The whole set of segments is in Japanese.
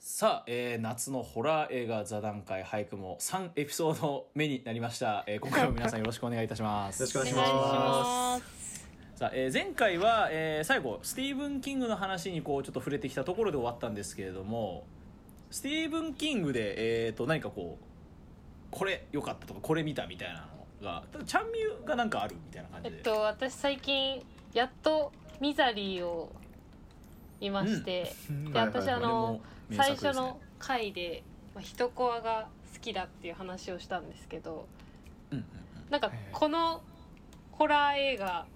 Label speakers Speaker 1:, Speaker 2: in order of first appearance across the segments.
Speaker 1: さあ、えー夏のホラー映画座談会俳句も3エピソード目になりました、えー今回も皆さんよろしくお願いいたします
Speaker 2: よろしくお願いし
Speaker 3: お
Speaker 2: ま
Speaker 3: 願いします
Speaker 1: さあ、えー前回は、えー最後スティーブン・キングの話にこうちょっと触れてきたところで終わったんですけれどもスティーブン・キングで、えー、と何かこうこれ良かったとかこれ見たみたいなのがただチャンミューがなんかあるみたいな感
Speaker 3: え
Speaker 1: じ
Speaker 3: っ
Speaker 1: で、
Speaker 3: と私最近やっとミザリーを見まして、
Speaker 1: うん
Speaker 3: で
Speaker 2: はいはい
Speaker 3: 私あの、
Speaker 1: これも名作
Speaker 3: 最
Speaker 1: ですね
Speaker 3: 初の回で、まあ、人コアが好きだっていう話をしたんですけど
Speaker 1: うんうん
Speaker 3: なんか
Speaker 2: はいはい
Speaker 3: このホラー映画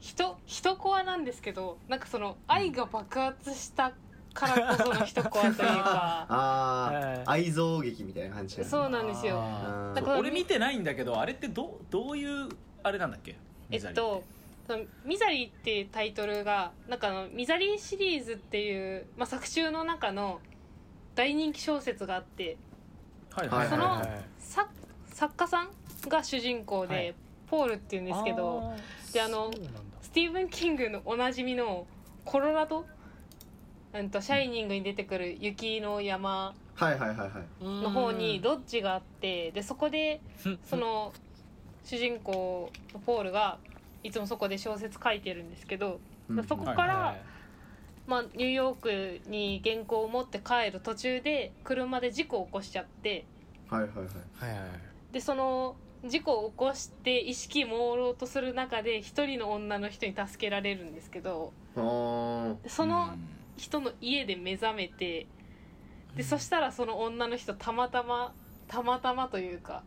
Speaker 3: 人人コアなんですけどなんかその愛が爆発したからこその人コアというか
Speaker 2: ああ、
Speaker 1: は
Speaker 2: 愛憎劇みたいな感じだね
Speaker 3: そうなんですよ
Speaker 1: あー
Speaker 3: だ
Speaker 1: そう
Speaker 3: から
Speaker 1: 俺見てないんだけどあれってどうどういうあれなんだっけ
Speaker 3: えっと、そのミザリーっていうタイトルが、なんかあの、ミザリーシリーズっていう、まあ、作中の中の大人気小説があって、
Speaker 1: はいはい
Speaker 3: そ
Speaker 1: はい
Speaker 3: の
Speaker 1: はい
Speaker 3: さ作家さんが主人公で、
Speaker 1: はい
Speaker 3: ポールっていうんですけど、であの
Speaker 4: そうなんだ
Speaker 3: スティーブン・キングのおなじみのコロラド、うんと、シャイニングに出てくる雪の山
Speaker 2: はいはいはいはい
Speaker 3: の方にロッジがあって、で、そこで、
Speaker 1: うん
Speaker 3: その主人公のポールが、いつもそこで小説書いてるんですけど、
Speaker 2: うん
Speaker 3: そこ
Speaker 1: はい
Speaker 3: から
Speaker 1: はいはい
Speaker 3: まあ、ニューヨークに原稿を持って帰る途中で車で事故を起こしちゃって
Speaker 2: はいはいはい
Speaker 4: はいはいはい
Speaker 3: でその事故を起こして意識朦朧とする中で一人の女の人に助けられるんですけど
Speaker 2: あー
Speaker 3: そ
Speaker 1: う
Speaker 3: の
Speaker 1: ん
Speaker 3: 人の家で目覚めてでそしたらその女の人たまたまたまたまというか、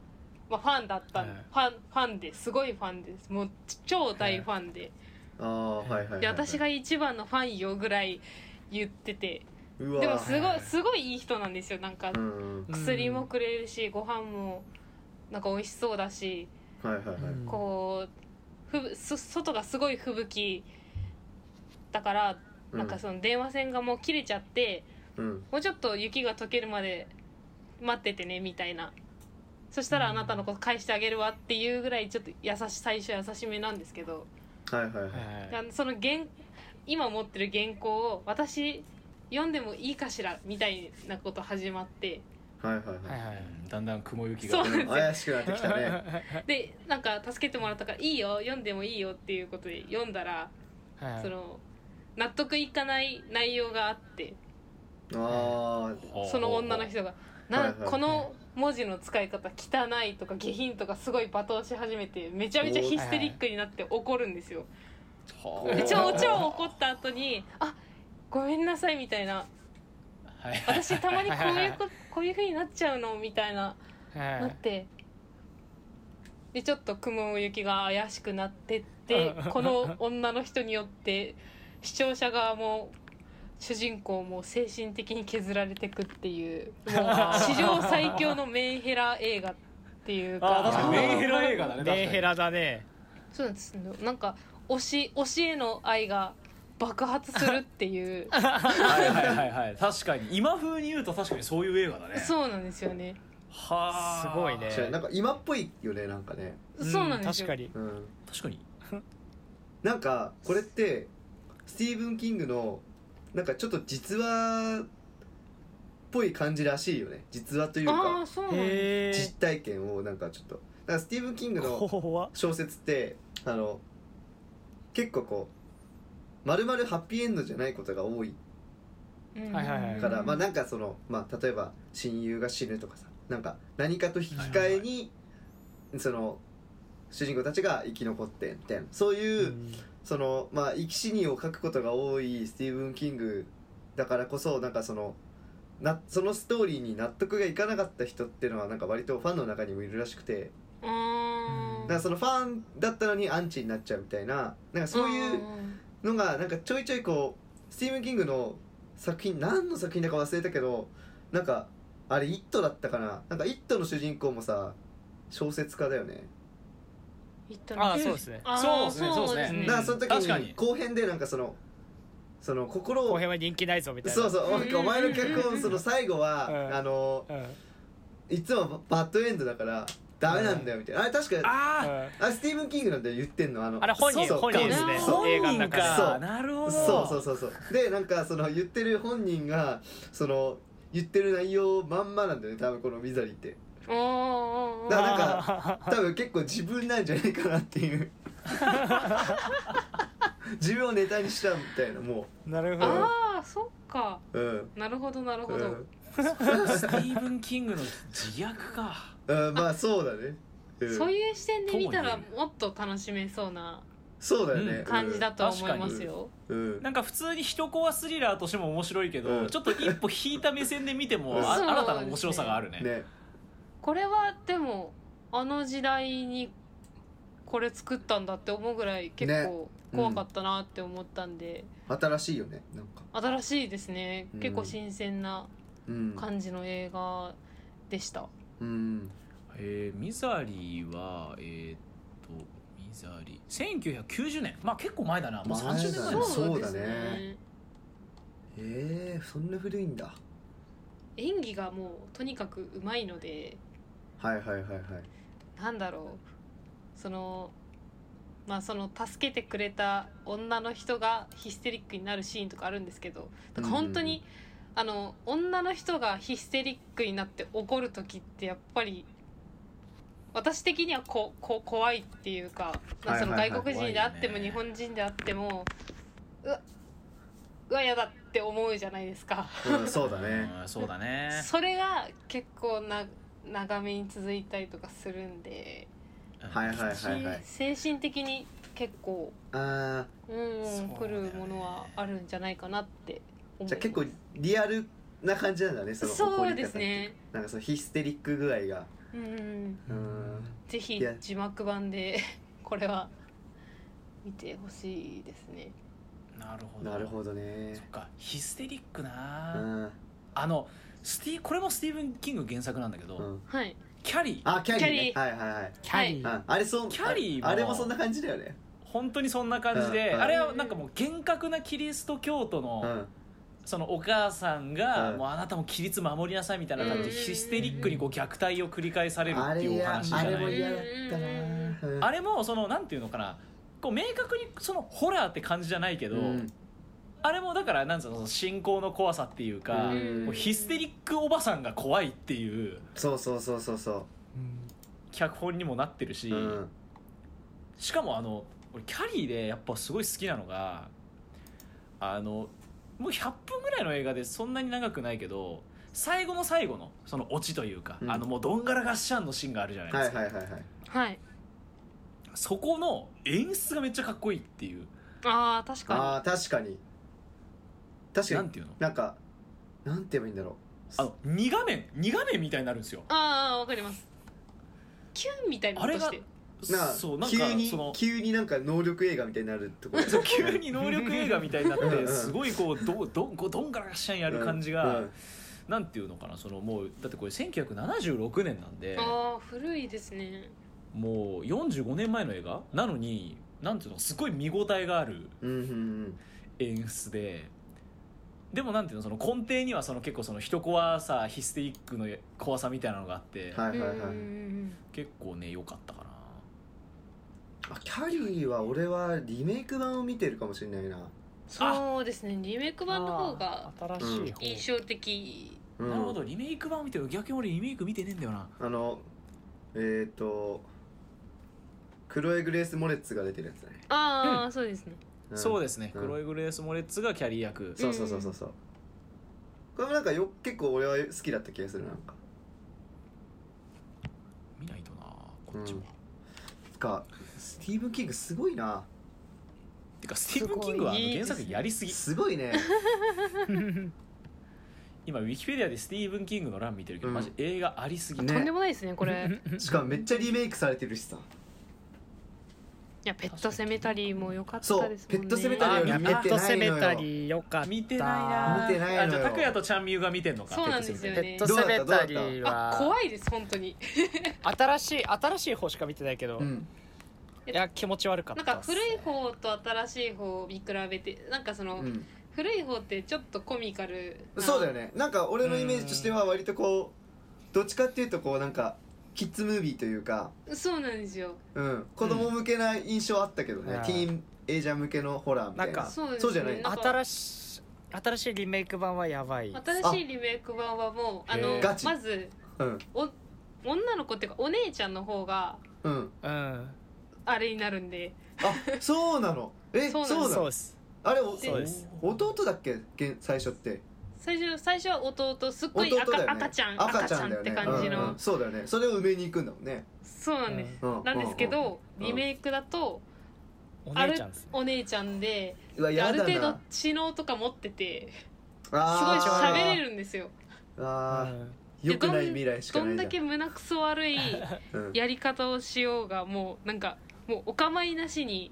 Speaker 3: まあ、ファンだった、
Speaker 4: はい
Speaker 3: ファンファンですごいファンですもう超大ファンで
Speaker 2: あーはいはいはいはい
Speaker 3: で私が一番のファンよぐらい言ってて
Speaker 2: うわ
Speaker 3: でも
Speaker 2: ー
Speaker 3: すごいすごいいい人なんですよなんか
Speaker 2: うん
Speaker 3: 薬もくれるしご飯もなんか美味しそうだし
Speaker 2: はいはいはい
Speaker 4: うん
Speaker 3: こうふぶそ外がすごい吹雪だから
Speaker 2: う
Speaker 3: なんかその電話線がもう切れちゃって
Speaker 2: うん
Speaker 3: もうちょっと雪が溶けるまで待っててねみたいなそしたらあなたのこと返してあげるわっていうぐらいちょっと優し最初優しめなんですけど
Speaker 2: はいはいはい
Speaker 4: はい
Speaker 3: あのその原今持ってる原稿を私読んでもいいかしらみたいなこと始まって
Speaker 2: はいはいはい
Speaker 4: はいは
Speaker 1: う
Speaker 4: い
Speaker 1: んだんだん雲行き
Speaker 3: そ
Speaker 1: が
Speaker 3: う
Speaker 2: でも怪しくなってきたね
Speaker 3: でなんか助けてもらったから「いいよ読んでもいいよ」っていうことで読んだら、
Speaker 4: はい
Speaker 3: その納得いかない内容があって
Speaker 2: あ
Speaker 3: その女の人が「な
Speaker 2: はいはい
Speaker 3: この文字の使い方汚い」とか「下品」とかすごい罵倒し始めてめちゃめちゃヒステリックになって怒るんですよ。
Speaker 1: はあ
Speaker 3: で超超怒った後に「あごめんなさい」みたいな
Speaker 1: はい
Speaker 3: 「私たまにこういうここういう風になっちゃうの」みたいな
Speaker 4: はい
Speaker 3: なってでちょっと雲行きが怪しくなってってこの女の人によって視聴者側も主人公も精神的に削られてくっていうもう史上最強のメンヘラ映画っていう
Speaker 1: あー確
Speaker 3: か
Speaker 1: かにメンヘラ映画だね
Speaker 4: メンヘラだね
Speaker 3: そうなんですよなんか推し推しへの愛が爆発するっていう
Speaker 1: 確かにはいはいはいはい確かに今風に言うと確かにそういう映画だね
Speaker 3: そうなんですよね
Speaker 1: はあ
Speaker 4: すごいね
Speaker 2: ー確かになんか今っぽいよねなんかね
Speaker 3: そうなんです
Speaker 4: 確
Speaker 3: よ
Speaker 4: かに
Speaker 2: うん
Speaker 1: 確かに
Speaker 2: なんかこれってスティーブン・キングのなんかちょっと実話っぽい感じらしいよね実話という
Speaker 3: あ
Speaker 2: か
Speaker 3: あそうなんです
Speaker 4: へ
Speaker 2: 実体験をなんかちょっとだからスティーブン・キング
Speaker 4: え
Speaker 2: の
Speaker 4: 怖っ
Speaker 2: 小説ってあの結構こうまるまるハッピーエンドじゃないことが多い
Speaker 3: うん
Speaker 4: はいはいはい
Speaker 2: から、まあ
Speaker 3: は
Speaker 2: なんかその、まあ、例えば親友が死ぬとかさなんか何かと引き換えに、その主人公たちが生き残ってみたいなそういう、そのまあ生き死にを書くことが多いスティーブン・キングだからこそなんかそのなそのストーリーに納得がいかなかった人っていうのはなんか割とファンの中にもいるらしくて
Speaker 3: あ
Speaker 2: だ
Speaker 3: ー
Speaker 2: からそのファンだったのにアンチになっちゃうみたいななんかそういうのがなんかちょいちょいこうスティーブン・キングの作品何の作品だか忘れたけどなんかあれ「イット!」だったかななんか「イット!」の主人公もさ小説家だよね
Speaker 3: 行ったね
Speaker 4: あーそうですね
Speaker 3: あー
Speaker 1: そうですねそうです
Speaker 4: ね
Speaker 2: だからその
Speaker 1: 確
Speaker 2: 時
Speaker 1: か
Speaker 2: に
Speaker 1: に
Speaker 2: 後編でなんかそのその心
Speaker 4: 後
Speaker 2: を
Speaker 4: 編は人気ないぞみたいな
Speaker 2: そうそうう、
Speaker 3: んうんうん
Speaker 2: お前の脚本その最後は、
Speaker 4: うん
Speaker 2: あの
Speaker 4: うん
Speaker 2: いつもバッドエンドだからダメなんだよみたいなあれ確か
Speaker 1: あ
Speaker 4: あ
Speaker 2: あスティーブン・キングなんだよ言ってんのあの
Speaker 4: あれ本人
Speaker 2: そう
Speaker 4: 本人ですね
Speaker 1: あ
Speaker 2: そう
Speaker 1: 本
Speaker 4: 映画の
Speaker 1: 人
Speaker 4: 中
Speaker 2: でそ
Speaker 1: か
Speaker 2: う
Speaker 1: なるほど
Speaker 2: そうそうそうそうでなんかその言ってる本人がその言ってる内容まんまなんだよね多分このミザリーって
Speaker 3: おーおーお
Speaker 2: だ
Speaker 3: ー
Speaker 2: なんか
Speaker 4: か
Speaker 2: 多分結構自分なんじゃないかなっていう自分をネタにしたみたいなも
Speaker 4: なるほど
Speaker 3: ああそっか
Speaker 2: ううん
Speaker 3: なるほどなるほど、
Speaker 1: スティーブン・キングの自虐か
Speaker 2: うん、うん、まあそうだね、うん、
Speaker 3: そういう視点で見たら
Speaker 1: とも言
Speaker 3: もっと楽しめそうな
Speaker 2: そうだよね、
Speaker 1: うん
Speaker 3: 感じだとは思いますよ、
Speaker 2: うん、うん
Speaker 1: なんか普通に一コアスリラーとしても面白いけど、
Speaker 2: うん
Speaker 1: ちょっと一歩引いた目線で見ても、あ
Speaker 2: そう
Speaker 1: 新たな面白さがあるね
Speaker 2: ね
Speaker 3: これはでもあの時代にこれ作ったんだって思うぐらい結構怖かったなって思ったんで、
Speaker 2: 新しいよねなんか
Speaker 3: 新しいですね
Speaker 2: うん
Speaker 3: 結構新鮮な
Speaker 2: うん、
Speaker 3: 感じの映画でした、
Speaker 2: うん、
Speaker 1: えーミザリーはえーっとミザリー1990年まあ結構前だなもう
Speaker 2: 前だね
Speaker 1: 30年前だ
Speaker 2: ん
Speaker 1: な
Speaker 2: そうだねえー、そんな古いんだ
Speaker 3: 演技がもうとにかくうまいので
Speaker 2: はいはいはいはい
Speaker 3: なんだろうそのまあその助けてくれた女の人がヒステリックになるシーンとかあるんですけどだから本当に、あの女の人がヒステリックになって怒る時ってやっぱり私的にはここ怖いっていうか、まあ
Speaker 2: はい
Speaker 3: そ
Speaker 2: はい
Speaker 3: の
Speaker 2: はい
Speaker 3: 外国人であっても
Speaker 1: 怖い
Speaker 3: 日
Speaker 1: よね
Speaker 3: 本人であっても、うわうわやだって思うじゃないですか。
Speaker 2: うん、そうだ ね
Speaker 1: うんそうだね
Speaker 3: それが結構な長めに続いたりとかするんで、
Speaker 2: はいはい はい
Speaker 3: し精神的に結構、
Speaker 2: あ
Speaker 3: うん
Speaker 1: そうだよね
Speaker 3: 来るものはあるんじゃないかなって
Speaker 2: ー
Speaker 3: 思い
Speaker 2: じゃあ結構
Speaker 3: ます
Speaker 2: リアルな感じなんだねその怒
Speaker 3: そ
Speaker 2: り
Speaker 3: う
Speaker 2: 方
Speaker 3: ですね
Speaker 2: なんかそのヒステリック具合が
Speaker 3: うん
Speaker 2: うん
Speaker 3: ぜひ
Speaker 2: いや
Speaker 3: 字幕版でこれは見てほしいですね
Speaker 1: なるほど
Speaker 2: なる
Speaker 1: ど
Speaker 2: ほどね
Speaker 1: そっかヒステリック
Speaker 2: う
Speaker 1: な、
Speaker 2: ん、
Speaker 1: あのスティこれもスティーブン・キング原作なんだけど、
Speaker 2: うん、
Speaker 3: はい
Speaker 1: キャリー
Speaker 2: あキャリー,、ね、
Speaker 3: キャ
Speaker 2: はいはいはい
Speaker 4: キャリー
Speaker 2: ああれそう
Speaker 1: キャリーも
Speaker 2: ああれもそんな感じだよね
Speaker 1: 本当にそんな感じで、
Speaker 2: うんうん
Speaker 1: あれはなんかもう厳格なキリスト教徒の、
Speaker 2: うん
Speaker 1: そのお母さんが、
Speaker 2: うん
Speaker 1: もうあなたも規律守りなさいみたいな感じで、
Speaker 3: うん
Speaker 1: ヒステリックにこう虐待を繰り返されるっていうお話じゃ
Speaker 2: あ
Speaker 1: ない
Speaker 2: れ
Speaker 1: あ
Speaker 2: も
Speaker 1: れ
Speaker 2: 嫌だったな
Speaker 3: う
Speaker 2: うん
Speaker 1: もそのなんていうのかなこう明確にそのホラーって感じじゃないけど、
Speaker 2: うん
Speaker 1: あれもだからなんつうのその信仰の怖さっていうか、
Speaker 2: うん
Speaker 1: もうヒステリックおばさんが怖いっていう
Speaker 2: そうそうそうそうそ
Speaker 1: 脚本にもなってるし、
Speaker 2: う、うん、
Speaker 1: しかもあの俺キャリーでやっぱすごい好きなのがあのもう100分ぐらいの映画でそんなに長くないけど最後の最後のそのオチというか、
Speaker 2: うん
Speaker 1: あのもうどんがらがっしゃんのシーンがあるじゃないで
Speaker 2: はい
Speaker 1: す
Speaker 2: はい
Speaker 1: か、
Speaker 2: はいはい
Speaker 3: はい
Speaker 1: そこの演出がめっちゃかっこいいっていう
Speaker 3: あー確か
Speaker 2: あー確かに確か
Speaker 1: なん
Speaker 2: に
Speaker 1: ていうの
Speaker 2: なんかなんて言えばいいんだろう
Speaker 1: あの2画面2画面みたいになるんですよ
Speaker 3: にああわかりますキュンみたいなことして
Speaker 2: な
Speaker 1: そうなんか
Speaker 2: 急に
Speaker 1: その
Speaker 2: 急になんか能力映画みたいになるところ
Speaker 1: 急に能力映画みたいになっ
Speaker 2: うんう
Speaker 1: て
Speaker 2: ん
Speaker 1: すごいこ うどどどどんがらがっしゃんやる感じが、
Speaker 2: うん
Speaker 1: なんていうのかなそのもうだってこれ1976年なんで
Speaker 3: ああ古いですね
Speaker 1: もう45年前の映画なのになんていうのすごい見応えがある
Speaker 2: うんうんうん
Speaker 1: 演出ででもなんていうのその根底にはその結構その人怖さヒステリックの怖さみたいなのがあって、
Speaker 2: はいはいはい、
Speaker 3: うんうんうん
Speaker 1: 結構ね良かったかな
Speaker 2: あキャリーは俺はリメイク版を見てるかもしれないな、
Speaker 3: そうですねリメイク版の方が
Speaker 4: 新しい方
Speaker 3: 印象的
Speaker 2: うん、
Speaker 1: なるほどリメイク版を見てる逆に俺リメイク見てねえんだよな
Speaker 2: あのえっ、ー、とクロエ・グレース・モレッツが出てるやつだね、
Speaker 3: ああ、そうですね
Speaker 1: そう
Speaker 2: で
Speaker 1: ですね、
Speaker 2: うん
Speaker 1: クロエ・グレース・モレッツがキャリー役
Speaker 2: そうそうそうそうそうこれもなんかよ結構俺は好きだった気がするなんか
Speaker 1: 見ないとなこっちも、
Speaker 2: うんかスティーブン・キングすごいな
Speaker 1: てかスティーブン・キングはあ
Speaker 3: す
Speaker 1: の
Speaker 3: ごいいい
Speaker 1: 原
Speaker 3: ですね
Speaker 1: 作やりすぎ
Speaker 2: すごいね
Speaker 1: 今ウィキペディアでスティーブン・キングの欄見てるけど、
Speaker 2: うん
Speaker 1: マジ映画ありすぎ、
Speaker 2: ね
Speaker 3: とんでもないですねこれ
Speaker 2: しかもめっちゃリメイクされてるしさ
Speaker 3: いやペットセメタリーも良かったです
Speaker 2: そ
Speaker 3: も
Speaker 2: うん
Speaker 3: ね
Speaker 2: ペットセメタ
Speaker 1: タ
Speaker 2: リ
Speaker 1: リー
Speaker 2: ーよ
Speaker 1: よ
Speaker 2: り
Speaker 1: り
Speaker 2: 見
Speaker 1: 見
Speaker 2: て
Speaker 1: て
Speaker 4: ペ
Speaker 1: な
Speaker 2: な
Speaker 1: 見てないな
Speaker 2: いいのよ見
Speaker 4: ットセメタリーよかった
Speaker 2: てないのよ
Speaker 1: あじゃあ拓哉とちゃんみゆが見てんのか
Speaker 3: そうなんですよ
Speaker 4: ペ
Speaker 3: ね
Speaker 4: ットセメタリー
Speaker 3: あ
Speaker 4: は
Speaker 3: 怖いです本当に
Speaker 4: 新しい新しい方しか見てないけど、
Speaker 2: うん
Speaker 4: いや気持ち悪かっ
Speaker 3: なん
Speaker 4: た
Speaker 3: か
Speaker 4: っす
Speaker 3: 古い方と新しい方を見比べてなんかその、
Speaker 2: うん
Speaker 3: 古い方ってちょっとコミカルな
Speaker 2: そうだよねなんか俺のイメージとしては割とこうどっちかっていうとこうなんかキッズムービーというか、
Speaker 3: そうなんですよ
Speaker 2: うん、子供向けな印象あったけどね、
Speaker 4: うん
Speaker 2: ティーンエイジャー向けのホラーみたいな
Speaker 4: なんか
Speaker 3: そうですね
Speaker 2: そうじゃない
Speaker 3: んか
Speaker 4: 新しい新しいリメイク版はやばい
Speaker 3: 新しいリメイク版はもうあ
Speaker 4: へ
Speaker 3: の
Speaker 4: ー
Speaker 2: ガチ
Speaker 3: まず
Speaker 2: うん
Speaker 3: お女の子っていうかお姉ちゃんの方が
Speaker 2: うん
Speaker 4: うん
Speaker 3: あれになるんで
Speaker 2: あそうなのえ
Speaker 3: そ
Speaker 2: そううな
Speaker 3: なの
Speaker 2: の
Speaker 4: そうです
Speaker 2: あれお
Speaker 4: そうです
Speaker 2: 弟だっけ現最初って
Speaker 3: 最初最初は弟すっごい
Speaker 2: 弟
Speaker 3: 赤,、
Speaker 2: だよね
Speaker 3: 赤ちゃん
Speaker 2: 赤ちゃんだよ
Speaker 3: って
Speaker 2: ね
Speaker 3: 感じの、
Speaker 2: うんうんそうだよねそれを埋めに行くんだもんね、
Speaker 3: そうなんです、
Speaker 2: うん、
Speaker 3: なんですけ
Speaker 2: うん
Speaker 3: ど、
Speaker 2: うん
Speaker 3: リメイクだと
Speaker 4: お
Speaker 3: あ
Speaker 4: 姉
Speaker 3: る
Speaker 4: ちゃんですね
Speaker 3: お姉ちゃんで
Speaker 2: うんうわ
Speaker 3: であ
Speaker 2: や
Speaker 3: る
Speaker 2: だ
Speaker 3: 程度
Speaker 2: な
Speaker 3: 知能とか持っててすごい
Speaker 2: あー
Speaker 3: 喋れるんですよ
Speaker 2: あー
Speaker 4: うん
Speaker 2: 良くない未来しか
Speaker 3: ど
Speaker 2: ない
Speaker 3: ん
Speaker 2: じゃ
Speaker 3: だ
Speaker 2: ん
Speaker 3: け胸くそ 悪い
Speaker 2: うん
Speaker 3: やり方をしようがもうなんかもうお構いなしに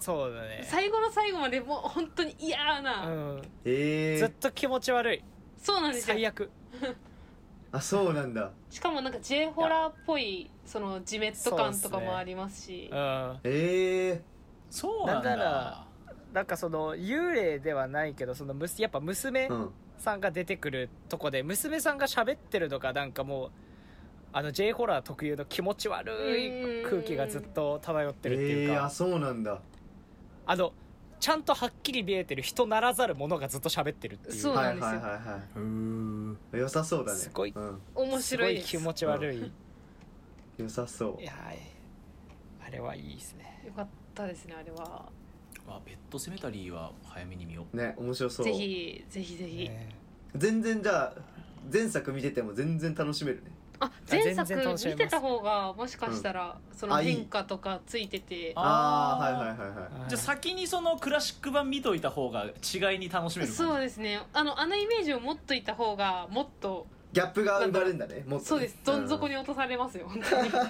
Speaker 4: そうだね
Speaker 3: 最後の最後までもう本当に嫌な、
Speaker 4: うん
Speaker 2: ええ
Speaker 4: ずっと気持ち悪い
Speaker 3: そうなんですよ
Speaker 4: 最悪
Speaker 2: あそうなんだ
Speaker 3: しかもなんか J ホラーっぽいそのジメット感とかもありますし
Speaker 4: うん
Speaker 2: え
Speaker 1: そうなんだ
Speaker 4: なんならなんかその幽霊ではないけどそのむすやっぱ娘
Speaker 2: えうん
Speaker 4: さんが出てくるとこで娘さんが喋ってるのがなんかもうあの J ホラー特有の気持ち悪い空気がずっと漂ってるっていう
Speaker 2: ええ
Speaker 4: か
Speaker 2: あそうなんだ
Speaker 4: あのちゃんとはっきり見えてる人ならざるものがずっと喋ってるっていう
Speaker 3: そう
Speaker 2: は
Speaker 3: ないんですよ
Speaker 2: はいはいは
Speaker 1: うーん
Speaker 2: い良さそうだね
Speaker 4: すごい
Speaker 2: うん、
Speaker 3: 面白いです
Speaker 4: すごい気持ち悪い、
Speaker 2: 良さそう
Speaker 4: いやーあれはいいですね
Speaker 3: よかったですねあれは
Speaker 1: あベッドセメタリーは早めに見よう
Speaker 2: ね面白そう
Speaker 3: ぜひぜひぜひ、
Speaker 4: ね
Speaker 2: 全然じゃあ前作見てても全然楽しめるね
Speaker 3: あ前
Speaker 4: 全
Speaker 3: 作
Speaker 4: 然楽しめ
Speaker 3: 見て
Speaker 4: ます
Speaker 3: た方がもしかしたらその
Speaker 2: あいい
Speaker 3: 変化とかついてて
Speaker 2: ああーはい
Speaker 1: い
Speaker 2: はいはいはい
Speaker 4: はい
Speaker 1: じゃあ先にそのクラシック版見といた方が違いに楽しめる
Speaker 3: そう
Speaker 1: う
Speaker 3: ですねあのあのイメージを持っといた方がもっと
Speaker 2: ギャップが生まれるんだねもっとね
Speaker 3: そうですどん底
Speaker 2: に、
Speaker 3: に落とされますよ本当
Speaker 2: う
Speaker 3: に
Speaker 2: ん そう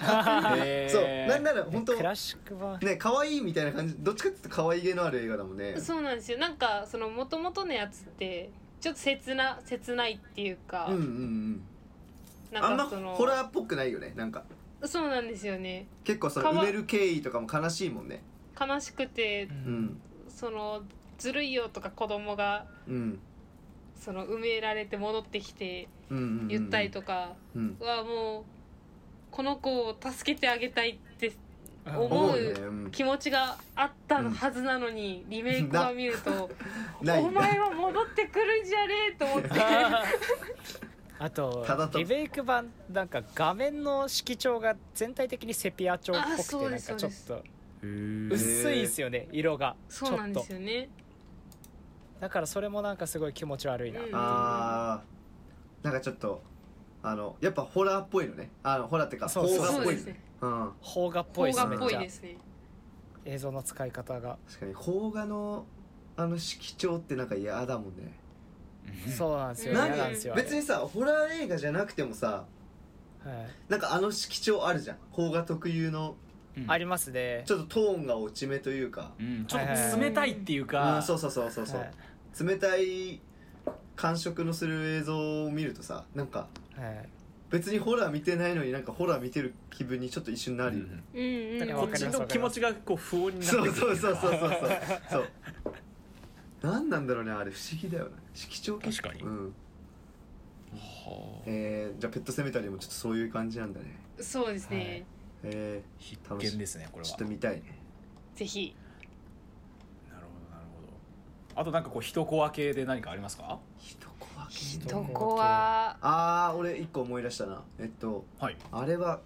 Speaker 2: なんなら本当
Speaker 4: クラシック版
Speaker 2: ね可愛いみたいな感じどっちかっていうと可愛げのある映画だもんね
Speaker 3: そうなんですよなんかその元々のやつってちょっと切な切ないっていうか、
Speaker 2: うんうんうんあ
Speaker 3: なんん
Speaker 2: ま
Speaker 3: かその
Speaker 2: ホラーっぽくないよねなんか
Speaker 3: そうなんですよね
Speaker 2: 結構そ
Speaker 3: か
Speaker 2: の
Speaker 3: わ
Speaker 2: 埋める経緯とかも悲しいもんね
Speaker 3: 悲しくて
Speaker 2: うん
Speaker 3: そのずるいよとか子供が
Speaker 2: うん
Speaker 3: その埋められて戻ってきて
Speaker 2: うんうんうん
Speaker 3: 言ったりとか
Speaker 2: うん
Speaker 3: はもうこの子を助けてあげたいって
Speaker 4: うん
Speaker 3: 思
Speaker 2: 思うよね
Speaker 3: う
Speaker 2: うん
Speaker 3: 気持ちがあったはずなのにリメイクを見ると「
Speaker 2: ない
Speaker 3: お前は戻ってくるんじゃねえ!」と思って
Speaker 4: あと
Speaker 2: ただと
Speaker 4: リメイク版なんか画面の色調が全体的にセピア調っ
Speaker 3: あ
Speaker 4: ぽく
Speaker 3: そう
Speaker 4: てな
Speaker 3: で
Speaker 4: ん
Speaker 3: す
Speaker 4: かちょっと
Speaker 1: です
Speaker 4: 薄いんですよね色がち
Speaker 3: そう
Speaker 4: ょ
Speaker 3: な
Speaker 4: っ
Speaker 3: ん
Speaker 4: と
Speaker 3: ですよね
Speaker 4: だからそれもなんかすごい気持ち悪いな、
Speaker 3: うん
Speaker 2: あーなんかちょっとあのやっぱホラーっぽいのねあのホラーっていうか
Speaker 4: そ
Speaker 2: 邦
Speaker 4: う
Speaker 2: 画
Speaker 3: そ
Speaker 2: っ
Speaker 3: う
Speaker 2: ぽ
Speaker 3: で
Speaker 2: い
Speaker 3: すね
Speaker 2: うん
Speaker 4: 邦画っぽい
Speaker 3: 邦
Speaker 4: です
Speaker 3: 画
Speaker 4: ね
Speaker 3: っぽい
Speaker 4: めっ
Speaker 3: で
Speaker 4: ち
Speaker 3: すね
Speaker 4: ゃ映像の使い方が、
Speaker 2: 確かに邦画のあの色調ってなんか嫌だもんね
Speaker 4: そうなんです
Speaker 3: う
Speaker 4: よ
Speaker 3: ん
Speaker 4: 嫌なんですよ
Speaker 2: 別にさホラー映画じゃなくてもさ
Speaker 4: あれはい
Speaker 2: なんかあの色調あるじゃん邦画特有の
Speaker 1: うん
Speaker 4: ありますね
Speaker 2: ちょっとトーンが落ち目というか、
Speaker 1: うんちょっと冷たいっていう
Speaker 2: う
Speaker 1: か
Speaker 2: んそうそうそうそうそう、
Speaker 4: はい
Speaker 2: 冷たい感触のする映像を見るとさなんか
Speaker 4: はい
Speaker 2: 別にホラー見てないのになんかホラー見てる気分にちょっと一瞬な
Speaker 1: あ
Speaker 2: る
Speaker 1: り
Speaker 2: よね、
Speaker 3: うんうん
Speaker 4: だから
Speaker 1: こ
Speaker 4: わ
Speaker 1: っ
Speaker 4: かり
Speaker 1: ち
Speaker 4: ます
Speaker 1: の気持ちがこう不穏になって
Speaker 2: そ
Speaker 1: く
Speaker 2: う
Speaker 1: る
Speaker 2: そうそうそうそうそうそう何なんだろうねあれ不思議だよね色調
Speaker 1: 確かに
Speaker 2: うん
Speaker 1: はあ
Speaker 2: えー、じゃあペットセメタリーもちょっとそういう感じなんだね
Speaker 3: そうですね
Speaker 2: え
Speaker 1: 必
Speaker 2: 楽しい
Speaker 1: 見ですねこ
Speaker 2: ー、
Speaker 1: れ
Speaker 2: ちょ
Speaker 1: は
Speaker 2: っと見たいね
Speaker 3: ぜひ
Speaker 1: なるほどなるほどあとなんかこう人コア系で何かありますか
Speaker 2: 一コア
Speaker 4: ひ
Speaker 2: 系
Speaker 3: ど
Speaker 4: どい
Speaker 3: こは
Speaker 2: ああ俺一個思い出したなえっと
Speaker 1: はい
Speaker 2: あれは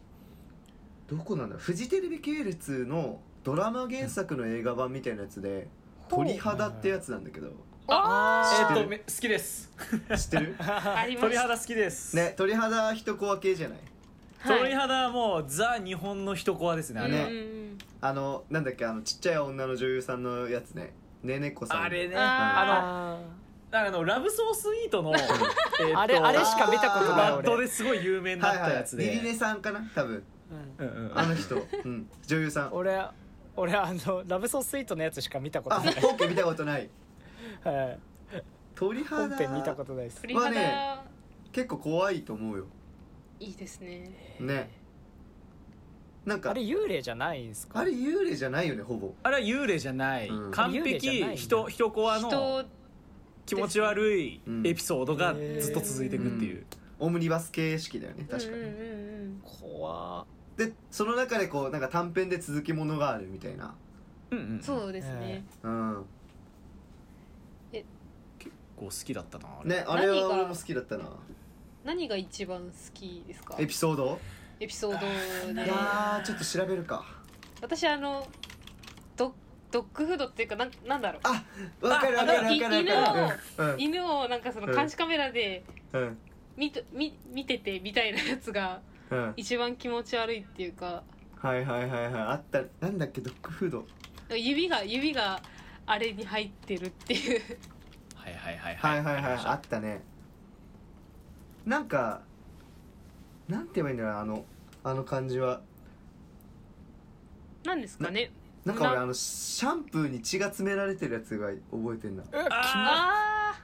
Speaker 2: どこなんだフジテレビ系列のドラマ原作の映画版みたいなやつで「鳥肌」ってやつなんだけど
Speaker 1: え
Speaker 2: 知って
Speaker 1: ー
Speaker 2: る
Speaker 1: っとめ好きです
Speaker 2: 知ってる
Speaker 3: ありま
Speaker 1: 鳥
Speaker 3: す
Speaker 1: 肌好きです
Speaker 2: ね鳥肌一コア系じゃない
Speaker 1: 鳥
Speaker 3: はい
Speaker 1: 肌はもうザ日本の人コアですねあれは
Speaker 3: うんうん
Speaker 2: あのなんだっけあのちっちゃい女の女優さんのやつねねねこさん
Speaker 1: あれね
Speaker 3: あ
Speaker 1: あのラブソースイート のえーっと
Speaker 4: あれあれしか見たことない
Speaker 1: バッ
Speaker 4: 俺
Speaker 1: ドですごい有名にな
Speaker 2: は
Speaker 1: っ
Speaker 2: い
Speaker 1: た
Speaker 2: は
Speaker 1: や
Speaker 2: い
Speaker 1: つ
Speaker 2: リ
Speaker 1: で
Speaker 2: リネさんかな多分
Speaker 4: うん
Speaker 1: うんうんうん
Speaker 2: あの人、うん、女優さん
Speaker 4: 俺俺あのラブソースイートのやつしか見たこと
Speaker 2: あ
Speaker 4: ない、
Speaker 2: 本家見たことない
Speaker 4: はい
Speaker 2: 鳥肌
Speaker 4: 本編見たことないです
Speaker 3: 鳥肌
Speaker 2: ま結構怖いと思うよ
Speaker 3: いいですね
Speaker 2: ねなんか
Speaker 4: あれ幽霊じゃないんですか
Speaker 2: あれ幽霊じゃないよねほぼ
Speaker 1: あれは幽霊じゃない、
Speaker 2: うん
Speaker 1: 完
Speaker 4: 幽霊じゃないん
Speaker 1: 璧
Speaker 4: だ
Speaker 1: 人人コアの
Speaker 3: 人
Speaker 1: 気持ち悪いエピソードが
Speaker 4: うん
Speaker 1: ずっと続いていくっていう、
Speaker 2: オムニバス形式だよね確かに、
Speaker 3: うんうんうん
Speaker 4: 怖
Speaker 2: でその中でこうなんか短編で続きものがあるみたいな
Speaker 1: うんう
Speaker 3: うんん、そうですね、
Speaker 2: うん
Speaker 1: こう好きだったなあれ
Speaker 2: ねあれは
Speaker 3: 何が
Speaker 2: 俺も好きだったな
Speaker 3: 何が一番好きですか
Speaker 2: エピソード
Speaker 3: エピソード
Speaker 2: い
Speaker 3: で
Speaker 2: やーちょっと調べるか
Speaker 3: 私あのドドッグフードっていうかなんなんだろう
Speaker 2: あわかるわかるわかるわかるうん
Speaker 3: 犬をなんかその監視カメラで
Speaker 2: うん
Speaker 3: 見と見見ててみたいなやつが
Speaker 2: うん
Speaker 3: 一番気持ち悪いっていうか
Speaker 2: はいはいはいはいあったなんだっけドッグフード
Speaker 3: 指が指があれに入ってるっていう
Speaker 1: はいはいはい
Speaker 2: はいはいはいあ
Speaker 1: あ
Speaker 2: ったねなんかなんて言えばいいんだろうあのあの感じは
Speaker 3: なんですかね
Speaker 2: なんか俺
Speaker 3: な
Speaker 2: あのシャンプーに血が詰められてるやつが覚えてんだ
Speaker 1: あ
Speaker 3: あ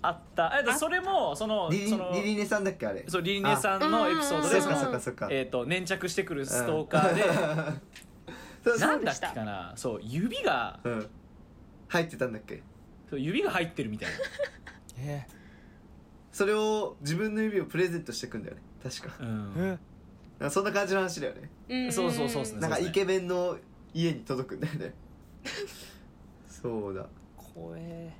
Speaker 1: あったえっとそれもその
Speaker 2: リリ
Speaker 1: その
Speaker 2: リリネさんだっけあれ
Speaker 1: そうリリネさんのエピソー
Speaker 3: あ
Speaker 1: ド
Speaker 2: そ
Speaker 1: で
Speaker 2: っ
Speaker 1: そ
Speaker 2: か
Speaker 1: の
Speaker 2: そっかそっか
Speaker 1: えー、と粘着してくるストーカー で、
Speaker 2: そうそう
Speaker 1: なんだっけかなそう指が
Speaker 2: うん入ってたんだっけ
Speaker 1: そう指が入ってるみたい
Speaker 4: え
Speaker 2: それを自分の指をプレゼントしてくんだよね確か
Speaker 1: な、うん、
Speaker 4: え
Speaker 2: なんかそんな感じの話だよね
Speaker 3: ーんんん
Speaker 1: そうそうそうっすね
Speaker 2: なんかイケメンの家に届くんだよね そうだ
Speaker 4: 怖え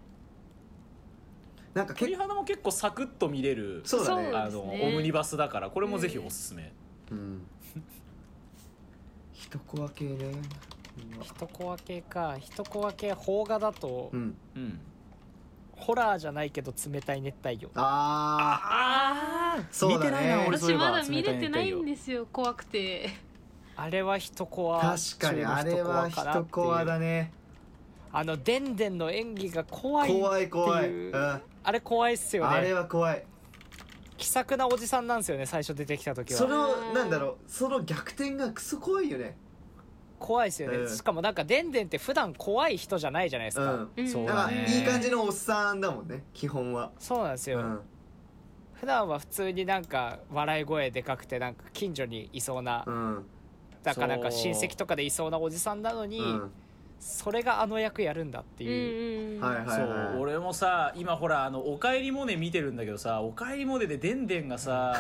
Speaker 2: なんか
Speaker 1: 鳥
Speaker 2: 結構
Speaker 1: 肌も結構サクッと見れる
Speaker 2: そうだね
Speaker 3: そう
Speaker 1: あ
Speaker 3: です
Speaker 1: の
Speaker 3: ね
Speaker 1: オムニバスだからこれもぜひおすすめ、
Speaker 2: うん一コア系ね
Speaker 4: 人コア系か人コア系邦画だと、
Speaker 2: うん
Speaker 1: うん、
Speaker 4: ホラーじゃないけど冷たい熱帯魚
Speaker 2: あ
Speaker 1: あ
Speaker 2: ーそう
Speaker 1: 見て
Speaker 2: だね
Speaker 1: ないな俺そうい
Speaker 3: 私
Speaker 1: えば
Speaker 3: まだ見れてないんですよ怖くて
Speaker 4: あれは人コア
Speaker 2: 確かにあれは
Speaker 4: ちょうど人コアかなって
Speaker 2: 一
Speaker 4: いう
Speaker 2: コアだね
Speaker 4: あのデンデンの演技が怖い
Speaker 2: 怖い怖い、
Speaker 4: っていう
Speaker 2: うん、あ
Speaker 4: あれ怖いっすよ
Speaker 2: れ
Speaker 4: ね
Speaker 2: は怖い
Speaker 4: 気さくなおじさんなんですよね最初出てきた時
Speaker 2: そ
Speaker 4: は
Speaker 2: のなんだろうその逆転がクソ怖いよね
Speaker 4: 怖いっすよね、
Speaker 2: うん
Speaker 4: しかもなんかデンデンって普段怖い人じゃないじゃないです
Speaker 2: う
Speaker 4: か、
Speaker 2: ん
Speaker 3: うん
Speaker 1: そう
Speaker 2: なん
Speaker 1: だ
Speaker 2: か
Speaker 1: ね
Speaker 2: いい感じのおっさんだもんね基本は
Speaker 4: そうなんです
Speaker 2: う
Speaker 4: よ、
Speaker 2: ん
Speaker 4: 普段は普通になんか笑い声でかくてなんか近所にいそうな、
Speaker 2: うん
Speaker 4: だからなんか
Speaker 1: そう
Speaker 4: 親戚とかでいそうなおじさんなのに、
Speaker 2: うん
Speaker 4: それがあの役やるんだって
Speaker 3: う
Speaker 4: いう、
Speaker 3: んうん
Speaker 2: はいはい
Speaker 1: そ
Speaker 2: は
Speaker 1: う
Speaker 2: い
Speaker 1: 俺もさ今ほらあの「おかえりモネ」見てるんだけどさ「おかえりモネ」ででんでんが さ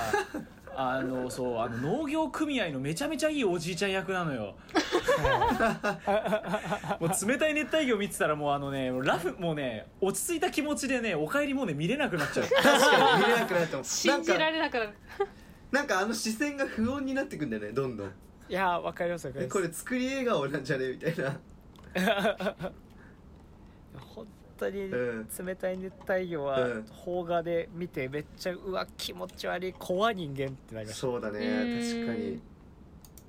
Speaker 1: あのそうあの農業組合のめちゃめちゃいいおじいちゃん役なの よもう冷たい熱帯魚見てたらもうあのねラフもうね落ち着いた気持ちでね「おかえりモネ」見れなくなっちゃ う
Speaker 2: 確かに見れなくなったもん
Speaker 3: 信じら
Speaker 2: なんか
Speaker 3: れなくなる
Speaker 2: なんかあの視線が不穏になってくんだよねどんどん
Speaker 4: いやーわかりますわかり
Speaker 2: え
Speaker 4: ます
Speaker 2: これ作り笑顔なんじゃねみたいな
Speaker 4: 本当に
Speaker 2: うん
Speaker 4: 冷たい熱帯魚は
Speaker 2: うん
Speaker 4: 邦画で見てめっちゃうわ気持ち悪い怖い人間ってなりまし
Speaker 2: そうだね
Speaker 3: う
Speaker 2: 確
Speaker 3: ん
Speaker 2: かに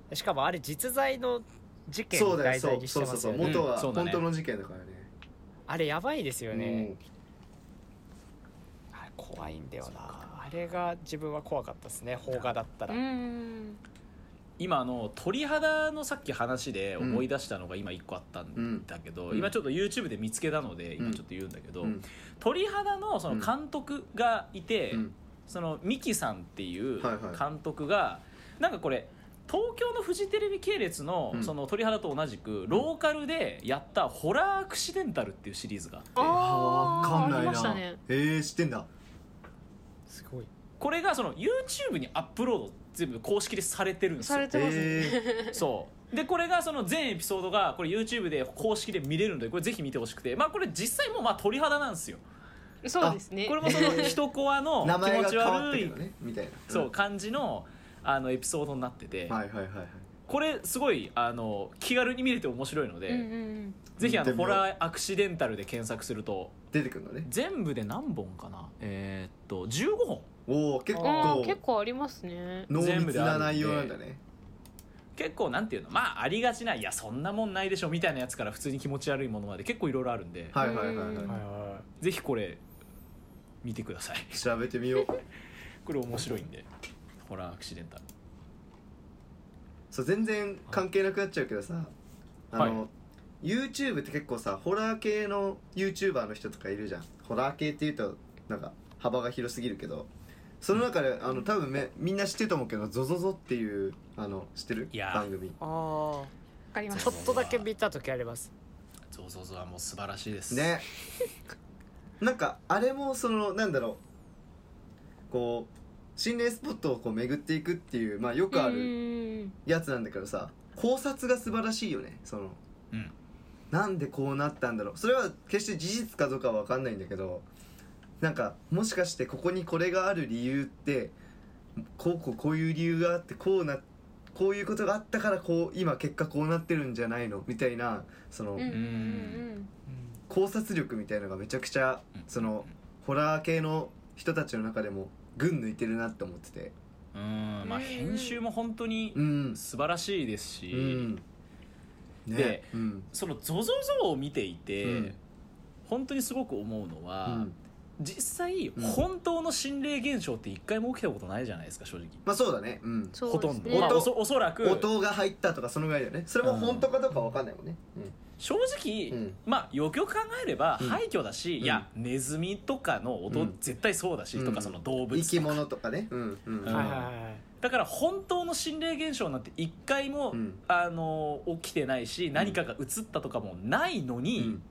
Speaker 4: たしかもあれ実在の事件
Speaker 2: そ
Speaker 4: を
Speaker 2: うだ
Speaker 4: 題
Speaker 2: よそ
Speaker 4: 材
Speaker 2: う
Speaker 4: にし
Speaker 2: そ
Speaker 4: て
Speaker 2: う
Speaker 4: ま
Speaker 2: そう
Speaker 4: す
Speaker 2: そ
Speaker 4: よ
Speaker 2: う
Speaker 4: ね
Speaker 2: 元は
Speaker 1: うんそうだ
Speaker 2: 本
Speaker 1: ね
Speaker 2: 当の事件だからね
Speaker 4: あれやばいですよね、
Speaker 2: うん
Speaker 4: あれ怖いんだよなあれが自分は怖かったですね邦画だったら、
Speaker 3: うんうん
Speaker 1: 今あの鳥肌のさっき話で思い出したのが今一個あったんだけど、
Speaker 2: うん
Speaker 1: 今ちょっと YouTube で見つけたので今ちょっと言うんだけど、
Speaker 2: うん
Speaker 1: 鳥肌のその監督がいて、
Speaker 2: うん
Speaker 1: そのミキさんっていう
Speaker 2: はいはい
Speaker 1: 監督が、なんかこれ東京のフジテレビ系列の,、
Speaker 2: うん
Speaker 1: その鳥肌と同じくローカルでやった「ホラーアクシデンタル」っていうシリーズがあって
Speaker 3: あ
Speaker 2: わ
Speaker 3: ー
Speaker 2: かんな
Speaker 3: あ
Speaker 2: い
Speaker 3: りました
Speaker 2: な
Speaker 3: ね
Speaker 2: えー知ってんだ
Speaker 4: すごい
Speaker 1: これがその YouTube にアップロード全部公式でされてるんです
Speaker 3: さ
Speaker 1: よ
Speaker 3: れてますね、
Speaker 1: そうでこれがその全エピソードがこれ YouTube で公式で見れるのでこれぜひ見てほしくてまあこれ実際もうまあ鳥肌なんですよ
Speaker 3: そうですね
Speaker 1: これも その人コアの
Speaker 2: 名前
Speaker 1: 気
Speaker 2: が
Speaker 1: 持ち
Speaker 2: 変わった
Speaker 1: 悪
Speaker 2: け
Speaker 1: い
Speaker 2: どねみたいな
Speaker 1: そう感じのあのエピソードになってて、
Speaker 2: うんはいはいはいはい
Speaker 1: これすごいあの気軽に見れて面白いので、
Speaker 3: うんうんうん
Speaker 1: ぜひあの
Speaker 2: 見てみ
Speaker 1: ホ
Speaker 2: よう
Speaker 1: ラーアクシデンタルで検索すると
Speaker 2: 出てくるのね
Speaker 1: 全部で何本かなえーっと15本
Speaker 2: おお結
Speaker 3: あ
Speaker 2: 構
Speaker 3: ー結構ありますね
Speaker 2: 濃
Speaker 1: 全部
Speaker 2: 密
Speaker 1: である
Speaker 2: なん
Speaker 1: で
Speaker 2: 内容なんだね
Speaker 1: 結構なんていうのまあありがちないやそんなもんないでしょみたいなやつから普通に気持ち悪いものまで結構いろいろあるんで、
Speaker 2: はいはいはいは
Speaker 3: うん
Speaker 2: い
Speaker 1: ぜひこれ見てください
Speaker 2: 調べてみよう
Speaker 1: これ面白いんでホラーアクシデンタル
Speaker 2: そう全然関係なくなっちゃうけどさあの、
Speaker 1: は
Speaker 2: YouTube って結構さホラー系の YouTuber の人とかいるじゃんホラー系っていうとなんか幅が広すぎるけどその中であの多分めみんな知ってると思うけど「ゾゾゾ」っていうあの知ってる
Speaker 1: いやー
Speaker 2: 番組
Speaker 4: あ
Speaker 3: わかり
Speaker 4: あ
Speaker 3: ま
Speaker 4: ち
Speaker 3: す
Speaker 4: ょっとだけ見た時あります
Speaker 1: ゾウゾウゾウはもう素晴らしいです
Speaker 2: ね なんかあれもそのなんだろうこう心霊スポットをこう巡っていくっていう、まあ、よくある
Speaker 3: る
Speaker 2: やつなんだけどさ考察が素晴らしいよねその
Speaker 1: うん
Speaker 2: なんでこうなったんだろうそれは決して事実かどうかは分かんないんだけどなんかもしかしてここにこれがある理由ってこうこうこういう理由があってこうなこういうことがあったからこう今結果こうなってるんじゃないのみたいなその
Speaker 3: うんうん
Speaker 2: 考察力みたいのがめちゃくちゃそのホラー系の人たちの中でも群抜いてるなって思ってて
Speaker 1: うんまあ
Speaker 3: うん
Speaker 1: 編集も本当に
Speaker 2: うん
Speaker 1: 素晴らしいですし、
Speaker 2: うんね
Speaker 1: で
Speaker 2: うん
Speaker 1: その ZOZO を見ていて、
Speaker 2: うん
Speaker 1: 本当にすごく思うのは、
Speaker 2: うん
Speaker 1: 実際、
Speaker 2: ん
Speaker 1: 本当の心霊現象って一回も起きたことないじゃないですか正直、
Speaker 2: まあそうだねうん
Speaker 3: そう
Speaker 1: ほとんど、
Speaker 3: ですね
Speaker 1: まあ、
Speaker 2: 音
Speaker 1: おそおそらく
Speaker 2: 音が入ったとかそのぐらいだよねそれも本当かどうかわかんないもんね
Speaker 1: 正直、
Speaker 2: うん、うん
Speaker 1: まあよくよく考えれば
Speaker 2: うん
Speaker 1: 廃墟だし、
Speaker 2: うん
Speaker 1: いやネズミとかの音、
Speaker 2: うん
Speaker 1: 絶対そうだし、
Speaker 2: うん
Speaker 1: とかその動物
Speaker 2: 生き物とかねうんうん
Speaker 1: うん
Speaker 4: はいはいはい
Speaker 1: だから本当の心霊現象なんて一回も、
Speaker 2: うん
Speaker 1: あの起きてないし何かが映ったとかもないの
Speaker 2: う
Speaker 1: に、
Speaker 2: ん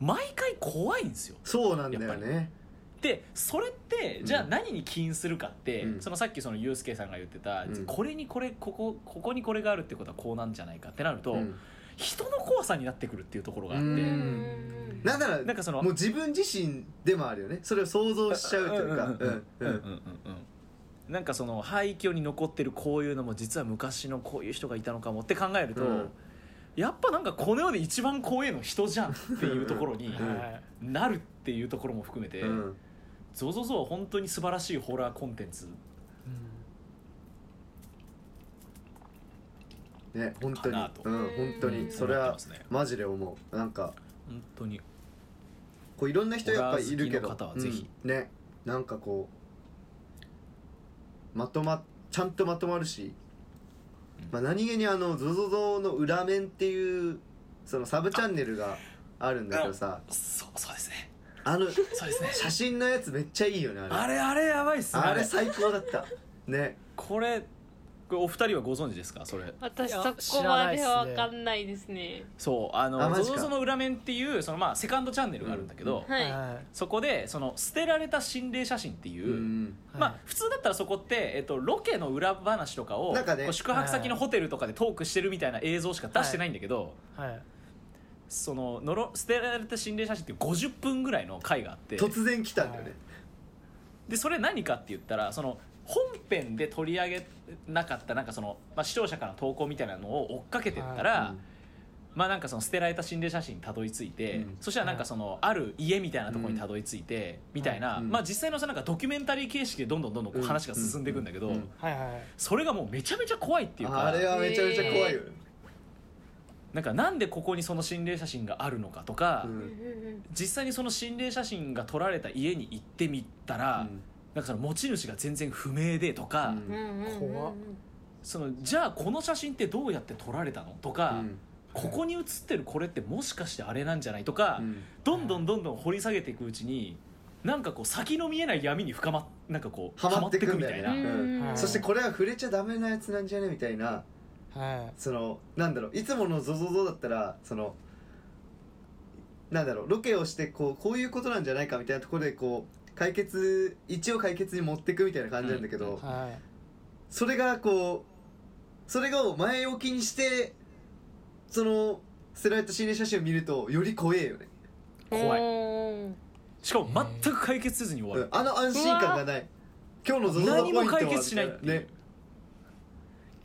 Speaker 1: 毎回怖いんですよ
Speaker 2: そうなんだよね
Speaker 1: でそれって
Speaker 2: うん
Speaker 1: じゃあ何に起因するかって、
Speaker 2: うん
Speaker 1: そのさっきそのユースケさんが言ってた、
Speaker 2: うん
Speaker 1: これにこれここここにこれがあるってことはこうなんじゃないかってなると、
Speaker 2: うん
Speaker 1: 人の怖さになってくるっていうところがあって、
Speaker 2: うん
Speaker 3: うん
Speaker 2: なんなら
Speaker 1: なんかその
Speaker 2: もう自分自身でもあるよねそれを想像しちゃうというかうん
Speaker 1: ううん
Speaker 2: うん
Speaker 1: うんう
Speaker 2: ん
Speaker 1: んなんかその廃墟に残ってるこういうのも実は昔のこういう人がいたのかもって考えると、
Speaker 2: うん
Speaker 1: やっぱなんかこの世で一番怖いの人じゃんっていうところに
Speaker 2: うん
Speaker 4: はい
Speaker 1: なるっていうところも含めて、
Speaker 2: うん
Speaker 1: ゾゾゾは本当に素晴らしいホラーコンテンツ
Speaker 2: ね本当に
Speaker 1: かなと
Speaker 2: うん本当にそれ
Speaker 1: 思って
Speaker 2: は
Speaker 1: ますね
Speaker 2: マジで思うなんか
Speaker 1: 本当に
Speaker 2: こういろんな人やっぱいるけど
Speaker 1: ホラー好きの方はぜひ
Speaker 2: うんねなんかこうまとまちゃんとまとまるし、まあ、何気にあの「ゾゾゾの裏面っていうそのサブチャンネルがあるんだけどさ
Speaker 1: そうそうですね
Speaker 2: あの
Speaker 1: そうですね
Speaker 2: 写真のやつめっちゃいいよねあ
Speaker 1: あ
Speaker 2: れ
Speaker 1: れあれやばいっすね
Speaker 2: あ
Speaker 1: あれ
Speaker 2: れ最高だったね
Speaker 1: これこれお二人はご存知ですかそれ
Speaker 3: 私
Speaker 4: いや
Speaker 3: そこまでは分かんないですね
Speaker 1: そうあの
Speaker 2: あマジか
Speaker 1: ゾゾゾの裏面っていうそのまあセカンドチャンネルがあるんだけど、
Speaker 2: うん
Speaker 3: はい
Speaker 4: はい
Speaker 1: そこでその捨てられた心霊写真っていうう、
Speaker 2: ん
Speaker 1: まあ普通だったらそこって、えっと、ロケの裏話とかを
Speaker 2: なんかね
Speaker 1: こう宿泊先のホテルとかでトークしてるみたいな映像しか出してないんだけど、
Speaker 4: はい
Speaker 1: そののろ捨てられた心霊写真っていう50分ぐらいの回があって
Speaker 2: 突然来たんだよね、
Speaker 1: でそれ何かって言ったらその本編で取り上げなかったなんかその、まあ、視聴者からの投稿みたいなのを追っかけてったら、
Speaker 2: うん
Speaker 1: まあなんかその捨てられた心霊写真にたどり着いて、
Speaker 2: うん
Speaker 1: そしたらなんかそのある家みたいなところにたどり着いて、みたいな、
Speaker 2: うん
Speaker 1: まあ実際のさなんかドキュメンタリー形式でどんどんどんどんこう
Speaker 2: うん
Speaker 1: 話が進んでいくんだけど、
Speaker 2: うんうん
Speaker 4: はいはい
Speaker 1: それがもうめちゃめちゃ怖いっていうか
Speaker 2: あれはめちゃめちゃ怖いよね、
Speaker 1: なんかなんでここにその心霊写真があるのかとか、
Speaker 2: うん
Speaker 1: 実際にその心霊写真が撮られた家に行ってみたら、なんかその持ち主が全然不明でとか、
Speaker 2: うん
Speaker 4: 怖っ
Speaker 1: そのじゃあこの写真ってどうやって撮られたのとか、
Speaker 2: うん
Speaker 1: ここに写ってるこれってもしかしてあれなんじゃないとか、
Speaker 2: うん
Speaker 1: どんどんどんどん掘り下げていくうちになんかこう先の見えない闇に深まなんかこう
Speaker 2: はまってくんだよね
Speaker 1: はまってくみたいな
Speaker 4: うん
Speaker 2: そしてこれは触れちゃダメなやつなんじゃねみたいな
Speaker 4: は
Speaker 2: そのなんだろういつもの ZOZO だったらそのなんだろうロケをしてこうこういうことなんじゃないかみたいなところでこう解決一応解決に持ってくみたいな感じなんだけど、
Speaker 1: うん
Speaker 4: いはい
Speaker 2: それがこうそれを前置きにしてその捨てられた心霊写真を見るとより怖えよね、
Speaker 1: 怖い
Speaker 3: い
Speaker 1: しかも全く解決せずに終わ
Speaker 2: うん
Speaker 1: る、
Speaker 2: あの安心感がない今日の ZOZO のポイ
Speaker 1: 何
Speaker 2: ントは
Speaker 1: も解決しないっていう、
Speaker 2: ね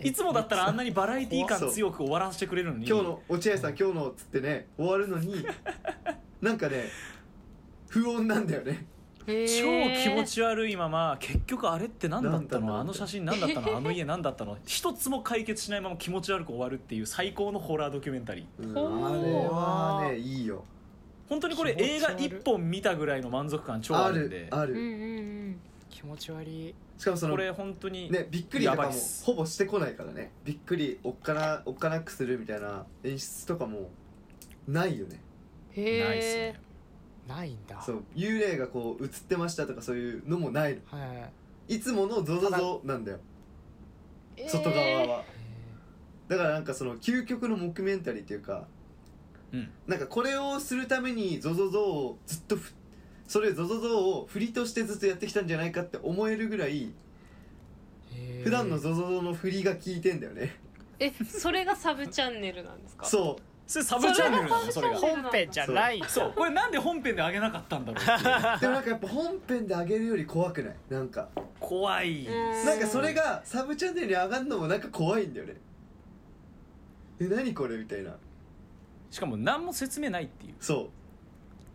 Speaker 1: いつもだったらあんなにバラエティ
Speaker 2: そ
Speaker 1: 感
Speaker 2: う
Speaker 1: 強く終わらせてくれるのに
Speaker 2: 今日の落合さん今日のっつってね終わる のになんかね不穏なんだよね
Speaker 1: 超気持ち悪いまま結局あれって何だった
Speaker 2: 何だった
Speaker 1: の
Speaker 2: の
Speaker 1: あの写真何だったのあの家何だったの一つも解決しないまま気持ち悪く終わるっていう最高のホラードキュメンタリー
Speaker 2: うん
Speaker 3: ほ
Speaker 2: あ
Speaker 3: う
Speaker 2: れはねいいよ
Speaker 1: 本当にこれ
Speaker 4: 気持ち悪い
Speaker 1: 映画一本見たぐらいの満足感超あ
Speaker 2: あ
Speaker 1: るん
Speaker 2: る
Speaker 1: で
Speaker 2: あ
Speaker 3: うんう
Speaker 2: る
Speaker 3: ん
Speaker 4: 気持ち悪い
Speaker 2: しかもその
Speaker 1: こ
Speaker 2: ね
Speaker 1: れ本当に、
Speaker 2: びっくり
Speaker 1: や
Speaker 2: とか
Speaker 1: ばい
Speaker 2: も
Speaker 1: っす
Speaker 2: ほぼしてこないからねびっくりおっかなおっかなくするみたいな演出とかもないよね
Speaker 3: へ
Speaker 1: ないっす
Speaker 3: え
Speaker 1: ね
Speaker 4: ないんだ
Speaker 2: そう幽霊がこう映ってましたとかそういうのもないの
Speaker 4: はいはい
Speaker 2: いつものゾゾゾなんだよ外側はだからなんかその究極のモキュメンタリーっていうか
Speaker 1: うん
Speaker 2: なんかこれをするために ZOZOZO をずっとふそれ ZOZOZO を振りとしてずっとやってきたんじゃないかって思えるぐらい
Speaker 4: へー
Speaker 2: 普段のゾゾゾの振りが効いてんだよね
Speaker 3: えそれがサブチャンネルなんですかう
Speaker 2: そう
Speaker 1: それサブチャンネルなのそ
Speaker 3: そ
Speaker 1: れ
Speaker 3: れ
Speaker 1: が
Speaker 3: が
Speaker 4: 本編じゃない
Speaker 1: そうこれなんで本編で上げなかったんだろう っていう
Speaker 2: でもなんかやっぱ本編で上げるより怖くないなんか
Speaker 1: 怖い
Speaker 3: うん
Speaker 2: なんかそれがサブチャンネルに上がるのもなんか怖いんだよねえ何これみたいな
Speaker 1: しかも何も説明ないっていう
Speaker 2: そう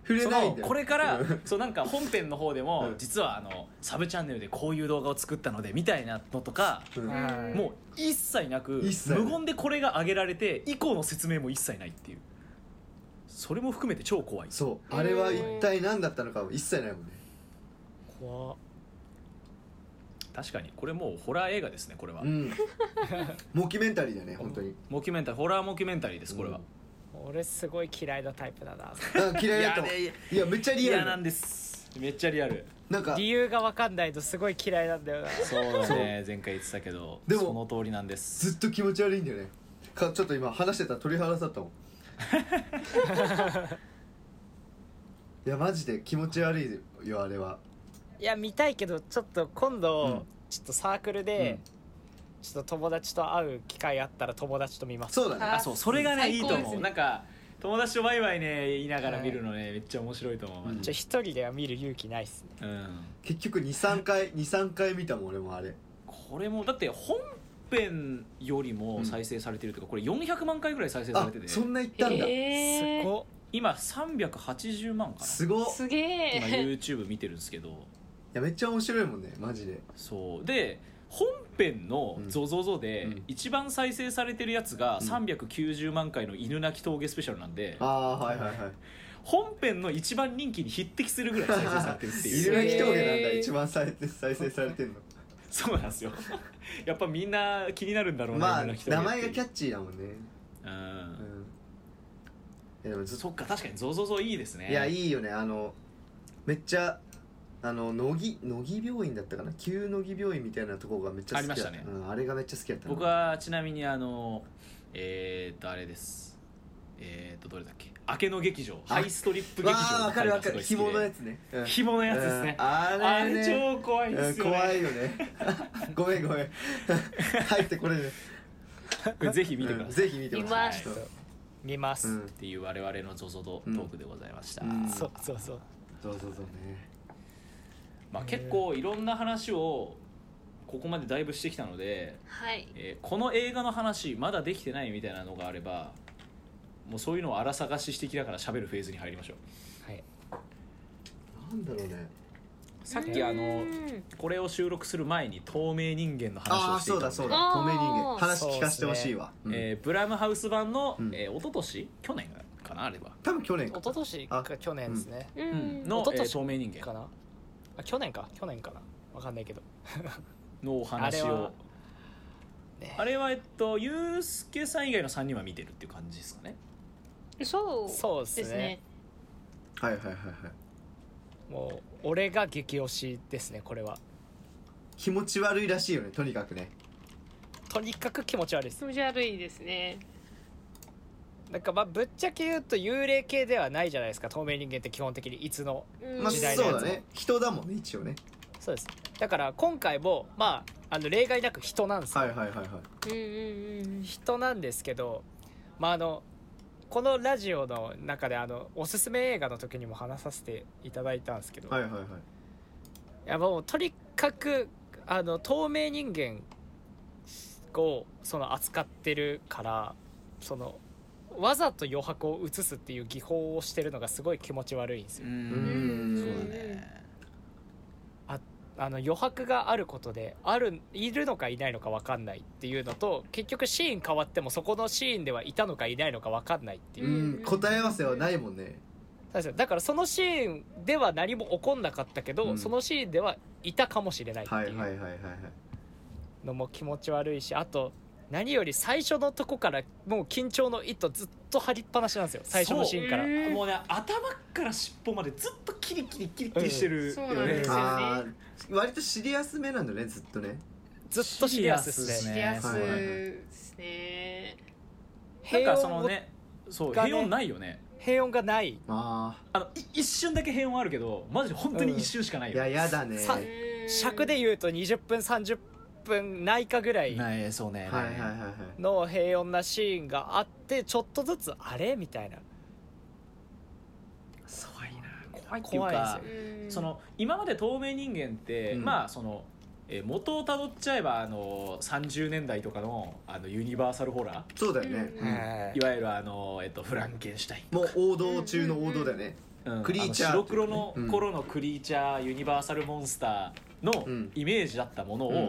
Speaker 2: 触れ
Speaker 1: そ
Speaker 2: ないん
Speaker 1: の
Speaker 2: だよ
Speaker 1: これから
Speaker 2: うん
Speaker 1: そうなんか本編の方で
Speaker 2: う
Speaker 1: も
Speaker 2: ん
Speaker 1: 実はあのサブチャンネルでこういう動画を作ったのでみたいなのとか
Speaker 2: うん
Speaker 4: うん
Speaker 3: うん
Speaker 1: もう一切なく
Speaker 2: 一切ない
Speaker 1: 無言でこれが上げられて以降の説明も一切ないっていうそれも含めて超怖い
Speaker 2: そうあれは一体何だったのかも一切ないもんね
Speaker 4: 怖っ
Speaker 1: 確かにこれもうホラー映画ですねこれは
Speaker 2: うんモキュメンタリーだね本当に
Speaker 1: モキュメンタリーホラーモキュメンタリーですこれは
Speaker 4: 俺すごい嫌いなタイプだな
Speaker 2: あ嫌いだったもん
Speaker 1: ね
Speaker 2: いやめっちゃリア
Speaker 1: 嫌
Speaker 2: ル
Speaker 1: な
Speaker 2: なん
Speaker 1: ですめっちゃリアル
Speaker 2: なんか
Speaker 4: 理由が分かんないとすごい嫌いなんだよな
Speaker 1: そうだ
Speaker 2: そう
Speaker 1: ね前回言ってたけど
Speaker 2: でも
Speaker 1: その通りなんです
Speaker 2: ずっと気持ち悪いんだよねかちょっと今話してたら鳥肌立っ たもんいやマジで気持ち悪いよあれはい
Speaker 4: や見たいけどちょっと今度、
Speaker 2: うん
Speaker 4: ちょっとサークルで、ちょっと友達と会う機会あったら友達と見ます
Speaker 2: そうだね
Speaker 1: あそうそれがねい
Speaker 3: 最
Speaker 1: い
Speaker 3: 高
Speaker 1: と
Speaker 3: です
Speaker 1: 思う
Speaker 3: ね
Speaker 1: なんか友達とワイワイね言いながら見るのね、めっちゃ面白いと思う、
Speaker 2: うん
Speaker 4: ちょ一人では見る勇気ないっす
Speaker 1: う
Speaker 4: ね
Speaker 1: ん、
Speaker 2: 結局23回23回見たもん俺もあれ
Speaker 1: これもだって本編よりも再生されてるとか、これ400万回ぐらい再生さ
Speaker 2: あ
Speaker 1: れてて
Speaker 2: そんな行ったんだ
Speaker 3: へ
Speaker 4: す
Speaker 3: ー
Speaker 4: ごっ
Speaker 1: 今380万かな
Speaker 2: すごっい
Speaker 3: すげ
Speaker 1: 今
Speaker 3: え
Speaker 1: YouTube 見てるんですけど
Speaker 2: やめっちゃ面白いもんねマジで
Speaker 1: そうで本編の
Speaker 2: う
Speaker 1: 「
Speaker 2: ん
Speaker 1: ゾゾゾで
Speaker 2: うん
Speaker 1: 一番再生されてるやつが
Speaker 2: うん
Speaker 1: 390万回の「犬鳴き峠スペシャル」なんで、
Speaker 2: ああはいはいはい
Speaker 1: 本編の一番人気に匹敵するぐらい再生されてるってい
Speaker 2: 犬
Speaker 1: う
Speaker 3: す
Speaker 2: 鳴き峠なんだ
Speaker 3: えー
Speaker 2: 一番再生再生されてんの
Speaker 1: そうなんですよ やっぱみんな気になるんだろうな、
Speaker 2: まあ
Speaker 1: 犬鳴き峠
Speaker 2: 名前がキャ
Speaker 1: ッ
Speaker 2: ッチーだもんね
Speaker 1: うん
Speaker 2: うんいやでもずっと
Speaker 1: そっか確かにゾゾゾいいですね
Speaker 2: いやいいよねあのめっちゃあの乃木乃木病院だったかな旧乃木病院みたいなとこがめっちゃ好きだった
Speaker 1: ありました
Speaker 2: うん、あれがめっちゃ好きだったな
Speaker 1: 僕はちなみにあのえー、っとあれですえー、っとどれだっけ明けの劇場
Speaker 2: あ
Speaker 1: ハイストリップ劇
Speaker 2: わ
Speaker 1: 場
Speaker 2: あわかるわかる紐のや
Speaker 1: つ
Speaker 2: つね、うん
Speaker 1: 紐のやつですね、
Speaker 2: うんあ
Speaker 1: あ
Speaker 2: れね
Speaker 1: れ超怖い
Speaker 2: うん
Speaker 1: ですよ、ね
Speaker 2: 怖いよね ごめんごめん 入ってこれる
Speaker 1: これぜひ見てください、
Speaker 2: ぜひ見てください
Speaker 3: 見ます
Speaker 2: ちょっと
Speaker 4: 見ます、
Speaker 2: うん
Speaker 1: っていう我々のゾゾゾトークでございました、
Speaker 2: うん
Speaker 4: そうそうそう
Speaker 2: そうそうそうね
Speaker 1: まあ、結構いろんな話をここまでだいぶしてきたので、
Speaker 3: はい
Speaker 1: えーこの映画の話まだできてないみたいなのがあればもうそういうのを荒探ししてきながら喋るフェーズに入りましょう
Speaker 4: はい
Speaker 2: なんだろうね
Speaker 1: さっきあの
Speaker 3: うん
Speaker 1: これを収録する前に透明人間の話
Speaker 2: あ
Speaker 1: を
Speaker 2: あ
Speaker 1: してい
Speaker 2: そう
Speaker 1: たの
Speaker 2: だ
Speaker 1: で
Speaker 2: そうだ
Speaker 3: あー
Speaker 2: 透明人間話聞かせてほしいわ、うん
Speaker 1: えーブラムハウス版の、
Speaker 2: うん
Speaker 1: えー、一昨年去年かなあれは、
Speaker 2: 多分去年
Speaker 4: 一
Speaker 2: か
Speaker 4: 昨年
Speaker 2: あ
Speaker 4: か去年ですね、
Speaker 3: う
Speaker 1: の、
Speaker 4: 一昨
Speaker 1: えー
Speaker 4: 年
Speaker 1: 透明人間
Speaker 4: かなあ去年か去年かなわかんないけど
Speaker 1: のお話
Speaker 4: あれ
Speaker 1: を
Speaker 4: はね
Speaker 1: あれはえっとユうスケさん以外の3人は見てるっていう感じですかね
Speaker 3: そう
Speaker 4: そうっすね
Speaker 3: ですね
Speaker 2: はいはいはいはい
Speaker 4: もう俺が激推しですねこれは
Speaker 2: 気持ち悪いらしいよねとにかくね
Speaker 4: とにかく気持ち悪いです
Speaker 3: 気持ち悪いですね
Speaker 4: なんかまあぶっちゃけ言うと幽霊系ではないじゃないですか透明人間って基本的にいつの
Speaker 3: うん
Speaker 2: まあ
Speaker 4: 時
Speaker 2: そう
Speaker 4: 代のやつも
Speaker 2: だね人だもんね一応ね
Speaker 4: そうですだから今回もまああの例外なく人なんですよ、
Speaker 2: はいはいはいはい
Speaker 3: うんうんうんうん
Speaker 4: 人なんですけどまああのこのラジオの中であのおすすめ映画の時にも話させていただいたんですけど、、
Speaker 2: はいいはいはい
Speaker 4: やもうとにかくあの透明人間をその扱ってるからそのわざと余白を映すっていう技法をしてるのがすごい気持ち悪いんですよ
Speaker 1: う
Speaker 2: うん
Speaker 1: んそうだね
Speaker 4: あの余白があることであるいるのかいないのか分かんないっていうのと結局シーン変わってもそこのシーンではいたのかいないのか分かんないっていうう,、
Speaker 2: ん答え合わせはないもんね
Speaker 4: だからそのシーンでは何も起こんなかったけど、
Speaker 2: うん
Speaker 4: そのシーンではいたかもしれないって
Speaker 2: はい
Speaker 4: い
Speaker 2: はいはいうはいはい
Speaker 4: のも気持ち悪いしあと何より最初のとこからもう緊張の糸ずっと張りっぱなしなんですよ最初のシーンから
Speaker 3: そううん
Speaker 1: もうね頭から尻尾までずっとキリキリキリキリしてる
Speaker 3: そうなんですよね
Speaker 2: ああ割とシリアスめなんだねずっとね
Speaker 4: ずっとシリアスですね
Speaker 1: シリアス
Speaker 3: シリアス
Speaker 2: はいはいはい
Speaker 3: ですね
Speaker 1: なん
Speaker 4: 平
Speaker 1: かそ
Speaker 4: 穏
Speaker 1: の
Speaker 4: を
Speaker 1: ねそう
Speaker 4: が
Speaker 1: 平
Speaker 4: ね
Speaker 1: 穏ないよね
Speaker 4: 平穏がない
Speaker 2: あ
Speaker 1: あのい一瞬だけ平穏あるけどマジで本当に一瞬しかな
Speaker 2: あ
Speaker 1: い
Speaker 2: い
Speaker 1: よ、
Speaker 2: ややだね
Speaker 4: さ
Speaker 3: うん
Speaker 4: 尺で言うと20分30分ないかぐらい
Speaker 1: ないそうね
Speaker 2: はいはいは
Speaker 1: い
Speaker 2: いはい
Speaker 4: の平穏なシーンがあってちょっとずつあれみたいな
Speaker 1: 怖いな怖いっていうか
Speaker 4: 怖いです
Speaker 3: うん
Speaker 1: その今まで透明人間って、
Speaker 2: うん
Speaker 1: まあその、えー元をたどっちゃえばあの30年代とかのあのユニバーサルホラ
Speaker 2: そうだよね、
Speaker 3: うん
Speaker 1: ーいわゆるあの、えっと、フランケンシュタイン、
Speaker 2: もう王道中の王道だよね、
Speaker 1: うん
Speaker 2: クリーチャー
Speaker 1: あの白黒の
Speaker 2: うん
Speaker 1: 頃のクリーチャー、ユニバーサルモンスターの
Speaker 2: うん
Speaker 1: イメージだったものを、
Speaker 2: うんうん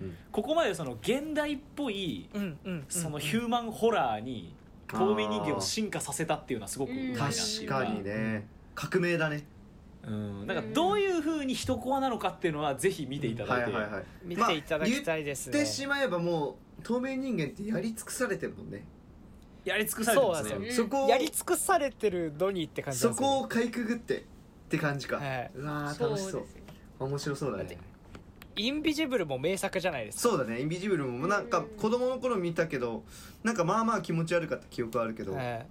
Speaker 2: うん
Speaker 1: ここまでその現代っぽい
Speaker 4: うんうんうん
Speaker 1: そのヒューマンホラーに透明人間を進化させたっていうのはすごくうまいなっていう
Speaker 2: 確
Speaker 1: か
Speaker 2: かにね革命だね
Speaker 1: うん、なんかどういうふうに人コアなのかっていうのはぜひ見ていた
Speaker 2: は
Speaker 1: だ
Speaker 2: い
Speaker 1: い
Speaker 2: は
Speaker 1: て、
Speaker 2: いはい
Speaker 4: 見ていただきたいです
Speaker 2: 言っ
Speaker 4: ね、
Speaker 2: てしまえばもう透明人間ってやり尽くされてるもんね、
Speaker 1: やり尽くされてます
Speaker 4: そうなん
Speaker 1: ね
Speaker 3: ですよ
Speaker 2: そこを
Speaker 4: やり尽くされてるのにって感じなん
Speaker 2: そ
Speaker 4: ですよね
Speaker 2: こをかいくぐってって感じか、
Speaker 4: はいう
Speaker 2: わー
Speaker 3: そう
Speaker 2: 楽
Speaker 3: で
Speaker 2: しそう
Speaker 3: すよ
Speaker 2: 面白そうだ
Speaker 4: だっ
Speaker 2: ね
Speaker 4: てインビジブルも名作じゃないですか
Speaker 2: そうだねインビジブルもなんか
Speaker 3: うん
Speaker 2: 子供の頃見たけどなんかまあまあ気持ち悪かった記憶はあるけど、
Speaker 4: はい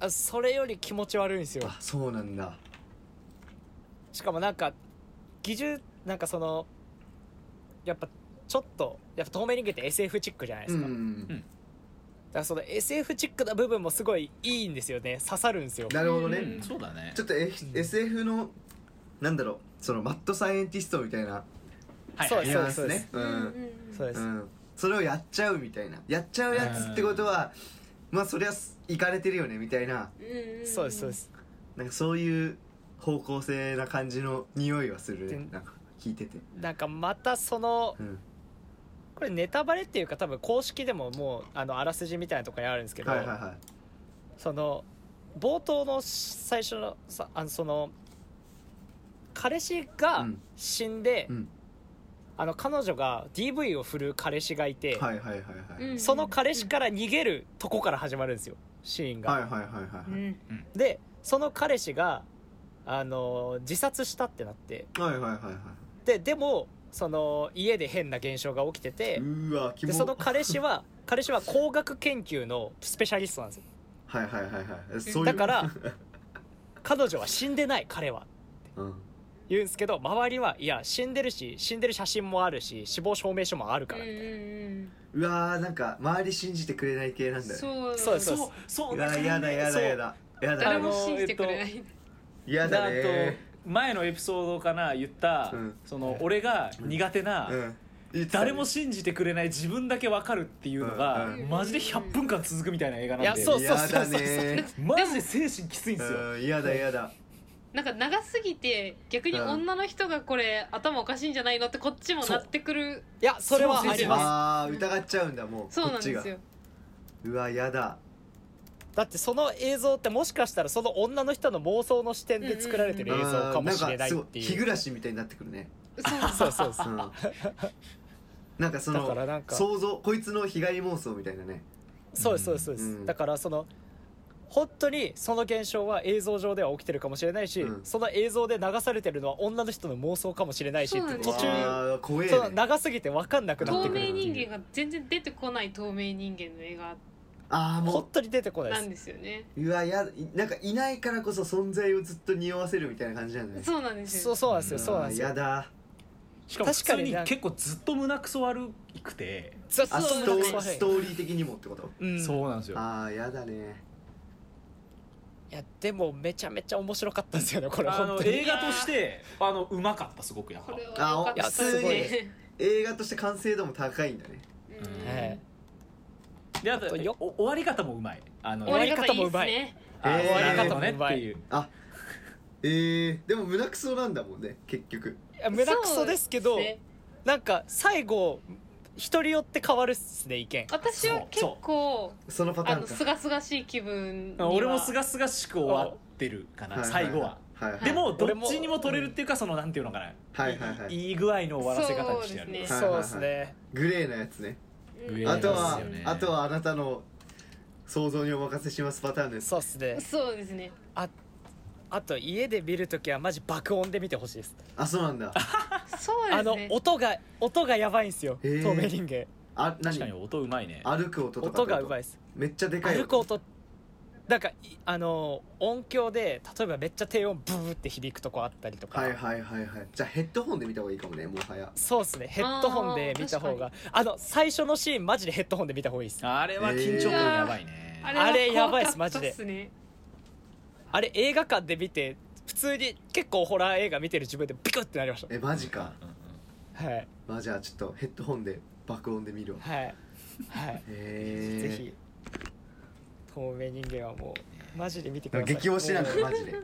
Speaker 4: あそれより気持ち悪いんですよ
Speaker 2: あそうなんだ
Speaker 4: しかもなんか技術なんかそのやっぱちょっとやっぱ透明人間って SF チックじゃないで
Speaker 2: う
Speaker 4: す
Speaker 2: ん
Speaker 4: か、だからその SF チックな部分もすごいいいんですよね刺さるんですよ
Speaker 2: なるほどね、
Speaker 1: うんそうだね
Speaker 2: ちょっと、F
Speaker 4: うん
Speaker 2: SF のなんだろうそのマッドサイエンティストみたいな
Speaker 1: はい
Speaker 4: そう
Speaker 1: は
Speaker 4: で
Speaker 1: い
Speaker 2: ニ
Speaker 4: す
Speaker 2: ュアンス
Speaker 4: そうです
Speaker 2: ねう
Speaker 3: うん
Speaker 2: ん、
Speaker 3: うん
Speaker 4: そうで
Speaker 2: う
Speaker 4: す、
Speaker 2: ん、それをやっちゃうみたいなやっちゃうやつってことはまあそりゃいかれてるよねみたいな
Speaker 3: うんん
Speaker 4: そうですそうです
Speaker 2: なんかそういう方向性な感じの匂いはする
Speaker 4: で
Speaker 2: ねなんか聞いてて、
Speaker 4: なんかまたその
Speaker 2: うん、
Speaker 4: これネタバレっていうか多分公式でももうあのあらすじみたいなとこにあるんですけど、
Speaker 2: はいはいは
Speaker 4: その冒頭の最初のさあのその彼氏
Speaker 2: う
Speaker 4: が
Speaker 2: ん
Speaker 4: 死んで、
Speaker 2: い、うん、
Speaker 4: あの彼女が DV を振る彼氏がいて、
Speaker 2: はいはいはいはい、
Speaker 3: うん
Speaker 4: その彼氏から逃げるとこから始まるんですよシーンが。
Speaker 2: はいはいはいはい
Speaker 3: うん
Speaker 2: はい
Speaker 4: でその彼氏があの自殺したってなって
Speaker 2: はいはいはいは
Speaker 4: ででもその家で変な現象が起きて
Speaker 2: い
Speaker 4: て
Speaker 2: うーわキモ
Speaker 4: でその彼 氏は彼氏は工学研究のスペシャリストなんですよ
Speaker 2: はいはいはいはいそういう
Speaker 4: だ か、ら彼女は死んでない彼は
Speaker 2: うん、
Speaker 4: 言うんですけど周りはいや死んでるし死んでる写真もあるし死亡証明書もあるか
Speaker 3: うんう
Speaker 4: ら、
Speaker 3: ん
Speaker 2: うわーなんか周り信じてくれない系な
Speaker 3: うん
Speaker 2: んだよね
Speaker 3: そう
Speaker 4: そうです
Speaker 1: そうそうう
Speaker 2: わーやだやだやだやだね
Speaker 3: 誰も信じてくれない
Speaker 2: やだ
Speaker 1: であ
Speaker 2: ね
Speaker 1: と前のエピソードかな言った、
Speaker 2: うん
Speaker 1: その俺が苦手な、
Speaker 2: うん言ってたね
Speaker 1: 誰も信じてくれない自分だけ分かるっていうのが、
Speaker 2: うん
Speaker 3: うん
Speaker 1: マジで100分間続くみたいな映画なん
Speaker 4: い
Speaker 1: で
Speaker 4: やそうそうそうそうそ
Speaker 2: や
Speaker 4: う
Speaker 2: だね
Speaker 1: マジで精神きついんですよ、
Speaker 2: うんやだやだ
Speaker 3: なんか長すぎて逆に女の人がこれ頭おかしいんじゃないのってこっちもなってくる
Speaker 4: いやそれはありま
Speaker 2: あー疑っちゃうんだもう
Speaker 3: そうなんで
Speaker 2: こっ
Speaker 3: す
Speaker 2: ちが
Speaker 3: よ
Speaker 2: うわやだ
Speaker 4: すだってその映像ってもしかしたらその女の人の妄想の視点で作られてる映像かもしれないって
Speaker 2: んかすご日
Speaker 4: いう
Speaker 2: 暮らしみたいになってくるね、
Speaker 3: そうなんです
Speaker 4: そうそうそう
Speaker 2: うん、なんかそ
Speaker 4: だか
Speaker 2: の
Speaker 4: らなんかそう
Speaker 2: 想像こいつの被害妄想みたいなね
Speaker 4: ですそうですそうです、
Speaker 2: うん
Speaker 4: だからその本当にその現象は映像上では起きてるかもしれないし、
Speaker 2: うん
Speaker 4: その映像で流されてるのは女の人の妄想かもしれないし
Speaker 3: そうなんです
Speaker 4: 途
Speaker 3: よ
Speaker 4: 中
Speaker 2: わー怖え、ね、
Speaker 4: その長すぎて分かんなくな
Speaker 3: 透
Speaker 4: ってくる
Speaker 3: 明人間が全然出てこない透明人間の映画
Speaker 2: ああも
Speaker 4: 本当に出てこな
Speaker 3: ないん
Speaker 4: で
Speaker 3: ですよね
Speaker 2: ううわやなんかいないからこそ存在をずっと匂わせるみたいな感じなんだね
Speaker 3: そうなんです
Speaker 4: す
Speaker 3: よ
Speaker 4: そうそうなんですよそうなんで
Speaker 2: あ
Speaker 4: す
Speaker 2: ー
Speaker 4: よ
Speaker 2: やだ
Speaker 1: しかも普通
Speaker 4: 確
Speaker 1: に
Speaker 4: かに
Speaker 1: 結構ずっと胸くそ悪くて、
Speaker 4: ずっと
Speaker 2: あ
Speaker 3: そう
Speaker 2: ス
Speaker 3: な
Speaker 2: ト
Speaker 3: ん
Speaker 2: ー
Speaker 3: で
Speaker 2: リ
Speaker 3: す
Speaker 2: ーストーリー的にもってこと
Speaker 4: うん
Speaker 1: そうなんですよ
Speaker 2: ああやだね
Speaker 4: いやでもめちゃめちゃ面白かったんですよねこれ
Speaker 1: あ
Speaker 4: 本
Speaker 1: の
Speaker 4: 当に
Speaker 1: 映画としてあのうまかったすごくやっ
Speaker 3: こ
Speaker 1: ぱ
Speaker 3: れは良かったです
Speaker 4: あいや
Speaker 3: ね
Speaker 2: 映画として完成度も高いんだね
Speaker 1: ごい
Speaker 3: うん
Speaker 4: はい
Speaker 1: であと
Speaker 4: あとよ
Speaker 1: お終わり方もうまいあの
Speaker 3: 終わり方いいですね
Speaker 1: あ
Speaker 2: えー
Speaker 1: 終わり方もね
Speaker 4: うま
Speaker 1: っ
Speaker 4: い
Speaker 1: ていう
Speaker 2: あえー、でも胸クソなんだもんね結局
Speaker 4: いや胸くそですけど
Speaker 3: そうですね
Speaker 4: なんか最後人によって変わるっすね意見
Speaker 3: 私は結構
Speaker 2: そのパタ
Speaker 3: あ
Speaker 2: ーン
Speaker 3: の
Speaker 2: か
Speaker 3: すがすがしい気分には
Speaker 1: 俺もすがすがしく終わってるかな最後は、
Speaker 2: いいい
Speaker 1: でもど
Speaker 4: 俺
Speaker 1: っ
Speaker 4: も
Speaker 1: ちにも取れるっていうかそのなんていうのかな、
Speaker 2: はいはいはい
Speaker 1: いい具合の終わらせ方にしてある
Speaker 3: そうですね
Speaker 4: そうです
Speaker 2: は
Speaker 4: ね
Speaker 2: グレーなやつね
Speaker 3: うん
Speaker 1: グレー
Speaker 2: あと
Speaker 1: な
Speaker 2: は、
Speaker 1: やつですよね
Speaker 2: あとはあなたの想像にお任せしますパターンです
Speaker 4: そうっすね
Speaker 3: そうですね
Speaker 4: ああと家で見るときはマジ爆音で見てほしいです
Speaker 2: あそうなんだ
Speaker 3: そうで
Speaker 4: あ
Speaker 3: す
Speaker 4: の
Speaker 3: ね
Speaker 4: 音が音がやばいんすよ
Speaker 2: へー
Speaker 4: 透明人間
Speaker 2: あ
Speaker 1: 確かに
Speaker 2: 何
Speaker 1: 音うまいね
Speaker 2: 歩く音とかってこと
Speaker 4: 音がうまいです
Speaker 2: めっちゃでかい
Speaker 4: 歩く音なんかいあの音響で例えばめっちゃ低音ブーって響くとこあったりとか、
Speaker 2: はいはいはいはいじゃあヘッドホンで見た方がいいかもねもはや
Speaker 4: そうですねヘッドホンで見た方があの最初のシーンマジでヘッドホンで見た方がいいですあ
Speaker 1: あれは緊張感やばいね、
Speaker 3: あれは
Speaker 4: あれやばいっす
Speaker 3: 怖かた
Speaker 4: マジで
Speaker 3: っね
Speaker 4: れ映画館で見て普通に結構ホラー映画見てる自分でビクってなりました
Speaker 2: えマジか、
Speaker 1: うんうん
Speaker 4: はい
Speaker 2: まあじゃあちょっとヘッドホンで爆音で見るわ
Speaker 4: はいはい、
Speaker 2: へえ
Speaker 4: ぜひ透明人間はもうマジで見てください
Speaker 2: 激推しなん
Speaker 4: も
Speaker 2: だ
Speaker 4: う
Speaker 2: マジで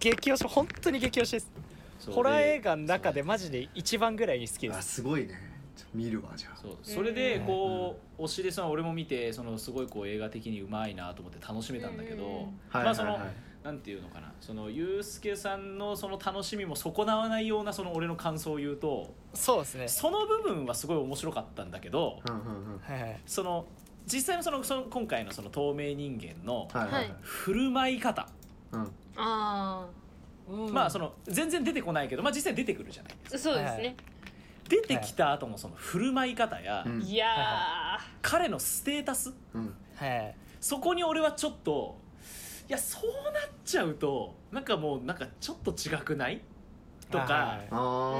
Speaker 4: 激推し本当に激推しです
Speaker 1: そう
Speaker 4: ホラー
Speaker 1: で
Speaker 4: 映画の中でマジで一番ぐらいに好きで
Speaker 2: あ
Speaker 4: す
Speaker 2: すごいねちょ見るわじゃあ
Speaker 1: そうそれでこうおしりさん俺も見てそのすごいこう映画的にうまいなと思って楽しめたんだけど、
Speaker 3: うん
Speaker 1: まあそのなんていうのかなそのユうスケさんのその楽しみも損なわないようなその俺の感想を言うと
Speaker 4: そうですね
Speaker 1: その部分はすごい面白かったんだけど、
Speaker 2: うんうんうん
Speaker 4: はい
Speaker 1: その実際のそのその今回のその透明人間の
Speaker 2: はいはいは
Speaker 3: はいい
Speaker 1: 振る舞い方、
Speaker 2: うん
Speaker 3: ああ
Speaker 1: まあそ
Speaker 3: の
Speaker 1: の全然出てこないけど、まあ、実際出てくるじゃないですか
Speaker 3: そうですね、
Speaker 1: 出てきた後のその振る舞い方や、
Speaker 2: うん
Speaker 3: い、やー
Speaker 1: 彼のステータス
Speaker 2: うん
Speaker 4: はい
Speaker 1: そこに俺はちょっといやそうなっちゃうとなんかもうなんかちょっと違くないとか、
Speaker 4: はい
Speaker 2: ああ
Speaker 1: あ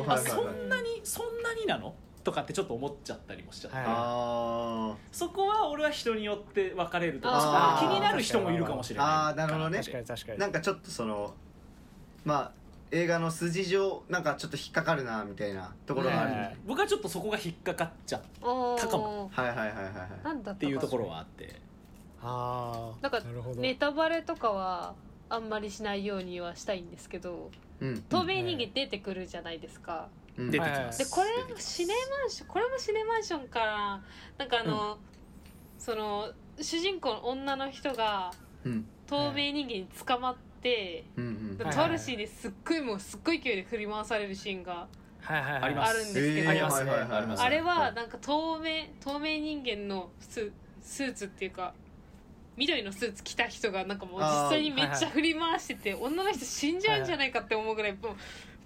Speaker 2: はいはい
Speaker 1: そ
Speaker 2: はい
Speaker 1: んなにそんなになのとかってちょっと思っちゃったりもしちゃって、
Speaker 4: はい
Speaker 2: あ
Speaker 1: そこは俺は人によって分かれるとかそこ
Speaker 2: あー
Speaker 1: は気になる人もいるかもしれない
Speaker 2: あーなるほどね
Speaker 4: 確かに確か
Speaker 2: ー
Speaker 4: に
Speaker 2: なんかちょっとそのまあ映画の筋上なんかちょっと引っかかるなみたいなところがあるんだね
Speaker 1: 僕はちょっとそこが引っかかっちゃっ
Speaker 3: お
Speaker 1: たかも
Speaker 3: ー
Speaker 2: はいはいはいはいはい
Speaker 3: なんだった
Speaker 1: ていうところ
Speaker 3: は
Speaker 1: はあって
Speaker 4: ああ
Speaker 3: なんか
Speaker 4: るほど
Speaker 3: ネタバレとかはあんまりしないようにはしたいんですけど
Speaker 2: うん
Speaker 3: 透明人間出てくるじゃないですか、
Speaker 2: うん
Speaker 1: 出てきます、
Speaker 3: でこれ
Speaker 1: 出てきます
Speaker 3: シネマンションこれもシネマンションからなんかあの、その主人公の女の人が
Speaker 2: うん
Speaker 3: 透明人間に捕まって、
Speaker 2: うんうん
Speaker 4: はい
Speaker 3: とあるシーンですっごいもうすっごい勢いで振り回されるシーンが
Speaker 4: はいはいはい
Speaker 1: あります
Speaker 3: あるんですけど、
Speaker 4: ありますね
Speaker 2: はいはいはい
Speaker 1: あります
Speaker 3: あれは
Speaker 2: は
Speaker 3: なんか透明透明人間のススーツっていうか緑のスーツ着た人がなんかもう実際にめっちゃ振り回してて、女の人死んじゃうんじゃないかって思うぐらいもう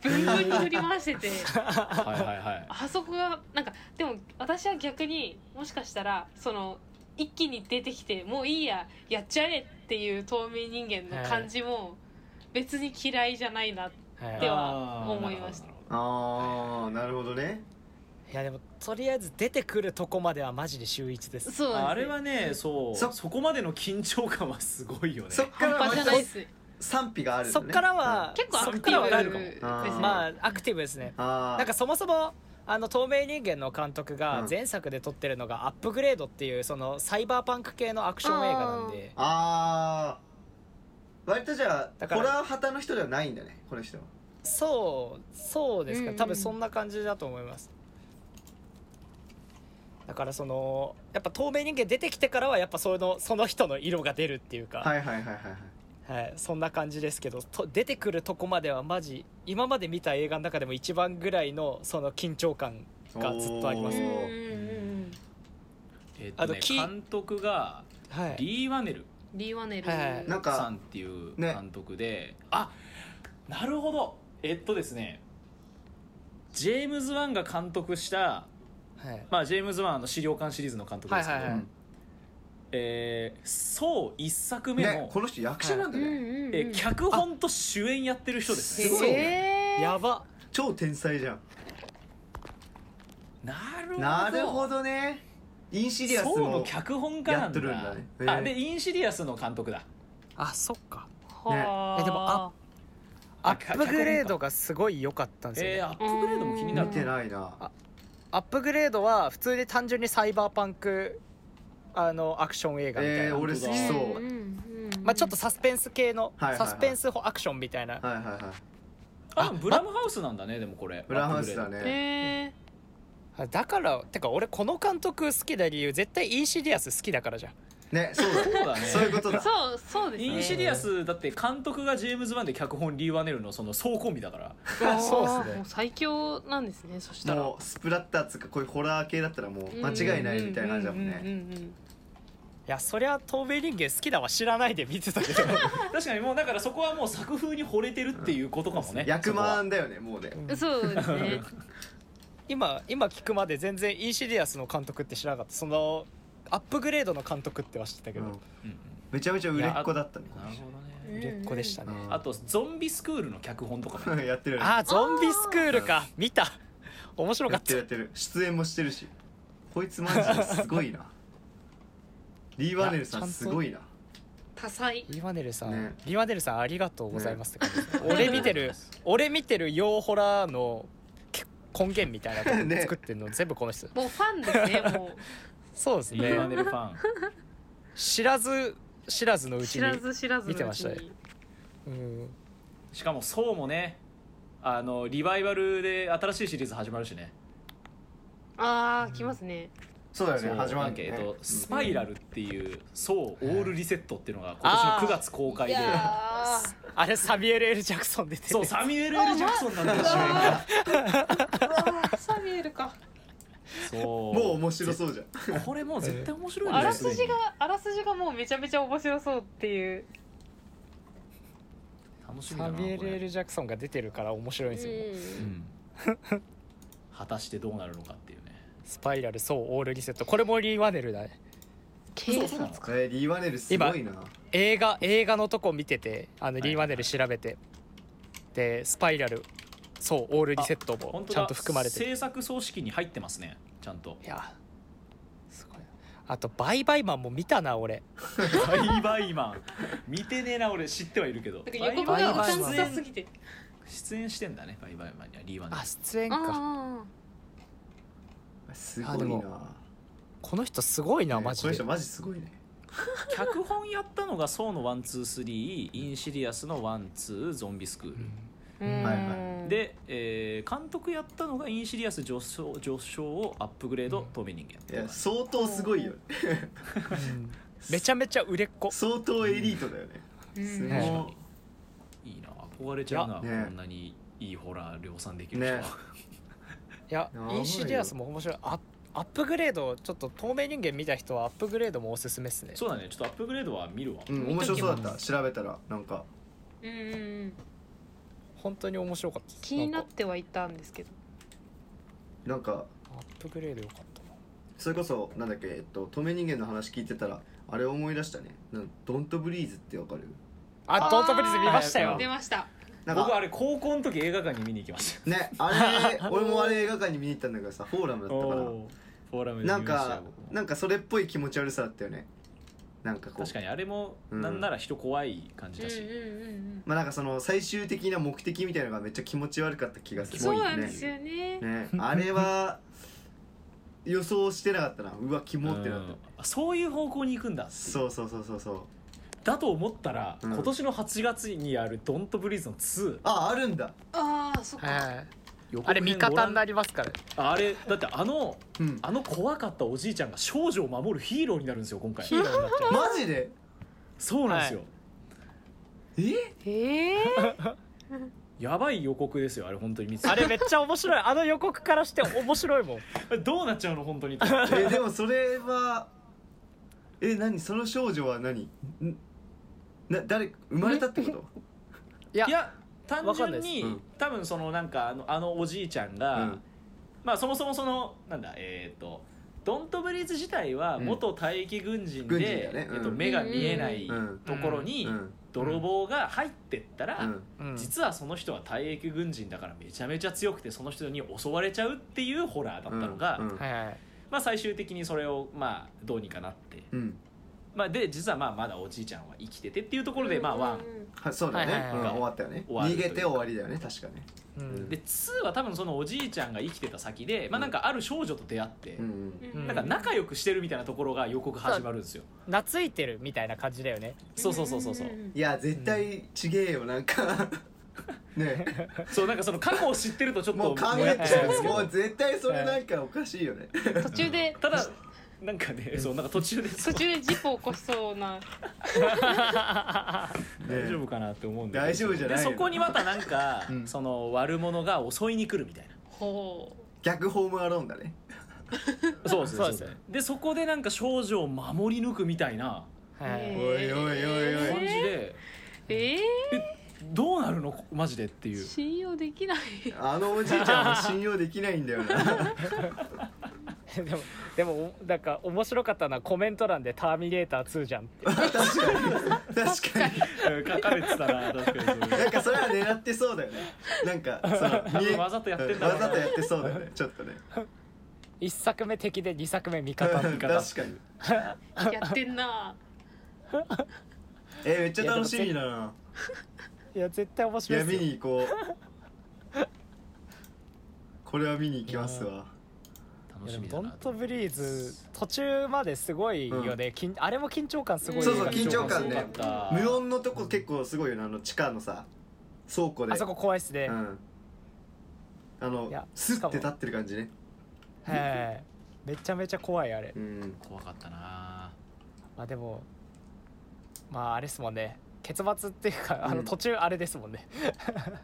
Speaker 3: ブンブンに振り回してて。
Speaker 1: はいはいはい
Speaker 3: あそこがなんかでも私は逆にもしかしたらその一気に出てきてもういいややっちゃえっていう透明人間の感じも別に嫌いじゃないな、
Speaker 4: はい
Speaker 3: では
Speaker 1: あー
Speaker 3: 思いました
Speaker 1: なるほどなる
Speaker 2: ああなるほどね
Speaker 4: いやでもとりあえず出てくるとこまではマジで秀逸です
Speaker 3: そ
Speaker 1: ほ
Speaker 3: う
Speaker 1: ど
Speaker 3: ですね
Speaker 1: あれはねそう
Speaker 2: そ
Speaker 1: そこまでの緊張感はすごいよね
Speaker 2: そっか
Speaker 3: 半
Speaker 2: ら
Speaker 3: 端じゃないです
Speaker 2: 賛否があるのね
Speaker 4: そっからは
Speaker 3: 結構ア
Speaker 4: そ
Speaker 3: ク
Speaker 4: っ
Speaker 3: テ
Speaker 4: か
Speaker 3: ィ
Speaker 4: ら
Speaker 3: ブで
Speaker 4: はな
Speaker 3: す
Speaker 4: るかも
Speaker 3: ね
Speaker 2: あー
Speaker 4: まあアクティブですね
Speaker 2: あー
Speaker 4: なんかそもそもあの透明人間の監督
Speaker 2: う
Speaker 4: が
Speaker 2: ん
Speaker 4: 前作で撮ってるのが「アップグレード」っていうそのサイバーパンク系のアクション映画なんで
Speaker 2: あー割とじゃあ
Speaker 4: だか
Speaker 2: ホ
Speaker 4: ら
Speaker 2: ラー旗の人ではないんだねこの人は
Speaker 4: そうそうですか、
Speaker 3: うんうん
Speaker 4: 多分そんな感じだと思いますだからそのやっぱ透明人間出てきてからはやっぱそのその人の色が出るっていうか、
Speaker 2: はいはいはいはいはい
Speaker 4: はい、そんな感じですけどと出てくるとこまではマジ今まで見た映画の中でも一番ぐらいのその緊張感がずっとあります
Speaker 3: うん
Speaker 2: お
Speaker 3: うん
Speaker 2: ー
Speaker 3: うん
Speaker 1: えっとね
Speaker 4: あのき
Speaker 1: 監督が
Speaker 4: はい
Speaker 1: リー・ワネル
Speaker 3: リー・ワネル、
Speaker 4: はい
Speaker 2: なん
Speaker 1: さ
Speaker 2: か
Speaker 1: んっていう
Speaker 2: ね
Speaker 1: 監督で、あなるほどえっとですねジェームズ・ワンが監督した、
Speaker 4: はい
Speaker 1: まあ、ジェームズ・ワンの資料館シリーズの監督ですけど、
Speaker 4: はいはいはい
Speaker 1: えーそう一作目の、
Speaker 2: ねこの人役者なんだ
Speaker 3: うんう
Speaker 2: ね
Speaker 3: んうん
Speaker 1: えー脚本と主演やってる人ですね
Speaker 2: すごいね
Speaker 3: えー
Speaker 4: やば
Speaker 2: 超天才じゃん
Speaker 1: なるほど
Speaker 2: なるほどねインシリアス
Speaker 1: そう
Speaker 2: も
Speaker 1: の脚本家なんだ
Speaker 2: やっとるんだね
Speaker 1: あ
Speaker 2: へー
Speaker 1: でインシディアスの監督だ
Speaker 4: あそっか
Speaker 3: はあ
Speaker 4: えでもアア
Speaker 1: あ
Speaker 4: ップグレードがすごい良かったんですよ、ね
Speaker 1: えー、アップグレードも気にな
Speaker 2: 見
Speaker 1: る
Speaker 2: てないな
Speaker 4: あアップグレードは普通に単純にサイバーパンクあのアクション映画みたいな、
Speaker 2: えー俺好き
Speaker 1: 本
Speaker 2: そ
Speaker 3: ん
Speaker 2: うん
Speaker 3: んうん
Speaker 4: まあ、ちょっとサスペンス系の、
Speaker 2: はいはいはい
Speaker 4: サスペンスアクションみたいな、
Speaker 2: はいはいはい
Speaker 1: あブラムハウスなんだねでもこれ
Speaker 2: ブラハウスだ
Speaker 1: ね
Speaker 2: ね
Speaker 3: え
Speaker 4: だからてか俺この監督好きな理由絶対インシディアス好きだからじゃん
Speaker 2: ねそうだ
Speaker 1: そうだね
Speaker 2: そういうこと
Speaker 3: ー、
Speaker 2: だ
Speaker 3: そうそうですね
Speaker 1: インシディアスだって監督がジェームズ・ワンで脚本リー・ワネルのその総コンビだ から
Speaker 4: あそうっすね
Speaker 3: あーもう最強なんですねそしたら
Speaker 2: もうスプラッターっつうかこういうホラー系だったらもう間違いないみたいな感じだもん
Speaker 3: うう
Speaker 2: ね
Speaker 3: うんうん
Speaker 4: いやそりゃ透明人間好きだは知らないで見て たけど
Speaker 1: 確かにもうだからそこはもう作風に惚れてるっていうことかもね
Speaker 2: 役
Speaker 1: は
Speaker 2: 満だよねもうね
Speaker 3: うんそうですね
Speaker 4: 今今聞くまで全然インシディアスの監督って知らなかったそのアップグレードの監督っては知ってたけど、
Speaker 2: うん
Speaker 1: うんうん
Speaker 2: めちゃめちゃ売れっ子だったね
Speaker 1: なるほどね
Speaker 4: 売れっ子でしたね、
Speaker 2: うん
Speaker 1: あとゾンビスクールの脚本とかも
Speaker 2: やってるよね
Speaker 4: あーゾンビスクールか見た面白か
Speaker 2: や
Speaker 4: っ
Speaker 2: って
Speaker 4: た
Speaker 2: るやってる出演もしてるしこいつマジですごいなリー・ワネルさ
Speaker 4: いや
Speaker 2: ん
Speaker 4: ちゃんと
Speaker 2: すごいな
Speaker 3: 多彩
Speaker 4: リワネルさん、
Speaker 2: ね
Speaker 4: リワネルさんありがとうございますって感じですね、
Speaker 1: ね
Speaker 4: 俺見てる俺見てる洋ホラーの結根源みたいなとこ作ってるの全部この人、
Speaker 3: もうファンですねもう
Speaker 4: そうです
Speaker 1: リー・ワ
Speaker 4: ね
Speaker 1: ネルファン
Speaker 4: 知らず知らずのうち
Speaker 3: 知
Speaker 4: に
Speaker 3: らず知らずのうちに
Speaker 4: 見てましたようん
Speaker 1: しかもそうもねあのリバイバルで新しいシリーズ始まるしね
Speaker 3: ああ来ますね
Speaker 2: そうだよね
Speaker 1: そう
Speaker 2: 始まる
Speaker 1: なんかえ
Speaker 2: ね
Speaker 1: っと
Speaker 2: うん
Speaker 1: スパイラルっていうそうオールリセットっていうのが今年の9月公開で
Speaker 3: やー
Speaker 4: あれサビエル・エル・ジャクソン出てる
Speaker 1: そうサミュエル・ L ・ジャクソンなんですよ
Speaker 3: あーサミュエルか
Speaker 1: そう
Speaker 2: もう面白そうじゃん
Speaker 1: これもう絶対面白い
Speaker 3: あ
Speaker 1: ね
Speaker 3: ら
Speaker 1: すです
Speaker 3: じがあらすじがもうめちゃめちゃ面白そうっていう
Speaker 1: 楽しみだ
Speaker 4: サ
Speaker 1: な
Speaker 4: ビエル・エル・
Speaker 1: こ
Speaker 4: ジャクソンが出てるから面白いんですよ、
Speaker 1: れうん果たしてどうなるのかっていうね
Speaker 4: スパイラルそうオールリセットこれもリワネルだね
Speaker 3: 警
Speaker 1: そう
Speaker 3: 察
Speaker 1: なの
Speaker 2: えーリー・ワネルすごいな
Speaker 4: 映画映画のとこ見ててあの
Speaker 1: いはい
Speaker 4: リー・ワネル調べて、でスパイラルそうオールリセットも
Speaker 1: 本当
Speaker 4: ち
Speaker 1: だ
Speaker 4: ゃんと含まれてる
Speaker 1: 制作組織に入ってますねちゃん と
Speaker 4: いやすごいあとバイバイマンも見たな俺
Speaker 1: バイバイマン見てねえな俺知ってはいるけど
Speaker 3: なんか予告がうさんく
Speaker 1: バイバイ
Speaker 3: さ
Speaker 1: マン
Speaker 3: すぎて
Speaker 1: 出演してんだねバイバイマンにはリー・ワネル
Speaker 4: あ出演か
Speaker 3: あ
Speaker 2: すご
Speaker 4: あで
Speaker 2: いな
Speaker 4: もこの人すごいな
Speaker 2: ね
Speaker 4: マ
Speaker 2: こ
Speaker 4: ジ
Speaker 2: の
Speaker 4: で
Speaker 2: 人マジすごいね
Speaker 1: 脚本やったのが「ソーのワンツースリー」「インシリアス」の「ワンツー」「ゾンビスクール」
Speaker 3: あ
Speaker 4: はい
Speaker 2: は
Speaker 1: で、えー監督やったのが「インシリアス上昇」上昇をアップグレード
Speaker 4: うん
Speaker 1: 透明人
Speaker 2: い
Speaker 1: 間、
Speaker 2: や相当すごいよ
Speaker 4: うん めちゃめちゃ売れっ子
Speaker 2: 相当エリートだよねす
Speaker 4: ね
Speaker 2: ごい
Speaker 1: いいな憧れちゃうない
Speaker 2: やね
Speaker 1: こんなにいいホラー量産できる人は、
Speaker 2: ね
Speaker 4: いや
Speaker 2: やばい
Speaker 4: イ
Speaker 2: よ
Speaker 4: ンシディアスも面白いアアップグレードちょっと透明人間見た人はアップグレードもおすすめっすね
Speaker 1: そうだねちょっとアップグレードは見るわ、
Speaker 2: うん面白そうだった調べたらなんか
Speaker 3: うんうん
Speaker 4: 本当に面白かったです
Speaker 3: 気になっ
Speaker 4: んか
Speaker 3: てはいたんですけど
Speaker 2: なんか
Speaker 4: アップグレードよかったな
Speaker 2: それこそなんだっけえっと透明人間の話聞いてたらあれ思い出したねなんドントブリーズってわかる
Speaker 4: あドントブリーズ見ましたよ
Speaker 3: 出ました
Speaker 2: なん
Speaker 1: 僕あ
Speaker 2: か
Speaker 1: れ高校の時映画館に見に行きまし
Speaker 2: ねあれ俺もあれ映画館に見に行ったんだけどさフォーラム
Speaker 1: た
Speaker 2: だったから
Speaker 1: おーフォーラムで
Speaker 2: な
Speaker 1: 見
Speaker 2: ん
Speaker 1: ました
Speaker 2: か
Speaker 1: よ僕も
Speaker 2: なんかそれっぽい気持ち悪さだったよねなんかこう
Speaker 1: 確かにあれも
Speaker 2: うん
Speaker 1: なんなら人怖い感じ
Speaker 3: う
Speaker 1: だ
Speaker 3: んうん
Speaker 1: し、
Speaker 3: うん
Speaker 2: まあなんかその最終的な目的みたいなのがめっちゃ気持ち悪かった気がす
Speaker 3: うん
Speaker 2: る
Speaker 3: そう
Speaker 1: ごい
Speaker 3: なん
Speaker 2: ね
Speaker 3: ですよね
Speaker 2: ねあれは予想してなかったなうわキモってなっ
Speaker 1: う
Speaker 2: た
Speaker 1: んあそういう方向に行くんだっていう
Speaker 2: そうそうそうそうそう
Speaker 1: だと思ったら、
Speaker 2: うん
Speaker 1: 今年の8月にある「ドントブリーズの2
Speaker 2: ああるんだ
Speaker 3: ああそっか
Speaker 4: はいあれ味方になりますから
Speaker 1: ああれだってあの
Speaker 2: うん
Speaker 1: あの怖かったおじいちゃんが少女を守るヒーローになるんですよ今回
Speaker 4: ヒーローになってる
Speaker 2: マジで
Speaker 1: そうなんですよ、
Speaker 4: は
Speaker 2: え
Speaker 3: へえ
Speaker 1: やばい予告ですよあれ本当に見て
Speaker 4: あれめっちゃ面白いあの予告からして面白いもん
Speaker 1: どうなっちゃうの本当 にと思って
Speaker 2: えでもそれはえ何その少女は何んな誰生まれたってこと
Speaker 4: いや
Speaker 1: いや単
Speaker 4: わかんな
Speaker 1: 純に、
Speaker 4: いで
Speaker 2: すうん
Speaker 1: 多分そのなんかあのあのおじいちゃんが、
Speaker 2: うん
Speaker 1: まあそもそもそのなんだえっ、とドントブリーズ自体は
Speaker 2: うん
Speaker 1: 元待機軍人で、
Speaker 2: 軍人だよねうん
Speaker 1: えっと、目が見えない
Speaker 2: うん
Speaker 1: ところに
Speaker 2: うん
Speaker 1: 泥棒が入ってったら、
Speaker 2: うん
Speaker 4: うん
Speaker 1: 実はその人は退役軍人だからめちゃめちゃ強くてその人に襲われちゃうっていうホラーだったのが、
Speaker 2: うんうん
Speaker 4: はいはい
Speaker 1: まあ、最終的にそれをまあどうにかなって、
Speaker 2: うん
Speaker 1: まあ、で実はまあまだおじいちゃんは生きててっていうところでまあ1、
Speaker 2: はそうだよね、
Speaker 4: はいはいはい
Speaker 2: うん終わったよね
Speaker 1: 終わる
Speaker 2: 逃
Speaker 1: というか
Speaker 2: げて終わりだよね確かね
Speaker 4: う
Speaker 2: うん
Speaker 4: ん
Speaker 1: で2は多分そのおじいちゃんが生きてた先で、まあ、なんかある少女と出会って、
Speaker 2: うん
Speaker 3: う
Speaker 2: うん
Speaker 3: ん
Speaker 1: なんか仲良くしてるみたいなところが予告始まるんですよ。
Speaker 4: 懐いてるみたいな感じだよね
Speaker 1: そうそうそうそうそう。
Speaker 2: いや絶対ちげえよなん かね
Speaker 1: そうなんかその過去を知ってるとちょっと
Speaker 2: もう考
Speaker 1: もや
Speaker 2: え
Speaker 1: っと
Speaker 2: ち
Speaker 1: する
Speaker 2: ゃ
Speaker 1: んです
Speaker 2: う
Speaker 1: け
Speaker 2: も
Speaker 1: ど
Speaker 2: う絶対それなんかおかしいよね
Speaker 3: 途中で
Speaker 1: ただなんかね、そうなんか途中で
Speaker 3: 途中で事故起こしそうな
Speaker 1: 大丈夫かなって思うんだけど
Speaker 2: 大丈夫じゃないよ
Speaker 1: でそこにまたなんか、
Speaker 2: うん
Speaker 1: その悪者が襲いに来るみたいな
Speaker 3: ほ
Speaker 2: 逆ホームアローンだね
Speaker 1: そう
Speaker 4: そうですね
Speaker 1: でそこでなんか少女を守り抜くみたいな
Speaker 3: う
Speaker 4: はい
Speaker 2: おいおいおいお
Speaker 1: 感じ
Speaker 2: い
Speaker 3: え
Speaker 1: で、
Speaker 3: ーえ
Speaker 1: どうなるのマジでってい
Speaker 3: ー
Speaker 1: う
Speaker 3: 信用できない
Speaker 2: あのおじいちゃんは信用できないんだよな
Speaker 4: でもでもおなんか面白かったのはコメント欄で「ターミネーター2」じゃんって
Speaker 2: 確かに確かに
Speaker 1: うん 書かれてたな確かにそ
Speaker 2: な
Speaker 1: れ
Speaker 2: んかそれは狙ってそうだよねなんかその見え
Speaker 1: わざとやってんだろ
Speaker 2: うわ
Speaker 1: うな
Speaker 2: ざとやってそうだよねちょっとね
Speaker 4: 1作目敵で2作目味方
Speaker 2: 確かに
Speaker 3: やってんな
Speaker 2: えめっちゃ楽しみだない
Speaker 4: や絶対面
Speaker 2: い
Speaker 4: 白
Speaker 2: や
Speaker 4: い
Speaker 2: 見
Speaker 4: ですよ
Speaker 2: に行こうこれは見に行きますわ
Speaker 1: 楽
Speaker 4: いや
Speaker 1: し
Speaker 4: でも
Speaker 1: み
Speaker 4: ド
Speaker 1: だ
Speaker 4: ン
Speaker 1: な
Speaker 4: トブリーズ途中まですごいよね、緊あれも緊張感すごい
Speaker 2: そうそう
Speaker 4: 映画
Speaker 2: 緊張感ね
Speaker 1: すごかった
Speaker 2: 無音のとこ結構すごいよねあの地下のさ倉庫で
Speaker 4: あそこ怖いっすね、
Speaker 2: うんあの
Speaker 4: いや
Speaker 2: ス
Speaker 4: しか
Speaker 2: ッ
Speaker 4: も
Speaker 2: て立ってる感じね
Speaker 4: はいめちゃめちゃ怖いあれ
Speaker 2: うん
Speaker 1: 怖かったな
Speaker 4: まあでもまああれですもんね結末っていうかあ
Speaker 2: う
Speaker 4: の
Speaker 2: ん
Speaker 4: 途中あれですもんね、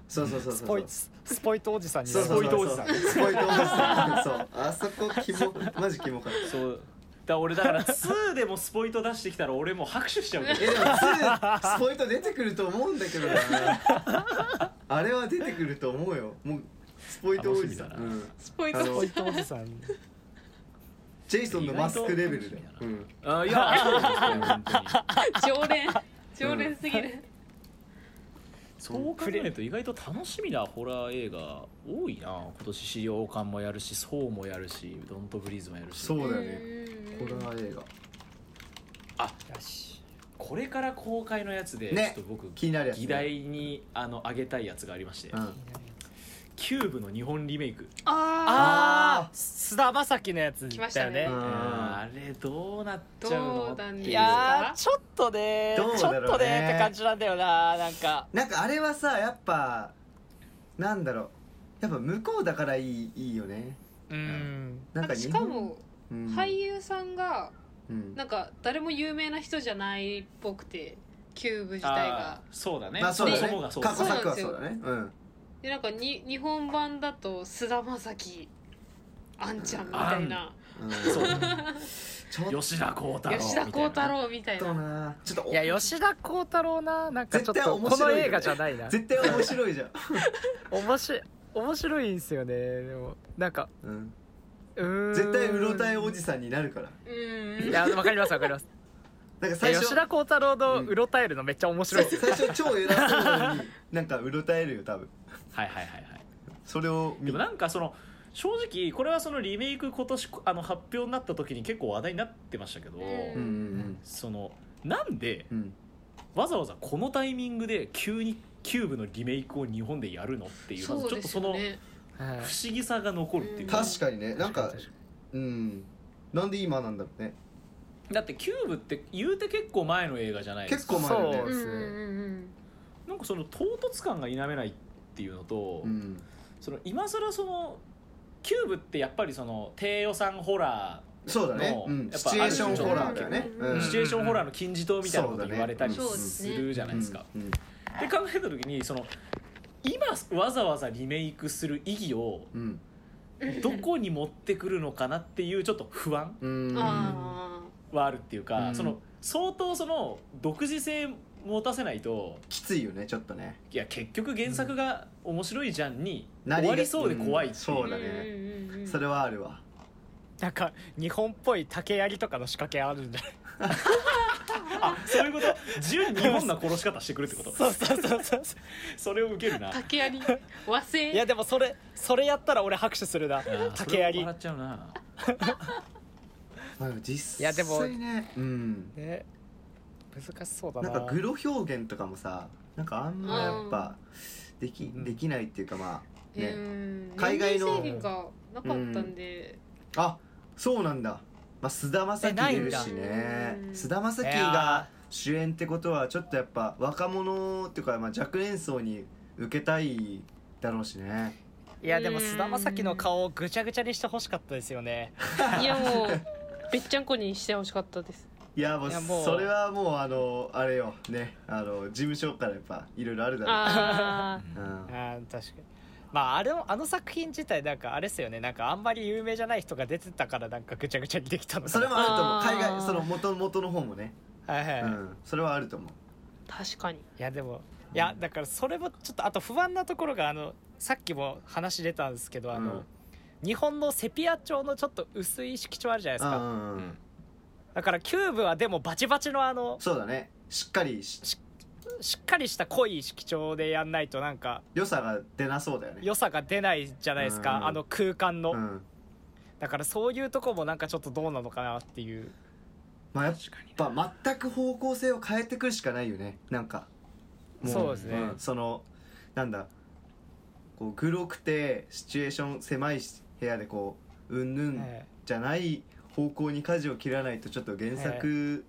Speaker 2: そうそうそう
Speaker 4: ス
Speaker 2: そ
Speaker 4: ポ
Speaker 2: う
Speaker 4: イススポイトおじさんにな
Speaker 2: そう
Speaker 4: る
Speaker 2: そうそう
Speaker 1: スポイトおじさん
Speaker 2: スポイトおじさんそうあそこキモマジキモかった
Speaker 1: そうだから俺だから2でもスポイト出してきたら俺もう拍手しちゃうけど
Speaker 2: えでも2スポイト出てくると思うんだけどなあれは出てくると思うよもうスポイト王子さん、
Speaker 1: 楽しみだな
Speaker 2: うん
Speaker 3: スポイ
Speaker 2: あの
Speaker 4: ス
Speaker 3: ト
Speaker 4: ポイトおじさん
Speaker 2: ジェイソンのマスクレベルで
Speaker 1: 意外、と
Speaker 2: うん、
Speaker 1: あい やそうですね本当に
Speaker 3: 常連常連すぎる
Speaker 1: そう考えると意外と楽しみなホラー映画多いな今年資料館もやるしソーもやるしドントブリーズもやるし
Speaker 2: そうだよね
Speaker 3: ね
Speaker 2: ホラー映画
Speaker 4: よし
Speaker 1: これから公開のやつで、
Speaker 2: ね
Speaker 1: ちょっと僕
Speaker 2: 気になるやつね
Speaker 1: 議題にあの上げたいやつがありまして、
Speaker 2: うん
Speaker 1: キューブの日本リメイク、
Speaker 3: あ
Speaker 4: あ
Speaker 2: あ
Speaker 4: あ菅田将暉のやつ
Speaker 3: 来まし
Speaker 4: だ
Speaker 3: た
Speaker 4: よね
Speaker 3: ね
Speaker 2: うん
Speaker 1: あれどうなっちゃうの
Speaker 3: どうなん
Speaker 1: っ
Speaker 3: で
Speaker 1: て
Speaker 3: す
Speaker 1: い
Speaker 4: い
Speaker 1: い
Speaker 4: や
Speaker 3: や
Speaker 4: ーちょっとね
Speaker 2: どう
Speaker 4: ちょ
Speaker 2: だろうね
Speaker 4: っとねって感じなんだよななんか
Speaker 2: なんかあれはさやっぱなんだろうやっぱ向こうだからいいいいよね
Speaker 4: うん
Speaker 3: あ
Speaker 2: なんか
Speaker 3: なんか
Speaker 2: 日
Speaker 3: し
Speaker 2: 本
Speaker 3: かも
Speaker 2: うん
Speaker 3: 俳優さんが
Speaker 2: うん
Speaker 3: なんか誰も有名な人じゃないっぽくてキューブ自体
Speaker 1: あ
Speaker 3: が
Speaker 1: ーそうだね,、
Speaker 2: まあそうだ
Speaker 1: そ
Speaker 2: ね
Speaker 1: もそもがそうだ
Speaker 2: 過去
Speaker 1: ね
Speaker 3: さ
Speaker 2: 作はそうだねうん
Speaker 3: でなんかに日本版だと菅田将暉あんちゃんみたいな
Speaker 2: うん
Speaker 1: そう
Speaker 2: ちょっ
Speaker 1: 吉田鋼太郎
Speaker 3: 吉田鋼太
Speaker 1: み
Speaker 3: 郎みたい
Speaker 2: と
Speaker 3: な
Speaker 2: なちょっと
Speaker 4: いや吉田鋼太郎ななんかちょ
Speaker 2: 絶
Speaker 4: っ
Speaker 2: 対
Speaker 4: と
Speaker 2: 面
Speaker 4: こ
Speaker 2: 白い
Speaker 4: の
Speaker 2: よね
Speaker 4: 映画じゃないな
Speaker 2: 絶対面白いじゃん、
Speaker 4: 面白い面白いんすよねでもなんか
Speaker 2: うん、
Speaker 4: うーん
Speaker 2: 絶対うろたえおじさんになるから
Speaker 3: うん
Speaker 4: いやわかりますわかります
Speaker 2: なんか 最
Speaker 4: いや
Speaker 2: 初
Speaker 4: 吉田鋼太郎のうろたえるのめっちゃ面白いですよ
Speaker 2: 最初超偉そうなのになんかうろたえるよ多分
Speaker 1: たいなはいはいはいはい
Speaker 2: それを
Speaker 1: で
Speaker 2: 見
Speaker 1: もなんかその正直これはそのリメイク今年あの発表になった時に結構話題になってましたけど、
Speaker 2: うん
Speaker 3: ん
Speaker 1: そのなんで
Speaker 2: うんうん
Speaker 1: わざわざこのタイミングで急にキューブのリメイクを日本でやるのっていう
Speaker 3: そう
Speaker 1: ちょっと
Speaker 3: です
Speaker 1: そ
Speaker 3: よ
Speaker 1: の不
Speaker 3: ね
Speaker 4: はい
Speaker 1: 思議さが残るっていう
Speaker 3: うん
Speaker 2: 確かにねなんか
Speaker 4: 確に
Speaker 2: うんなんで今なんだろうね
Speaker 1: だってキューブって言うて結構前の映画じゃないです
Speaker 2: 結
Speaker 1: か
Speaker 2: 構前よ
Speaker 4: そ
Speaker 2: ね
Speaker 4: う
Speaker 3: うんうん
Speaker 1: なんかその唐突感が否めないっていうのと、
Speaker 2: うん
Speaker 1: その今更そのキューブってやっぱりその低予算ホラ
Speaker 2: そうだね
Speaker 1: もう
Speaker 2: うん
Speaker 1: やっ
Speaker 2: シ
Speaker 1: ぱ
Speaker 2: チュエーションホラーだよね
Speaker 3: ある
Speaker 1: ー、
Speaker 3: うん
Speaker 1: シチュエーションホラーの金字塔みたいなこと言われたり
Speaker 2: そうだねうん
Speaker 1: するじゃないですか。
Speaker 2: うん
Speaker 1: で考えた時にその今わざわざリメイクする意義を
Speaker 2: うん
Speaker 3: うん
Speaker 1: どこに持ってくるのかなっていうちょっと不安
Speaker 2: うん
Speaker 3: あ
Speaker 1: はあるっていうか、
Speaker 2: うん
Speaker 1: その相当その独自性持たせないと
Speaker 2: きついよねちょっとね
Speaker 1: いや結局原作が面白いじゃんに終
Speaker 2: なりが
Speaker 1: わりそうで怖いっていう,、
Speaker 2: うんそう
Speaker 3: あ
Speaker 2: だね
Speaker 3: うんうんうん
Speaker 2: それはあるわ
Speaker 4: なんか日本っぽい竹槍とかの仕掛けあるんじゃ ない
Speaker 1: あそういうこと純日本な殺し方してくるってこと
Speaker 4: そうそうそうそう
Speaker 1: それを受けるな
Speaker 3: 竹槍和製
Speaker 4: いやでもそれそれやったら俺拍手するな竹
Speaker 1: い
Speaker 4: 槍
Speaker 1: やそれも笑っちゃうな
Speaker 2: まあ実
Speaker 4: いやでも
Speaker 2: 際ねうん
Speaker 4: ね難しそうだ
Speaker 2: な
Speaker 4: なん
Speaker 2: かグロ表現とかもさなんかあんまやっぱでき
Speaker 4: ん
Speaker 2: できないっていうかまあね
Speaker 3: うん
Speaker 2: 海外の
Speaker 3: 年齢制限がなかったんで
Speaker 2: あそうなんだ、まあ、菅田将
Speaker 4: え
Speaker 2: 暉
Speaker 4: ない
Speaker 2: 出
Speaker 4: ん
Speaker 2: る
Speaker 4: だ
Speaker 2: しね
Speaker 3: うん
Speaker 2: 菅田将暉
Speaker 4: い
Speaker 2: が
Speaker 4: や
Speaker 2: 主演ってことはちょっとやっぱ若者っていうかまあ若年層に受けたいだろうしね
Speaker 4: いやでも菅田将暉の顔をぐちゃぐちゃにしてほしかったですよね
Speaker 3: いやもうべっちゃんこにしてほしかったです
Speaker 2: いやもう
Speaker 4: いやもう
Speaker 2: それはもうあのあれよねあの事務所からやっぱいろいろあるだろ
Speaker 3: あ
Speaker 2: う、うん
Speaker 4: あ、ー確かにまああれもあの作品自体なんかあれですよねなんかあんまり有名じゃない人が出てたからなんかぐちゃぐちゃにできたの
Speaker 2: それ
Speaker 4: も
Speaker 2: もあると思う
Speaker 3: あー
Speaker 2: 海外その元元の方もね、
Speaker 4: はいはい、
Speaker 2: う
Speaker 4: い
Speaker 2: ん、それはあると思う
Speaker 3: ー確かに
Speaker 4: やでもいやだからそれもちょっとあと不安なところがあのさっきも話出たんですけどあの、
Speaker 2: うん
Speaker 4: 日本のセピア調のちょっと薄い色調あるじゃないですか
Speaker 2: うんうんうん
Speaker 4: だからキューブはでもバチバチのあの
Speaker 2: そうだねしっかりし
Speaker 4: しっかりした濃い色調でやんないとなんか
Speaker 2: 良さが出なそうだよね
Speaker 4: 良さが出ないじゃないです
Speaker 2: うん
Speaker 4: かあの空間の
Speaker 2: うん
Speaker 4: だからそういうとこもなんかちょっとどうなのかなっていう
Speaker 2: まあ、やっぱ全く方向性を変えてくるしかないよねなんかも
Speaker 4: そうですね
Speaker 2: んそのなんだこう黒くてシチュエーション狭い部屋でこううんぬん
Speaker 4: え
Speaker 2: じゃない方向に舵を切らないとちょっと原作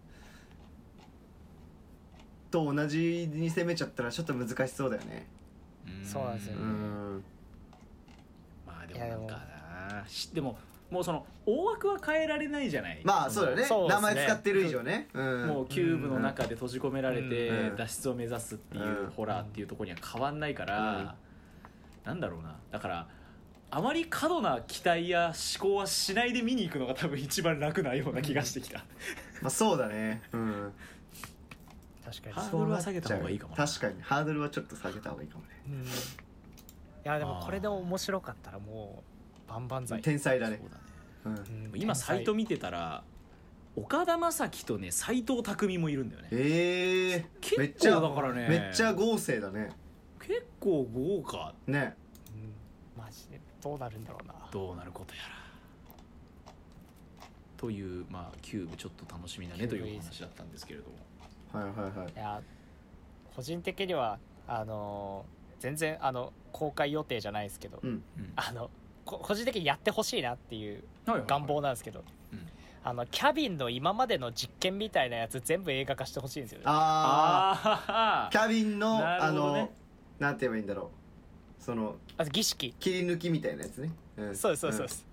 Speaker 2: と同じに攻めちゃったらちょっと難しそうだよね
Speaker 4: そうなんですよ
Speaker 2: う
Speaker 4: ね
Speaker 2: ん
Speaker 1: まあでもなんかなしでももうその大枠は変えられないじゃない
Speaker 2: まあそうだよね
Speaker 4: そうです
Speaker 2: 名
Speaker 4: ね
Speaker 2: 前使ってる以上ねう
Speaker 1: そ
Speaker 2: ん
Speaker 1: のもうキューブの中で閉じ込められて
Speaker 2: うん
Speaker 1: 脱出を目指すっていううんホラーっていうところには変わんないからなんだろうなだからあまり過度な期待や思考はしないで見に行くのが多分一番楽なような気がしてきた
Speaker 2: まあそうだねうん
Speaker 4: え確かに
Speaker 1: ハードルは下げた方がいいかもな
Speaker 2: 確かにハードルはちょっと下げた方がいいかもね
Speaker 4: うんいやでも
Speaker 1: あー
Speaker 4: これで面白かったらもう万々歳、
Speaker 2: 天才だ
Speaker 1: そうだ
Speaker 2: ね
Speaker 1: ね
Speaker 2: うん
Speaker 4: うん
Speaker 1: 今サイト
Speaker 4: 天
Speaker 1: 見てたら岡田将生とね斎藤匠もいるんだよね
Speaker 2: ええめっ
Speaker 1: 結
Speaker 2: ちゃ
Speaker 1: 構だからね
Speaker 2: めっちゃ豪勢だね
Speaker 1: 結構豪華
Speaker 2: ね
Speaker 4: 才うんマジでどうなるんだろうな
Speaker 1: どうなることやらというまあキューブちょっと楽しみだねというお話だったんですけれども
Speaker 2: はいはいはい
Speaker 4: いや個人的にはあのー全然あの公開予定じゃないですけど、
Speaker 2: うん
Speaker 4: あのこ個人的にやってほしいなっていう
Speaker 1: はいはいはい
Speaker 4: 願望なんですけど、
Speaker 1: うん
Speaker 4: あのキャビンの今までの実験みたいなやつ全部映画化してほしいんですよね
Speaker 2: あ
Speaker 1: あ
Speaker 2: あ
Speaker 1: ー
Speaker 2: キャビンの、
Speaker 1: な
Speaker 2: あ
Speaker 1: るほどね
Speaker 2: のなんて言えばいいんだろうその
Speaker 4: あと儀式
Speaker 2: 切り抜きみたいなやつね、うん、
Speaker 4: そうですそうですそうです、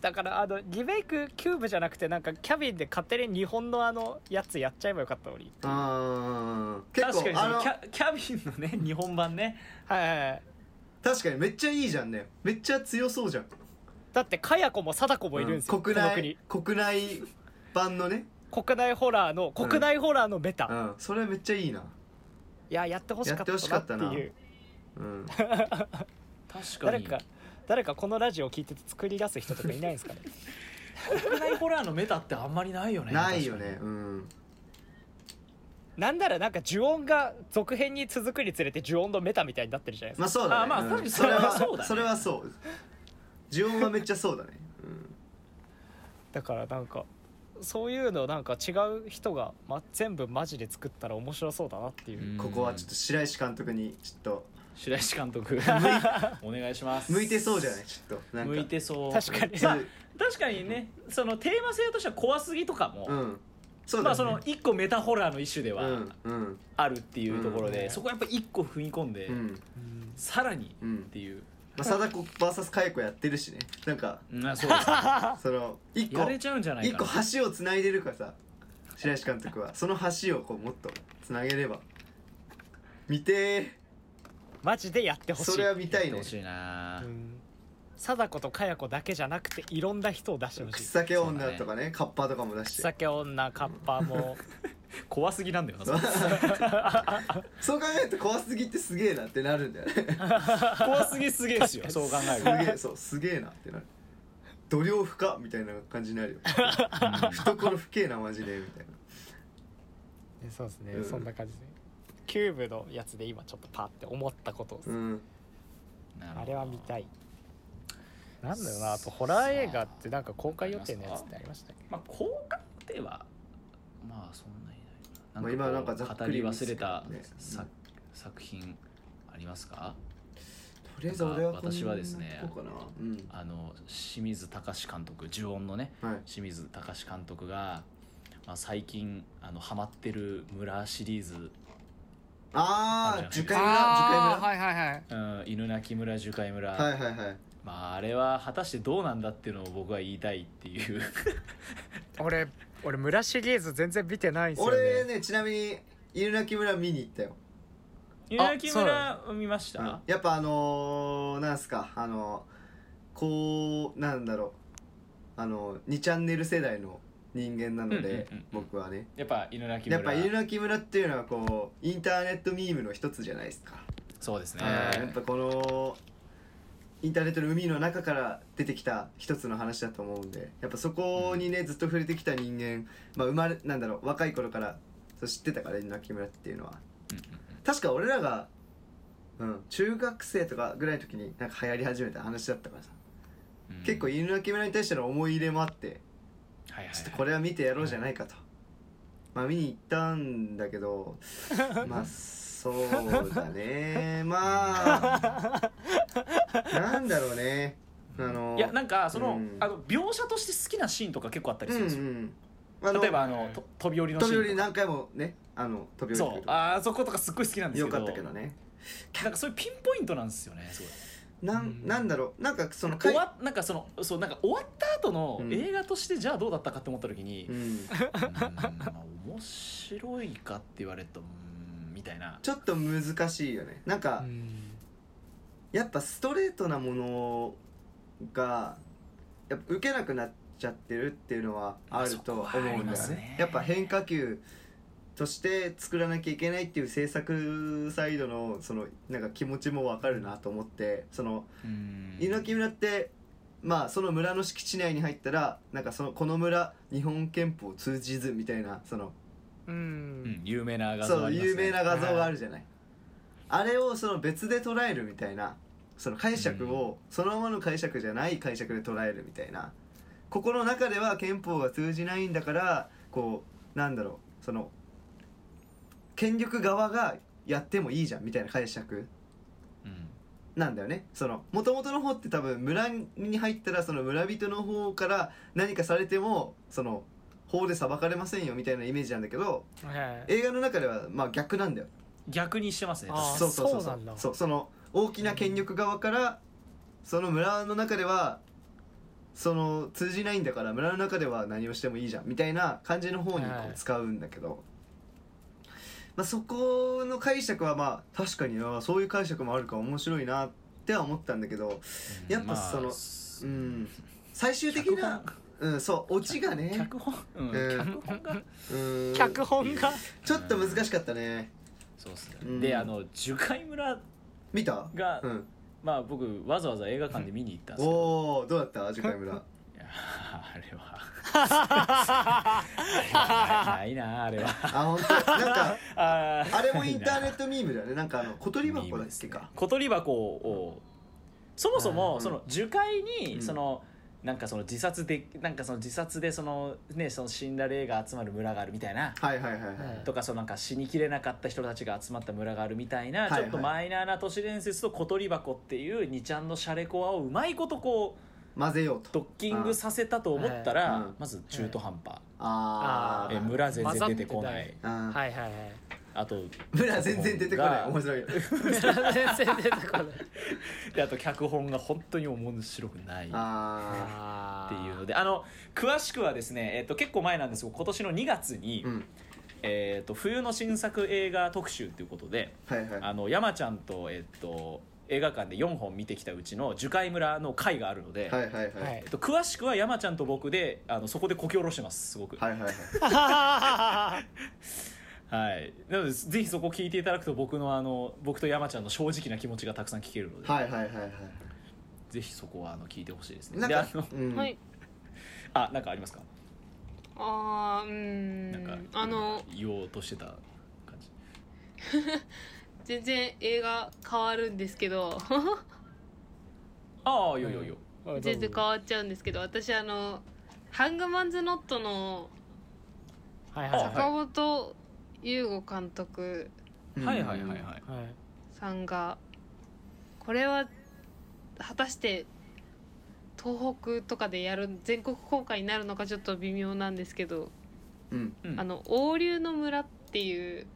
Speaker 4: だからあのリメイクキューブじゃなくてなんかキャビンで勝手に日本のあのやつやっちゃえばよかったのに
Speaker 2: うんあー結
Speaker 1: 確かに
Speaker 2: 構あ
Speaker 1: その
Speaker 2: の
Speaker 1: キャキャビンのね日本版ね
Speaker 4: はいはいはい
Speaker 2: 確かにめっちゃいいじゃんねめっちゃ強そうじゃん
Speaker 4: だってかや子も貞子もいるんですよ、
Speaker 2: うん国
Speaker 4: この
Speaker 2: 内
Speaker 4: 国
Speaker 2: 国内版のね、
Speaker 4: 国内ホラーの国内ホラーのベタ、
Speaker 2: う
Speaker 4: い
Speaker 2: ん、それめっちゃいいな
Speaker 4: ややってほしか
Speaker 2: やっ
Speaker 4: った
Speaker 2: てほしかったな
Speaker 4: なっていう
Speaker 2: うん
Speaker 1: 確か
Speaker 4: 誰
Speaker 1: に
Speaker 4: か誰かこのラジオを聞いてて作り出す人とかいないんですかね
Speaker 1: 国内ホラーのメタってあんまりないよね
Speaker 2: ないよねうん
Speaker 4: なんならなんか呪音が続編に続くにつれて呪音のメタみたいになってるじゃないです
Speaker 2: まあ
Speaker 4: か、
Speaker 2: そうだね
Speaker 1: あまあ
Speaker 2: うん
Speaker 1: 確かに
Speaker 2: それは
Speaker 1: それはそうだね
Speaker 2: それはそう呪音はめっちゃそうだね、うん
Speaker 4: だからなんかそういうのなんか違う人が、ま、全部マジで作ったら面白そうだなっていう、
Speaker 2: ここはちょっと白石監督にちょっと
Speaker 1: 白石監 督お願いします
Speaker 2: 向いてそうじゃないちょっとなんか
Speaker 1: 向いてそう
Speaker 4: 確かに
Speaker 1: まあ確かにねそのテーマ性としては怖すぎとかも、
Speaker 2: うんそう
Speaker 1: ま
Speaker 2: だ
Speaker 1: あ
Speaker 2: ね
Speaker 1: その一個メタホラーの一種では
Speaker 2: うんうん
Speaker 1: あるっていうところで、
Speaker 4: うん
Speaker 1: そこはやっぱ一個踏み込んで、
Speaker 2: うん
Speaker 4: うん
Speaker 1: さらに
Speaker 2: う
Speaker 1: っ
Speaker 2: ん
Speaker 1: ていう、
Speaker 2: まあ貞子 VS 佳代子やってるしねなんか
Speaker 1: うん、そうですね
Speaker 2: その一個
Speaker 1: やれちゃうんじゃない
Speaker 2: 一
Speaker 1: か
Speaker 2: 個
Speaker 1: な
Speaker 2: 橋をつないでるからさ白石監督はその橋をこうもっとつなげれば見て
Speaker 4: マジでやって
Speaker 2: ー
Speaker 4: ほしい
Speaker 2: それは見た
Speaker 1: やっ
Speaker 2: い
Speaker 1: て
Speaker 2: ね
Speaker 1: ほしいな、
Speaker 4: うん貞子とかや子だけじゃなくていろんな人を出してほしい
Speaker 2: 草酒女とかねカッパとかも出して
Speaker 4: 酒女カッパも
Speaker 1: 怖すぎなんだよなそれ
Speaker 2: そう考えると怖すぎてすげえなってなるんだよね
Speaker 1: 怖すぎすげえですよそう考え
Speaker 2: す
Speaker 1: る
Speaker 2: げ
Speaker 1: と
Speaker 2: えそうすげえなってなる度量深みたいな感じになるよ懐深えなマジでみたいな
Speaker 4: ねそうですね、
Speaker 2: うん
Speaker 4: そんな感じですねキューブのやつで今ちょっとパって思ったことを
Speaker 2: うん
Speaker 1: なるほど
Speaker 4: あれは見たいなんだよなあとホラー映画ってなんか公開予定のやつってありましたっけ
Speaker 1: まあ公開ではまあそんなにないな
Speaker 2: まあ今なんかざっくり
Speaker 1: 語り忘れた
Speaker 2: 見せてたね
Speaker 1: 作,、
Speaker 2: うん
Speaker 1: 作品ありますか
Speaker 2: とりあえず俺はこんな
Speaker 1: 私はですね
Speaker 2: とこかなうん
Speaker 1: あの清水隆監督呪音のね
Speaker 2: はい
Speaker 1: 清水隆監督が、まあ、最近あのハマってる村シリーズ
Speaker 2: ああ
Speaker 1: ある
Speaker 2: 樹
Speaker 1: じ
Speaker 2: 海村
Speaker 4: はいはいはい
Speaker 1: うん犬鳴村樹海村、
Speaker 2: 樹海村はいはいはい
Speaker 1: まああれは果たしてどうなんだっていうのを僕は言いたいっていう
Speaker 4: 俺俺村シリーズ全然見てないんですよね
Speaker 2: 俺ねちなみに犬鳴村見に行ったよ
Speaker 1: 犬鳴村見まし
Speaker 2: うん
Speaker 1: た
Speaker 2: やっぱあのー、なんすかあのー、こうなんだろうあのー、2チャンネル世代の人間なので、
Speaker 1: うんうんうんうん
Speaker 2: 僕はね
Speaker 1: やっぱ犬鳴村
Speaker 2: やっぱ犬鳴村っていうのはこうインターネットミームの一つじゃないですか、
Speaker 1: そうですね
Speaker 2: はいやっぱこのインターネットの海の中から出てきた一つの話だと思うんでやっぱそこにねずっと触れてきた人間、まあ、生まれなんだろう若い頃からそう知ってたからナキムラっていうのは確か俺らが、うん、中学生とかぐらいの時になんか流行り始めた話だったからさ、
Speaker 1: うん
Speaker 2: 結構
Speaker 1: はい
Speaker 2: 犬キムラに対しての思い入れもあって
Speaker 1: はいはい
Speaker 2: ちょっとこれは見てやろうじゃないかと、まあ見に行ったんだけ どまあそうだねまあなんだろうねあの
Speaker 1: いやなんかその,、
Speaker 2: うん
Speaker 1: あの描写として好きなシーンとか結構あったり
Speaker 2: う
Speaker 1: す
Speaker 2: ん
Speaker 1: る
Speaker 2: うん
Speaker 1: ですよ、
Speaker 2: んあの
Speaker 1: 例えばあのと飛び降りのシ
Speaker 2: 飛び降
Speaker 1: ー
Speaker 2: り
Speaker 1: ンとか
Speaker 2: 何回もねあの飛び降り
Speaker 1: そ
Speaker 2: てく
Speaker 1: うあーそことかすっごい好きなんです
Speaker 2: よ
Speaker 1: けど
Speaker 2: かったけどね
Speaker 1: なんかそういうピンポイントなんですよねすごい
Speaker 2: なんなんだろうなんかその
Speaker 1: 終わなんかそのそうなんか終わった後の
Speaker 2: うん
Speaker 1: 映画としてじゃあどうだったかって思った時に、
Speaker 2: う
Speaker 1: うん
Speaker 2: ん
Speaker 1: まあ面白いかって言われるとうーんみたいな
Speaker 2: ちょっと難しいよねなんか、やっぱストレートなものがやっぱ受けなくなっちゃってるっていうのはあると思うんだ
Speaker 1: まあそこはあ
Speaker 2: よ
Speaker 1: りま
Speaker 2: ね
Speaker 1: すね
Speaker 2: やっぱ変化球として作らなきゃいけないっていう制作サイドのそのなんか気持ちもわかるなと思ってその
Speaker 1: うん
Speaker 2: 猪木村ってまあその村の敷地内に入ったらなんかそのこの村日本憲法通じずみたいなその
Speaker 4: う
Speaker 1: うん
Speaker 4: ん、
Speaker 1: 有名な画像
Speaker 2: そう
Speaker 1: あります
Speaker 2: 有
Speaker 1: ね
Speaker 2: 名な画像があるじゃない、あれをその別で捉えるみたいなその解釈をそのままの解釈じゃない解釈で捉えるみたいなここの中では憲法が通じないんだからこうなんだろうその権力側がやってもいいじゃんみたいな解釈
Speaker 1: うん
Speaker 2: なんだよねその元々の方って多分村に入ったらその村人の方から何かされてもその法で裁かれませんよみたいなイメージなんだけど
Speaker 4: はい
Speaker 2: 映画の中ではまあ逆なんだよ
Speaker 1: 逆にしてますね
Speaker 4: あー
Speaker 2: そうそうそう
Speaker 4: そう
Speaker 2: そ
Speaker 4: な
Speaker 2: うん
Speaker 4: だ
Speaker 2: そうその大きな権力側から、その村の中ではその通じないんだから村の中では何をしてもいいじゃんみたいな感じの方にこ
Speaker 4: は
Speaker 2: う
Speaker 4: い
Speaker 2: 使うんだけど、まあ、そこの解釈はまあ確かになそういう解釈もあるから面白いなっては思ったんだけど
Speaker 1: うん
Speaker 2: やっ
Speaker 1: ま
Speaker 2: ぱ
Speaker 1: あ
Speaker 2: そのう
Speaker 1: す
Speaker 2: ん最終的
Speaker 1: 脚
Speaker 2: な
Speaker 1: 本、
Speaker 2: うん、そうオチがね、
Speaker 1: 脚本うん
Speaker 2: うん
Speaker 1: 脚本が
Speaker 2: うん、
Speaker 4: 脚本が
Speaker 2: ちょっと難しかったね
Speaker 1: そうっすね
Speaker 2: うん
Speaker 1: であの樹海村
Speaker 2: 見た、
Speaker 1: が
Speaker 2: うん、
Speaker 1: まあ僕わざわざ映画館で見に行ったんですけど
Speaker 2: おおどうだった次回 村
Speaker 1: いやあれは あれはないなあれは
Speaker 2: あ本当なんか
Speaker 1: あ
Speaker 2: あれもインターネットミームだよねなんかあの小鳥箱だっけか
Speaker 1: 小鳥箱をそもそ
Speaker 2: うん
Speaker 1: もその樹海
Speaker 2: うん
Speaker 1: にそのなんかその自殺でなんかその自殺でそのねその死んだ霊が集まる村があるみたいな
Speaker 2: はいはいはいはい、
Speaker 4: はい
Speaker 1: とかそのなんか死にきれなかった人たちが集まった村があるみたい
Speaker 2: は
Speaker 1: ない
Speaker 2: はい
Speaker 1: ちょっとマイナーな都市伝説と小鳥箱っていう2ちゃんのシャレコアをうまいことこう
Speaker 2: 混ぜようと
Speaker 1: ドッキングさせたと思った
Speaker 2: うんは
Speaker 1: ら
Speaker 2: い
Speaker 1: まず中途半端
Speaker 2: あ
Speaker 4: は
Speaker 2: ー
Speaker 4: い
Speaker 1: え村全然出てこな
Speaker 4: 混ざっ
Speaker 1: い
Speaker 4: て
Speaker 2: あー
Speaker 4: はいはいはい
Speaker 1: あと
Speaker 2: 村全然出てこない
Speaker 1: 脚本
Speaker 2: 面白い
Speaker 4: 全然出てこない
Speaker 1: がであと脚本が本当に面白くないっ
Speaker 2: あ
Speaker 4: あ
Speaker 1: ていうのであの詳しくはですね、えっと結構前なんですが今年の2月に、
Speaker 2: ーうん
Speaker 1: えっと冬の新作映画特集ということで
Speaker 2: はいはい
Speaker 1: あの山ちゃんと,、えっと映画館で4本見てきたうちの「樹海村」の回があるので、
Speaker 2: はいはいはいは
Speaker 4: はいい
Speaker 1: えっと詳しくは山ちゃんと僕であのそこでこき下ろしてますすごく。
Speaker 2: はいはい
Speaker 1: はい、なのでぜひそこ聞いていただくと僕のあの僕と山ちゃんの正直な気持ちがたくさん聞けるので、
Speaker 2: はいはいはいは
Speaker 1: ぜひそこはあの聞いてほしいです
Speaker 2: い
Speaker 1: ね。
Speaker 2: なん
Speaker 1: であ
Speaker 2: か
Speaker 1: の
Speaker 2: うん
Speaker 3: はい
Speaker 1: あなんかありますか？
Speaker 3: あーう
Speaker 1: なんか
Speaker 3: んあの
Speaker 1: 言おうとしてた感じ。
Speaker 3: 全然映画変わるんですけど
Speaker 1: ああよいよいよ。
Speaker 4: ー
Speaker 3: 全然変わっちゃうんですけど私あのハングマンズ・ノットの
Speaker 4: はいはい
Speaker 1: あ
Speaker 4: は
Speaker 3: 坂本雄吾監督
Speaker 2: うん
Speaker 1: はいはいはいはい。
Speaker 4: いはい
Speaker 3: さんがこれは果たして東北とかでやる全国公開になるのかちょっと微妙なんですけど
Speaker 2: うん
Speaker 1: うん
Speaker 3: あの王流の村っていう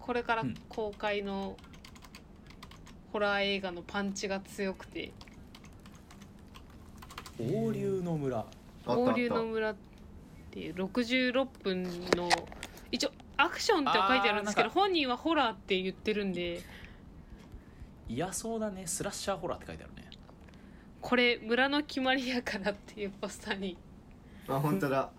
Speaker 3: これから
Speaker 1: うん
Speaker 3: 公開のホラー映画のパンチが強くて
Speaker 1: 王流の村。
Speaker 2: あったあ
Speaker 3: 王
Speaker 2: っ
Speaker 3: 流の
Speaker 2: た
Speaker 3: 村っていう66分の一応アクションって書いてあるんですけ
Speaker 1: あーな
Speaker 3: ど
Speaker 1: ん
Speaker 3: 本人はホラーって言ってるんで
Speaker 1: いやそうだねスラッシャーホラーって書いてあるね。
Speaker 3: これ村の決まりやからっていうポスターに
Speaker 2: あ本当だ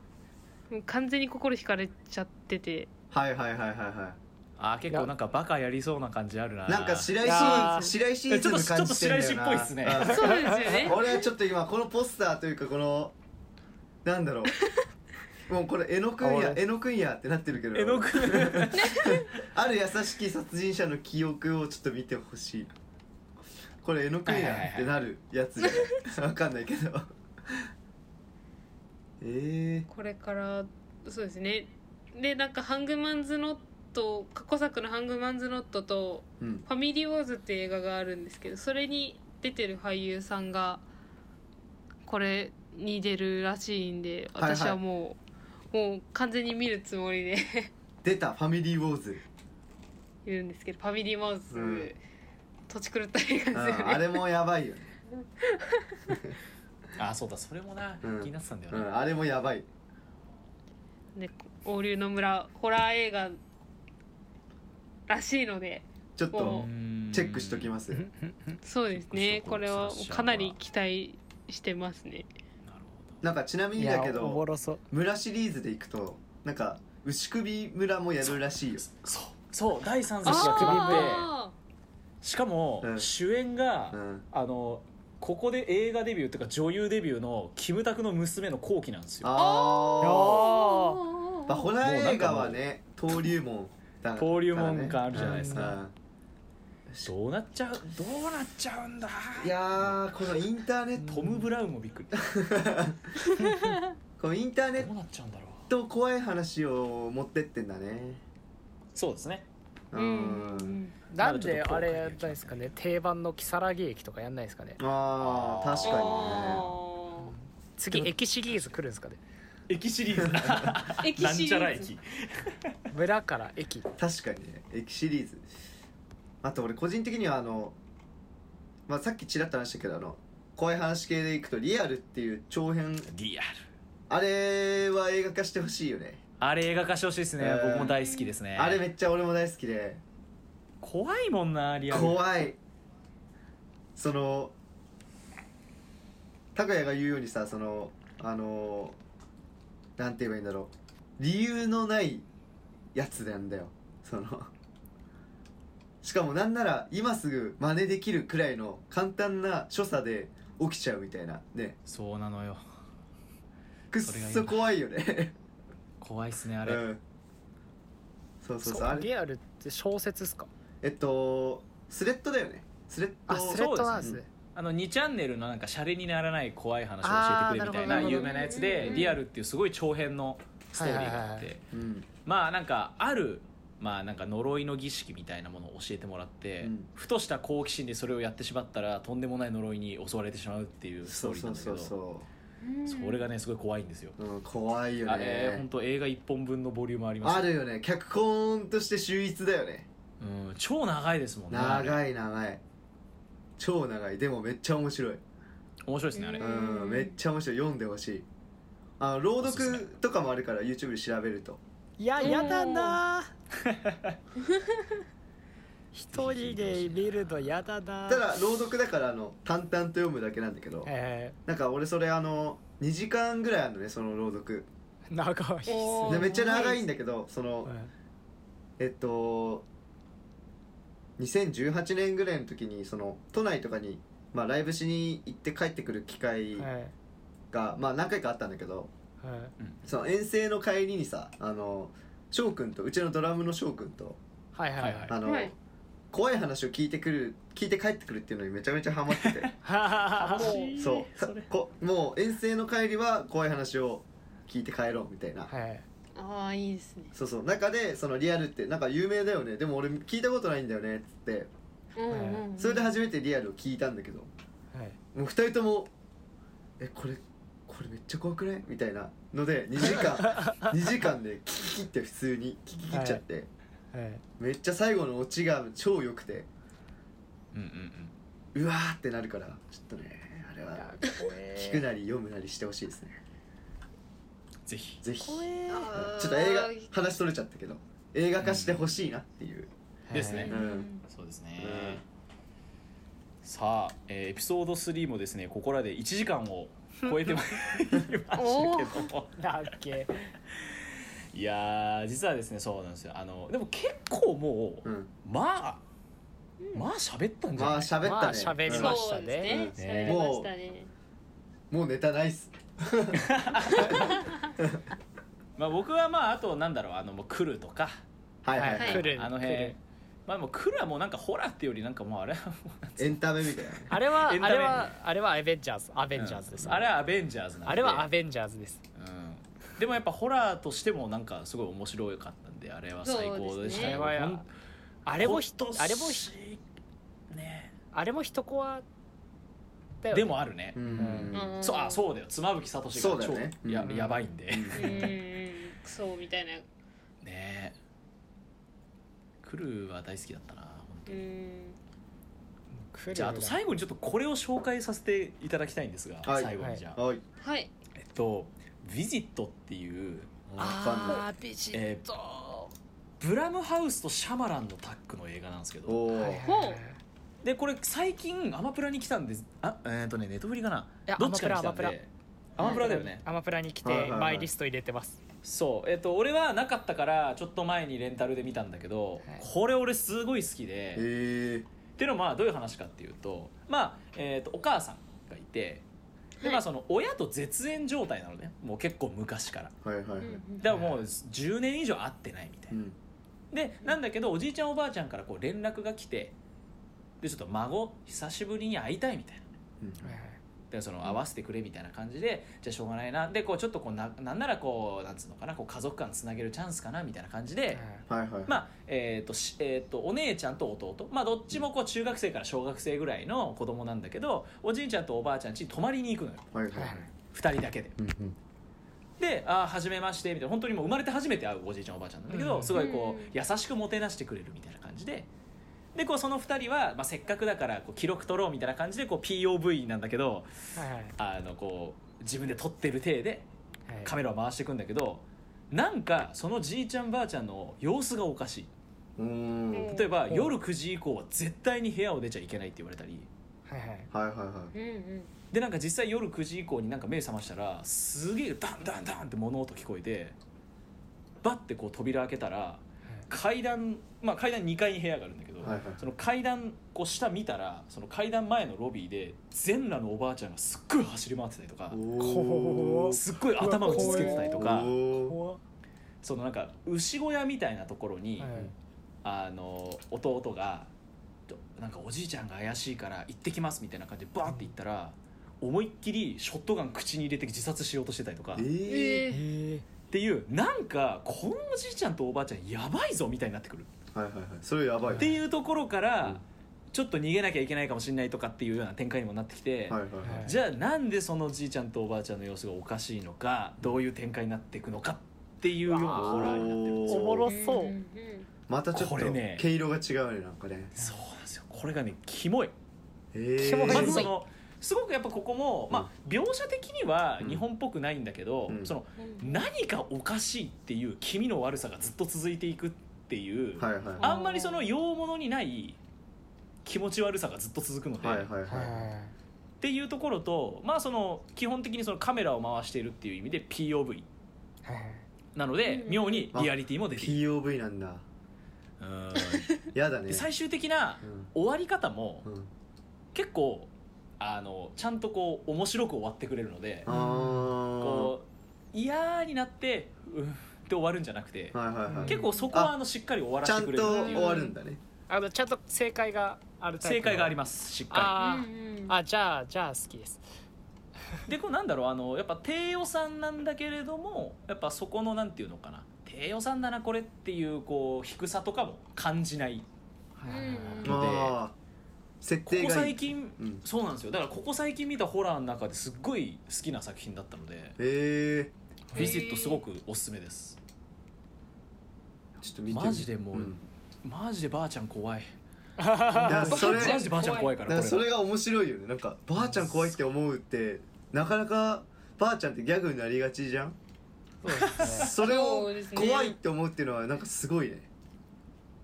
Speaker 3: もう完全に心惹かれちゃってて
Speaker 2: はいはいはいはいは
Speaker 1: あー結構なんかバカやりそうな感じあるな
Speaker 2: なんか白
Speaker 4: いやー
Speaker 2: 石白石イズム感じてんだよな
Speaker 1: ちょっと白石っぽいっすね
Speaker 2: うん
Speaker 3: そうですよね
Speaker 2: 俺はちょっと今このポスターというかこのなんだろうもうこれ絵のくんや
Speaker 4: 俺
Speaker 2: 絵のくんやってなってるけど
Speaker 1: 絵の具
Speaker 2: ある優しき殺人者の記憶をちょっと見てほしいこれ絵のくんやってなるやつじゃないわかんないけど え
Speaker 3: これからそうですねでなんか「ハングマンズ・ノット」過去作の「ハングマンズ・ノット」と
Speaker 2: ー、うん
Speaker 3: 「ファミリー・ウォーズ」っていう映画があるんですけどそれに出てる俳優さんがこれに出るらしいんで
Speaker 2: はいはい
Speaker 3: 私はもう、もう完全に見るつもりで
Speaker 2: 出たファミリーウォーズ
Speaker 3: いるんですけど「ファミリー・ウォーズ」
Speaker 2: うん
Speaker 3: 土地狂った映
Speaker 2: うん
Speaker 3: 画ですよね
Speaker 2: あれもやばいよね、
Speaker 1: あーそうだそれもな気
Speaker 2: うん
Speaker 1: になってたんだよ
Speaker 2: う
Speaker 1: な、
Speaker 2: ん、あれもやばい
Speaker 3: で王流の村ホラー映画らしいので
Speaker 2: ちょっ
Speaker 1: う
Speaker 2: と
Speaker 3: ん
Speaker 1: ーん
Speaker 2: チェックしときます
Speaker 3: そうですね
Speaker 1: こ
Speaker 3: こ
Speaker 1: れ
Speaker 3: れはかなり期待してますね
Speaker 1: なるほ
Speaker 2: なんかちなみ
Speaker 4: い
Speaker 2: にだ
Speaker 4: や
Speaker 2: け
Speaker 4: おも
Speaker 2: ど
Speaker 4: ろそう
Speaker 2: 村シリーズでいくとなんか牛首村もやるらしいよ
Speaker 1: どそうそう第三作
Speaker 4: 寿司
Speaker 1: が
Speaker 4: 屋
Speaker 1: 決
Speaker 4: 組んで
Speaker 1: まって
Speaker 3: あ
Speaker 1: しかも、
Speaker 2: うん
Speaker 1: 主演が、
Speaker 2: うん
Speaker 1: あのここで映画デビューっていうか女優デビューのキムタクの娘の後期なんですよ
Speaker 2: あ
Speaker 3: ー
Speaker 4: あ
Speaker 2: ーまあホラー映画はね登竜門だからね
Speaker 1: 登竜門感あるじゃないですか、
Speaker 2: うんうん
Speaker 1: どうなっちゃうどうなっちゃうんだ
Speaker 2: いやーこのインターネット
Speaker 1: トム・ブラウンもびっくり
Speaker 2: このインターネ
Speaker 1: ど
Speaker 2: ッ
Speaker 1: うなっちゃうんだろう
Speaker 2: ト怖い話を持ってってんだね
Speaker 1: そうですね
Speaker 3: う
Speaker 2: うんん
Speaker 4: なんであれやんないですかね定番の如月駅とかやんないですかね
Speaker 2: あー確か
Speaker 4: 次駅シリーズ来るんですかね
Speaker 1: 駅シリーズな
Speaker 3: かに
Speaker 1: んちゃら駅
Speaker 4: 村から駅
Speaker 2: にね確かにね駅シリーズあと俺個人的にはあの、まあ、さっきちらっと話したけどあの怖い話系でいくと「リアル」っていう長編
Speaker 1: リアル
Speaker 2: あれは映画化してほしいよね
Speaker 1: あれ映画化してほしいですね、
Speaker 2: うん
Speaker 1: 僕も大好きですね
Speaker 2: あれめっちゃ俺も大好きで
Speaker 1: 怖いもんなリアル
Speaker 2: 怖いその拓哉が言うようにさそのあのなんて言えばいいんだろう理由のないやつなんだよその しかもなんなら今すぐ真似できるくらいの簡単な所作で起きちゃうみたいなね
Speaker 1: そうなのよ
Speaker 2: くっ
Speaker 1: それがいい
Speaker 2: そ
Speaker 1: な
Speaker 2: 怖いよね
Speaker 1: 怖いっすねあ
Speaker 2: あ
Speaker 1: れ、
Speaker 2: うん、そうそうそう
Speaker 4: そう
Speaker 2: あれ
Speaker 4: リアルって小説っすか
Speaker 2: えっとスレッドだよねスレッド
Speaker 4: あスレッドなんです
Speaker 2: そう
Speaker 4: ね
Speaker 2: で
Speaker 1: あの2チャンネルのなんかシャレにならない怖い話を教えてくれみたい
Speaker 4: あ
Speaker 1: な
Speaker 4: ーなるほど
Speaker 1: 有名なやつ
Speaker 3: うんうん
Speaker 1: で「
Speaker 3: うん
Speaker 1: リアル」っていうすごい長編のストーリーがあって、
Speaker 4: はいはいは
Speaker 2: うん
Speaker 1: まあなんかあるまあなんか呪いの儀式みたいなものを教えてもらって、
Speaker 2: うん
Speaker 1: ふとした好奇心でそれをやってしまったらとんでもない呪いに襲われてしまうっていうス
Speaker 2: そ
Speaker 1: トー
Speaker 2: う
Speaker 1: リーな
Speaker 2: そ
Speaker 1: ん
Speaker 2: う
Speaker 1: だけど
Speaker 2: そうそ
Speaker 1: それがねすごい怖いんですよ
Speaker 2: う、うん、怖いよね
Speaker 1: あれ本当映画1本分のボリュームあります
Speaker 2: あるよね脚本として秀逸だよね
Speaker 1: うん、超長いですもんねあれ
Speaker 2: 長い長い超長いでもめっちゃ面白い
Speaker 1: 面白いですねあれ、
Speaker 3: う
Speaker 2: う
Speaker 1: あ
Speaker 2: ん、
Speaker 3: うん
Speaker 2: めっちゃ面白い読んでほしいあの朗
Speaker 1: おすすめ
Speaker 2: 読とかもあるから YouTube で調べると
Speaker 4: いや、
Speaker 3: うん
Speaker 4: やだなぁ一人で見るのやだなぁ
Speaker 2: ただ朗読だからあの淡々と読むだけなんだけど
Speaker 4: え
Speaker 2: なんか俺それあの2時間ぐらいあるのねその朗読
Speaker 4: ー、長いっす
Speaker 3: お
Speaker 2: で
Speaker 3: ー
Speaker 4: ね
Speaker 2: めっちゃ長いんだけどその
Speaker 4: うん
Speaker 2: えっと2018年ぐらいの時にその都内とかに、まあ、ライブしに行って帰ってくる機会
Speaker 4: はい
Speaker 2: が、まあ、何回かあったんだけど
Speaker 4: はい
Speaker 2: その遠征の帰りにさあの翔くんとうちのドラムの翔くんと
Speaker 4: はいはいはい
Speaker 1: はい
Speaker 2: あの、
Speaker 3: はい
Speaker 2: 怖い話を聞いてくる聞いて帰ってくるっていうのにめちゃめちゃハマ ってて
Speaker 4: は
Speaker 1: もう
Speaker 2: そう
Speaker 1: それ
Speaker 2: こもう遠征の帰りは怖い話を聞いて帰ろうみたいな、
Speaker 4: いはい
Speaker 3: ああいいですね
Speaker 2: そうそう中でそのリアルってなんか有名だよねでも俺聞いたことないんだよねっつって
Speaker 3: うんうんうん
Speaker 2: それで初めてリアルを聞いたんだけど
Speaker 4: はい
Speaker 2: もう二人とも「えこれこれめっちゃ怖くない?」みたいなので2時 間2時間で聞き切って普通に聞き切っちゃって、
Speaker 4: はい
Speaker 2: めっちゃ最後のオチが超良くて
Speaker 1: うんうんうん
Speaker 2: うわーってなるからちょっとねあれ
Speaker 4: い
Speaker 2: は
Speaker 4: や怖え
Speaker 2: 聞くなり読むなりしてほしいですね
Speaker 1: ぜひ
Speaker 2: ぜひち
Speaker 4: 怖
Speaker 2: ょ
Speaker 4: え
Speaker 3: あー
Speaker 2: っと映画話取れちゃったけど映画化してほしいなっていう、
Speaker 1: ですね
Speaker 4: はい
Speaker 2: うん
Speaker 1: そうですね、さあ、えーエピソード3もですねここらで1時間を超えてまいりましたけども
Speaker 4: だっけ
Speaker 1: いいやー実はですねそうなんですよあのでも結構もう、
Speaker 2: うん、
Speaker 1: まあまあ喋ったんじゃ
Speaker 2: ま
Speaker 1: ない、
Speaker 2: あ喋
Speaker 4: まあ
Speaker 2: ったね、
Speaker 4: 喋り
Speaker 2: うん
Speaker 4: ま
Speaker 3: そう
Speaker 4: した
Speaker 3: で
Speaker 4: ね
Speaker 3: すね。喋
Speaker 1: ね
Speaker 3: りましたね。
Speaker 2: もうネタないっす
Speaker 1: まあ、僕はまああとなんだろうあのもう来るとか
Speaker 2: はいはい、
Speaker 3: は
Speaker 2: はいい、
Speaker 4: 来る
Speaker 1: あの
Speaker 4: 来
Speaker 1: 辺
Speaker 4: る
Speaker 1: まあでも来るはもうなんかホラーっていうよりなんかもうあれはもうなんつう
Speaker 2: エンタメみたいな
Speaker 4: あれはあ
Speaker 1: エン
Speaker 4: れ
Speaker 1: タメ
Speaker 4: はあれはアベンジャーズアベ
Speaker 1: の
Speaker 4: ンジャーズです、
Speaker 1: うんあれはアベンジャーズなんで
Speaker 4: あれはアベンジャーズです
Speaker 1: うん、でもやっぱホラーとしてもなんかすごい面白かったんであれは最高でした
Speaker 4: あれ
Speaker 1: よ
Speaker 3: そう
Speaker 4: は
Speaker 1: ほ
Speaker 4: や
Speaker 1: ん
Speaker 4: あれもひ
Speaker 1: 今年
Speaker 4: あれもひ
Speaker 1: ね
Speaker 4: あれも一コアだよね
Speaker 1: でもあるね、
Speaker 2: うん、
Speaker 3: うん
Speaker 1: そうあそうだよ妻夫木聡
Speaker 2: そう
Speaker 1: が
Speaker 2: だ
Speaker 1: 超、
Speaker 2: よね
Speaker 1: や
Speaker 2: うん
Speaker 1: やばいんで、ね
Speaker 3: うんうんうん。クソみたいな。
Speaker 1: えクルーは大好きだったな本当
Speaker 3: う
Speaker 1: に
Speaker 3: ん。
Speaker 4: 来る
Speaker 1: じゃああと最後にちょっとこれを紹介させていただきたいんですが、
Speaker 2: はい
Speaker 1: 最後にじゃあ、
Speaker 2: はい
Speaker 3: はい。
Speaker 1: えっと「ヴィジット」っていう
Speaker 4: あービジッ
Speaker 1: え
Speaker 4: ト、
Speaker 1: ブラムハウスとシャマランのタッグの映画なんですけ
Speaker 2: お
Speaker 1: ど
Speaker 2: おー、
Speaker 4: はいはいはい
Speaker 3: ほう
Speaker 1: でこれ最近アマプラに来たんですあえーっとねネットフリかない
Speaker 4: や
Speaker 1: どっちかに来たん
Speaker 4: アマプラアマ
Speaker 1: でアマプラだよね
Speaker 4: アマプラに来
Speaker 2: はいは
Speaker 4: て
Speaker 2: いはい
Speaker 4: マイリスト入れてます、
Speaker 1: そうえっと俺はなかったからちょっと前にレンタルで見たんだけど、
Speaker 4: い
Speaker 1: これ俺すごい好きで、
Speaker 2: え
Speaker 1: っていうのはまあどういう話かっていうとまあ、えー、とお母さんがいてで、まあ、その親と絶縁状態なのねもう結構昔から
Speaker 2: ー、はいはいはい、
Speaker 1: だからもう10年以上会ってないみたいうな、
Speaker 2: ん、
Speaker 1: でなんだけどおじいちゃんおばあちゃんからこう連絡が来てでちょっと孫久しぶりに会いたいみたいな
Speaker 2: うん
Speaker 4: はいはい
Speaker 1: でその会わせてくれみたいな感じで、じゃあしょうがないなでこうちょっとこうななんならこうなんつうのかなこう家族間つなげるチャンスかなみたいな感じで、
Speaker 2: はいはいはい
Speaker 1: まあえーとしえー、とお姉ちゃんと弟、まあ、どっちもこう中学生から小学生ぐらいの子供なんだけどおじいちゃんとおばあちゃん家に泊まりに行くのよ
Speaker 2: はいはい
Speaker 4: はい
Speaker 2: は
Speaker 4: はいい
Speaker 1: 2人だけで。
Speaker 2: うんうん
Speaker 1: で「ああはじめまして」みたいな本当にもう生まれて初めて会うおじいちゃんおばあちゃんなんだけど、
Speaker 4: うん
Speaker 1: すごいこ
Speaker 3: うん
Speaker 1: う優しくもてなしてくれるみたいな感じで。でこうその2人は、まあ、せっかくだからこう記録取ろうみたいな感じでこう POV なんだけど
Speaker 4: はいはい
Speaker 1: あのこう自分で撮ってる体で
Speaker 4: はい
Speaker 1: カメラを回していくんだけどなんかそのじいちゃんばあちゃんの様子がおかしい。
Speaker 2: うーん
Speaker 3: うん
Speaker 1: 例えば
Speaker 4: うん
Speaker 1: 夜9時以降は絶対に部屋を出ちゃいけないって言われたり
Speaker 4: はいはい
Speaker 2: はいはいは
Speaker 3: うんうん。
Speaker 1: でなんか実際夜9時以降になんか目覚ましたらすげえダンダンダンって物音聞こえてバッてこう扉開けたら階段まあ階段2階に部屋があるんだけど、
Speaker 2: いはいはい
Speaker 1: その階段こう下見たらその階段前のロビーで全裸のおばあちゃんがすっごい走り回ってたりとか
Speaker 2: おー
Speaker 1: すっごい頭打ちつけてたりとか
Speaker 2: おー
Speaker 4: 怖っ
Speaker 1: そのなんか牛小屋みたいなところに、
Speaker 4: はい
Speaker 1: あの弟がとなんかおじいちゃんが怪しいから行ってきますみたいな感じでバーって行ったら、思いっきりショットガン口に入れて自殺しようとしてたりとかっ
Speaker 2: え
Speaker 3: ええ。
Speaker 4: え
Speaker 1: ていうなんかこのおじいちゃんとおばあちゃんやばいぞみたいになってくる
Speaker 2: ーはいはいはいそれやばい
Speaker 1: っていうところから、
Speaker 2: うん
Speaker 1: ちょっと逃げなきゃいけないかもしれないとかっていうような展開にもなってきて、
Speaker 2: はいはいはい
Speaker 1: じゃあなんでそのおじいちゃんとおばあちゃんの様子がおかしいのかどういう展開になっていくのかっていうようなホラーになってるんです
Speaker 4: ー、お
Speaker 1: よ。
Speaker 4: もろそう、
Speaker 3: ん
Speaker 2: またちょっ
Speaker 1: ことれね
Speaker 2: 毛色が違うねなんかね
Speaker 1: そうなんですよこれがねキモい
Speaker 2: え
Speaker 4: 気持ち
Speaker 1: ま
Speaker 4: 悪
Speaker 1: ず
Speaker 4: い
Speaker 1: そのすごくやっぱここも、まあ、描写的には日本っぽくないんだけど、
Speaker 2: うん
Speaker 1: その
Speaker 3: うん
Speaker 1: 何かおかしいっていう気味の悪さがずっと続いていくっていう、
Speaker 2: はいはいは
Speaker 1: あんまりその洋物にない気持ち悪さがずっと続くので、
Speaker 2: いは
Speaker 1: っ
Speaker 2: いはいは
Speaker 4: は
Speaker 1: ていうところと、まあ、その基本的にそのカメラを回しているっていう意味で POV
Speaker 4: いはい
Speaker 1: なので、
Speaker 3: うん
Speaker 1: 妙にリアリティも
Speaker 2: い
Speaker 1: 出ている。
Speaker 2: POV なんだ
Speaker 1: うん
Speaker 2: やだね
Speaker 1: で最終的な
Speaker 2: うん
Speaker 1: 終わり方も
Speaker 2: うん
Speaker 1: 結構あのちゃんとこう面白く終わってくれるので。
Speaker 2: あー
Speaker 1: こう嫌になってうーって終わるんじゃなくて
Speaker 2: はいはいはい
Speaker 1: 結構そこはあのしっかり終わら
Speaker 2: ち
Speaker 1: せ
Speaker 2: ゃ
Speaker 1: て
Speaker 2: ん
Speaker 1: くれ
Speaker 2: と
Speaker 1: るって
Speaker 2: 終
Speaker 1: いう
Speaker 2: わるんだね
Speaker 4: あのちゃんと正解があるタイプ
Speaker 1: 正解があり
Speaker 4: ま
Speaker 1: ますしっか
Speaker 4: あー、
Speaker 3: うんうん
Speaker 4: あじゃあじゃあ好きです
Speaker 1: りでこうなんだろうあのやっぱ低予算なんだけれどもやっぱそこのなんていうのかな低予算だなこれっていうこう低さとかも感じない
Speaker 4: はい
Speaker 3: うん
Speaker 1: ので
Speaker 2: ああ設
Speaker 1: こ
Speaker 2: 定
Speaker 1: こ
Speaker 2: がい
Speaker 1: 最
Speaker 2: い
Speaker 1: 近
Speaker 2: うん
Speaker 1: そうなんですよだからここ最近見たホラーの中ですっごい好きな作品だったので
Speaker 2: え
Speaker 1: 「ヴィジット」すごくおすすめです
Speaker 2: ーちょっと見てみ
Speaker 1: マジでもうんマジでばあちゃん怖い
Speaker 2: いやそれ
Speaker 1: マジでばあちゃん怖いか
Speaker 2: だ
Speaker 1: ら
Speaker 2: か
Speaker 1: これは
Speaker 2: らそれが面白いよねなんかばあちゃん怖いって思うってなかなかばあちゃんってギャグになりがちじゃん
Speaker 4: そうですね
Speaker 2: それ
Speaker 3: そ
Speaker 2: を
Speaker 3: うですね
Speaker 2: 怖いって思うっていうのはなんかすごいね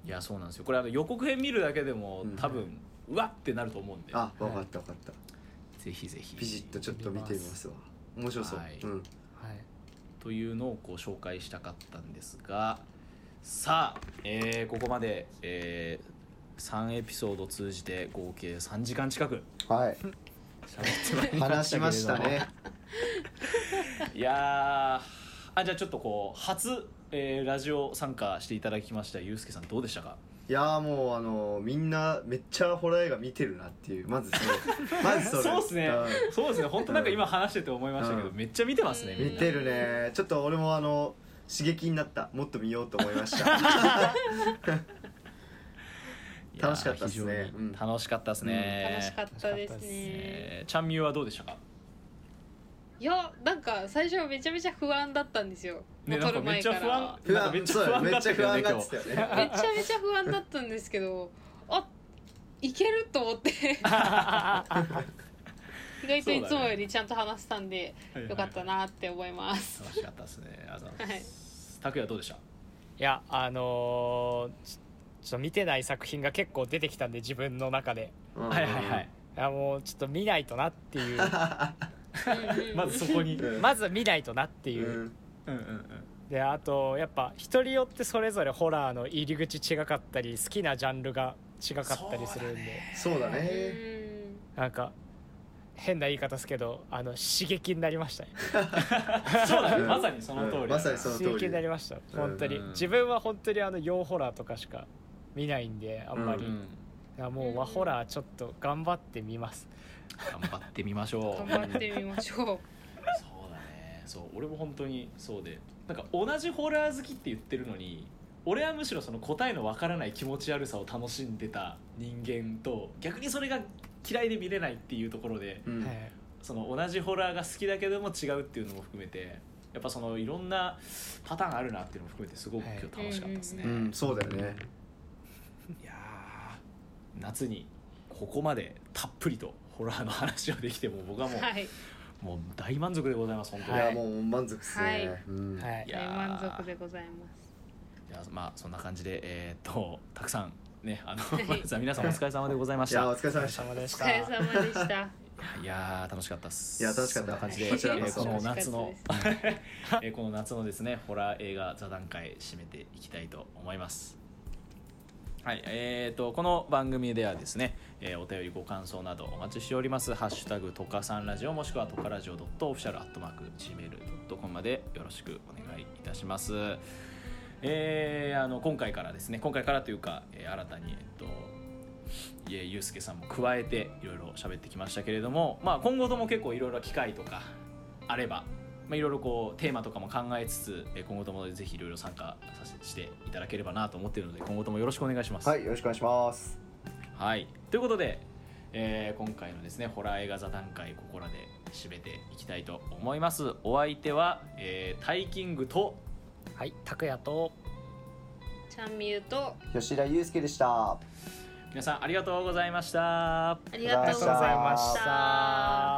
Speaker 1: いやそうなんですよこれあの予告編見るだけでも
Speaker 2: うん
Speaker 1: 多分、うわってなると思うんで
Speaker 2: あわかったわかった
Speaker 1: ぜひぜひ
Speaker 2: ビジッとちょっと見てみますわ面白そう
Speaker 1: はい
Speaker 2: うん
Speaker 4: はい
Speaker 1: というのをこう紹介したかったんですがさあ、えーここまで、え3エピソード通じて合計3時間近く
Speaker 2: は
Speaker 1: 喋
Speaker 2: い
Speaker 1: ってまいりま し
Speaker 2: 話した
Speaker 1: けれども
Speaker 2: ましたね
Speaker 1: いやーあじゃあちょっとこう初、えーラジオ参加していただきましたゆうすけさんどうでしたか
Speaker 2: いやーもうあのーみんなめっちゃホラー映画見てるなっていうまずそ れまずそれ
Speaker 1: そうですね
Speaker 2: ん
Speaker 1: そうですね本当なんか今話してて思いましたけど、
Speaker 2: うん
Speaker 1: めっちゃ見てますねみん
Speaker 2: 見
Speaker 1: な
Speaker 2: てるねちょっと俺もあの刺激になったもっと見ようと思いました
Speaker 1: いやー
Speaker 2: 楽しかったっすね
Speaker 1: 非常
Speaker 2: うん
Speaker 1: に楽しかったですね、
Speaker 3: 楽しかったですね。
Speaker 1: えーちゃんみゆはどうでしたか
Speaker 3: いやなんか最初めちゃめちゃ不安だったんですよ。
Speaker 1: ね
Speaker 3: も
Speaker 1: な
Speaker 3: う撮
Speaker 1: んか
Speaker 3: る
Speaker 1: めっ
Speaker 3: 前
Speaker 1: ち
Speaker 3: か
Speaker 1: ゃ
Speaker 3: ら
Speaker 1: 不安
Speaker 2: 不
Speaker 1: なんか
Speaker 2: 安
Speaker 1: めっちゃ
Speaker 2: そうだね
Speaker 1: 不安
Speaker 2: め
Speaker 1: だ
Speaker 2: っ
Speaker 1: っ
Speaker 2: ちゃ
Speaker 1: た
Speaker 2: 不
Speaker 1: よね
Speaker 2: 安が
Speaker 1: 今日
Speaker 2: ってたよね
Speaker 3: めちゃめちゃ不安だったんですけど、あいける と思って意外といつもよりちゃんと話せたんで、よかったなって思います。
Speaker 1: 楽しかったですねありがとうございます拓也どうでした
Speaker 4: いやあのーちちょっと見てない作品が結構出てきたんで自分の中で
Speaker 2: うん
Speaker 1: はいはいはい
Speaker 4: いやもうちょっと見ないとなって
Speaker 3: う
Speaker 4: いう
Speaker 3: んうん
Speaker 1: まずそこにう
Speaker 2: うんん
Speaker 4: まず見ないとなって
Speaker 2: う
Speaker 4: いう、
Speaker 2: ん
Speaker 1: うん
Speaker 4: であとやっぱ人によってそれぞれホラーの入り口違かったり好きなジャンルが違かったりするんで、
Speaker 2: そうだ
Speaker 3: う
Speaker 2: ね
Speaker 3: ん
Speaker 4: なんか変な言い方ですけどあの刺激になりましたね
Speaker 1: うんそうだね
Speaker 2: うん
Speaker 1: まさにその通りだ
Speaker 2: う
Speaker 1: なん
Speaker 2: まさにその通り
Speaker 4: 刺激になりました本当に、
Speaker 1: うん
Speaker 4: 自分は本当にあの洋ホラーとかしか見ないんであんま
Speaker 1: う
Speaker 4: り、い
Speaker 1: ん
Speaker 4: やもう和ホラーちょっと頑張ってみます
Speaker 1: 頑張ってみましょ
Speaker 3: 頑
Speaker 1: う
Speaker 3: 張ってみましょ
Speaker 1: そうだねそう俺も本当にそうでなんか同じホラー好きって言ってるのに俺はむしろその答えのわからない気持ち悪さを楽しんでた人間と逆にそれが嫌いで見れないっていうところで
Speaker 2: うん
Speaker 4: はい
Speaker 1: その同じホラーが好きだけども違うっていうのも含めてやっぱそのいろんなパターンあるなっていうのも含めてすごく今日楽しかったですね、
Speaker 2: う
Speaker 1: い
Speaker 2: んそうだよね
Speaker 1: やー夏にここまでたっぷりとホラーの話をできてもう僕はも
Speaker 3: う。
Speaker 1: う,、
Speaker 3: はい、
Speaker 1: もう大満足でございます本当
Speaker 2: い
Speaker 1: に、
Speaker 4: は
Speaker 2: や
Speaker 4: い
Speaker 2: もう満足っす
Speaker 3: はい
Speaker 2: ねうん
Speaker 4: はいい、
Speaker 1: やー
Speaker 3: 満足でございます。
Speaker 1: いやまあそんな感じでえーっとたくさんねあの
Speaker 3: い
Speaker 1: ま ずは皆さんお疲れ様でございまし
Speaker 2: い
Speaker 1: た
Speaker 2: やお疲れ
Speaker 4: お
Speaker 2: 様
Speaker 4: 疲
Speaker 2: で
Speaker 4: れ
Speaker 2: した
Speaker 4: 様でし
Speaker 3: お
Speaker 4: た
Speaker 3: 疲れ様でした。
Speaker 1: いやー楽しかったっす
Speaker 2: いや楽しかった
Speaker 1: そんな感じで、え
Speaker 2: こちらこ
Speaker 1: ー
Speaker 2: そ
Speaker 1: この夏の
Speaker 3: 楽
Speaker 1: えーこの夏のですねホラー映画座談会締めていきたいと思いますはいえー、とこの番組ではですね、えーお便りご感想などお待ちしております「ハッシュタグとかさんラジオ」もしくはとかラジオ .official.gmail.com までよろしくお願いいたしますえーあの今回からですね今回からというか、えー新たにえっといえゆうすけさんも加えていろいろ喋ってきましたけれども、まあ、今後とも結構いろいろ機会とかあれば、まあ、いろいろこうテーマとかも考えつつえー今後ともぜひいろいろ参加させしていただければなと思っているので今後ともよろしくお願いします。
Speaker 2: はいよろしくお願いします
Speaker 1: はい、ということで、えー今回のですねホラー映画座談会ここらで締めていきたいと思います。お相手は、えータイキングと
Speaker 4: はい拓也と
Speaker 3: ちゃんみゆと、
Speaker 2: 吉田祐介でした
Speaker 1: 皆さんありがとうございました。
Speaker 3: ありがとうございました。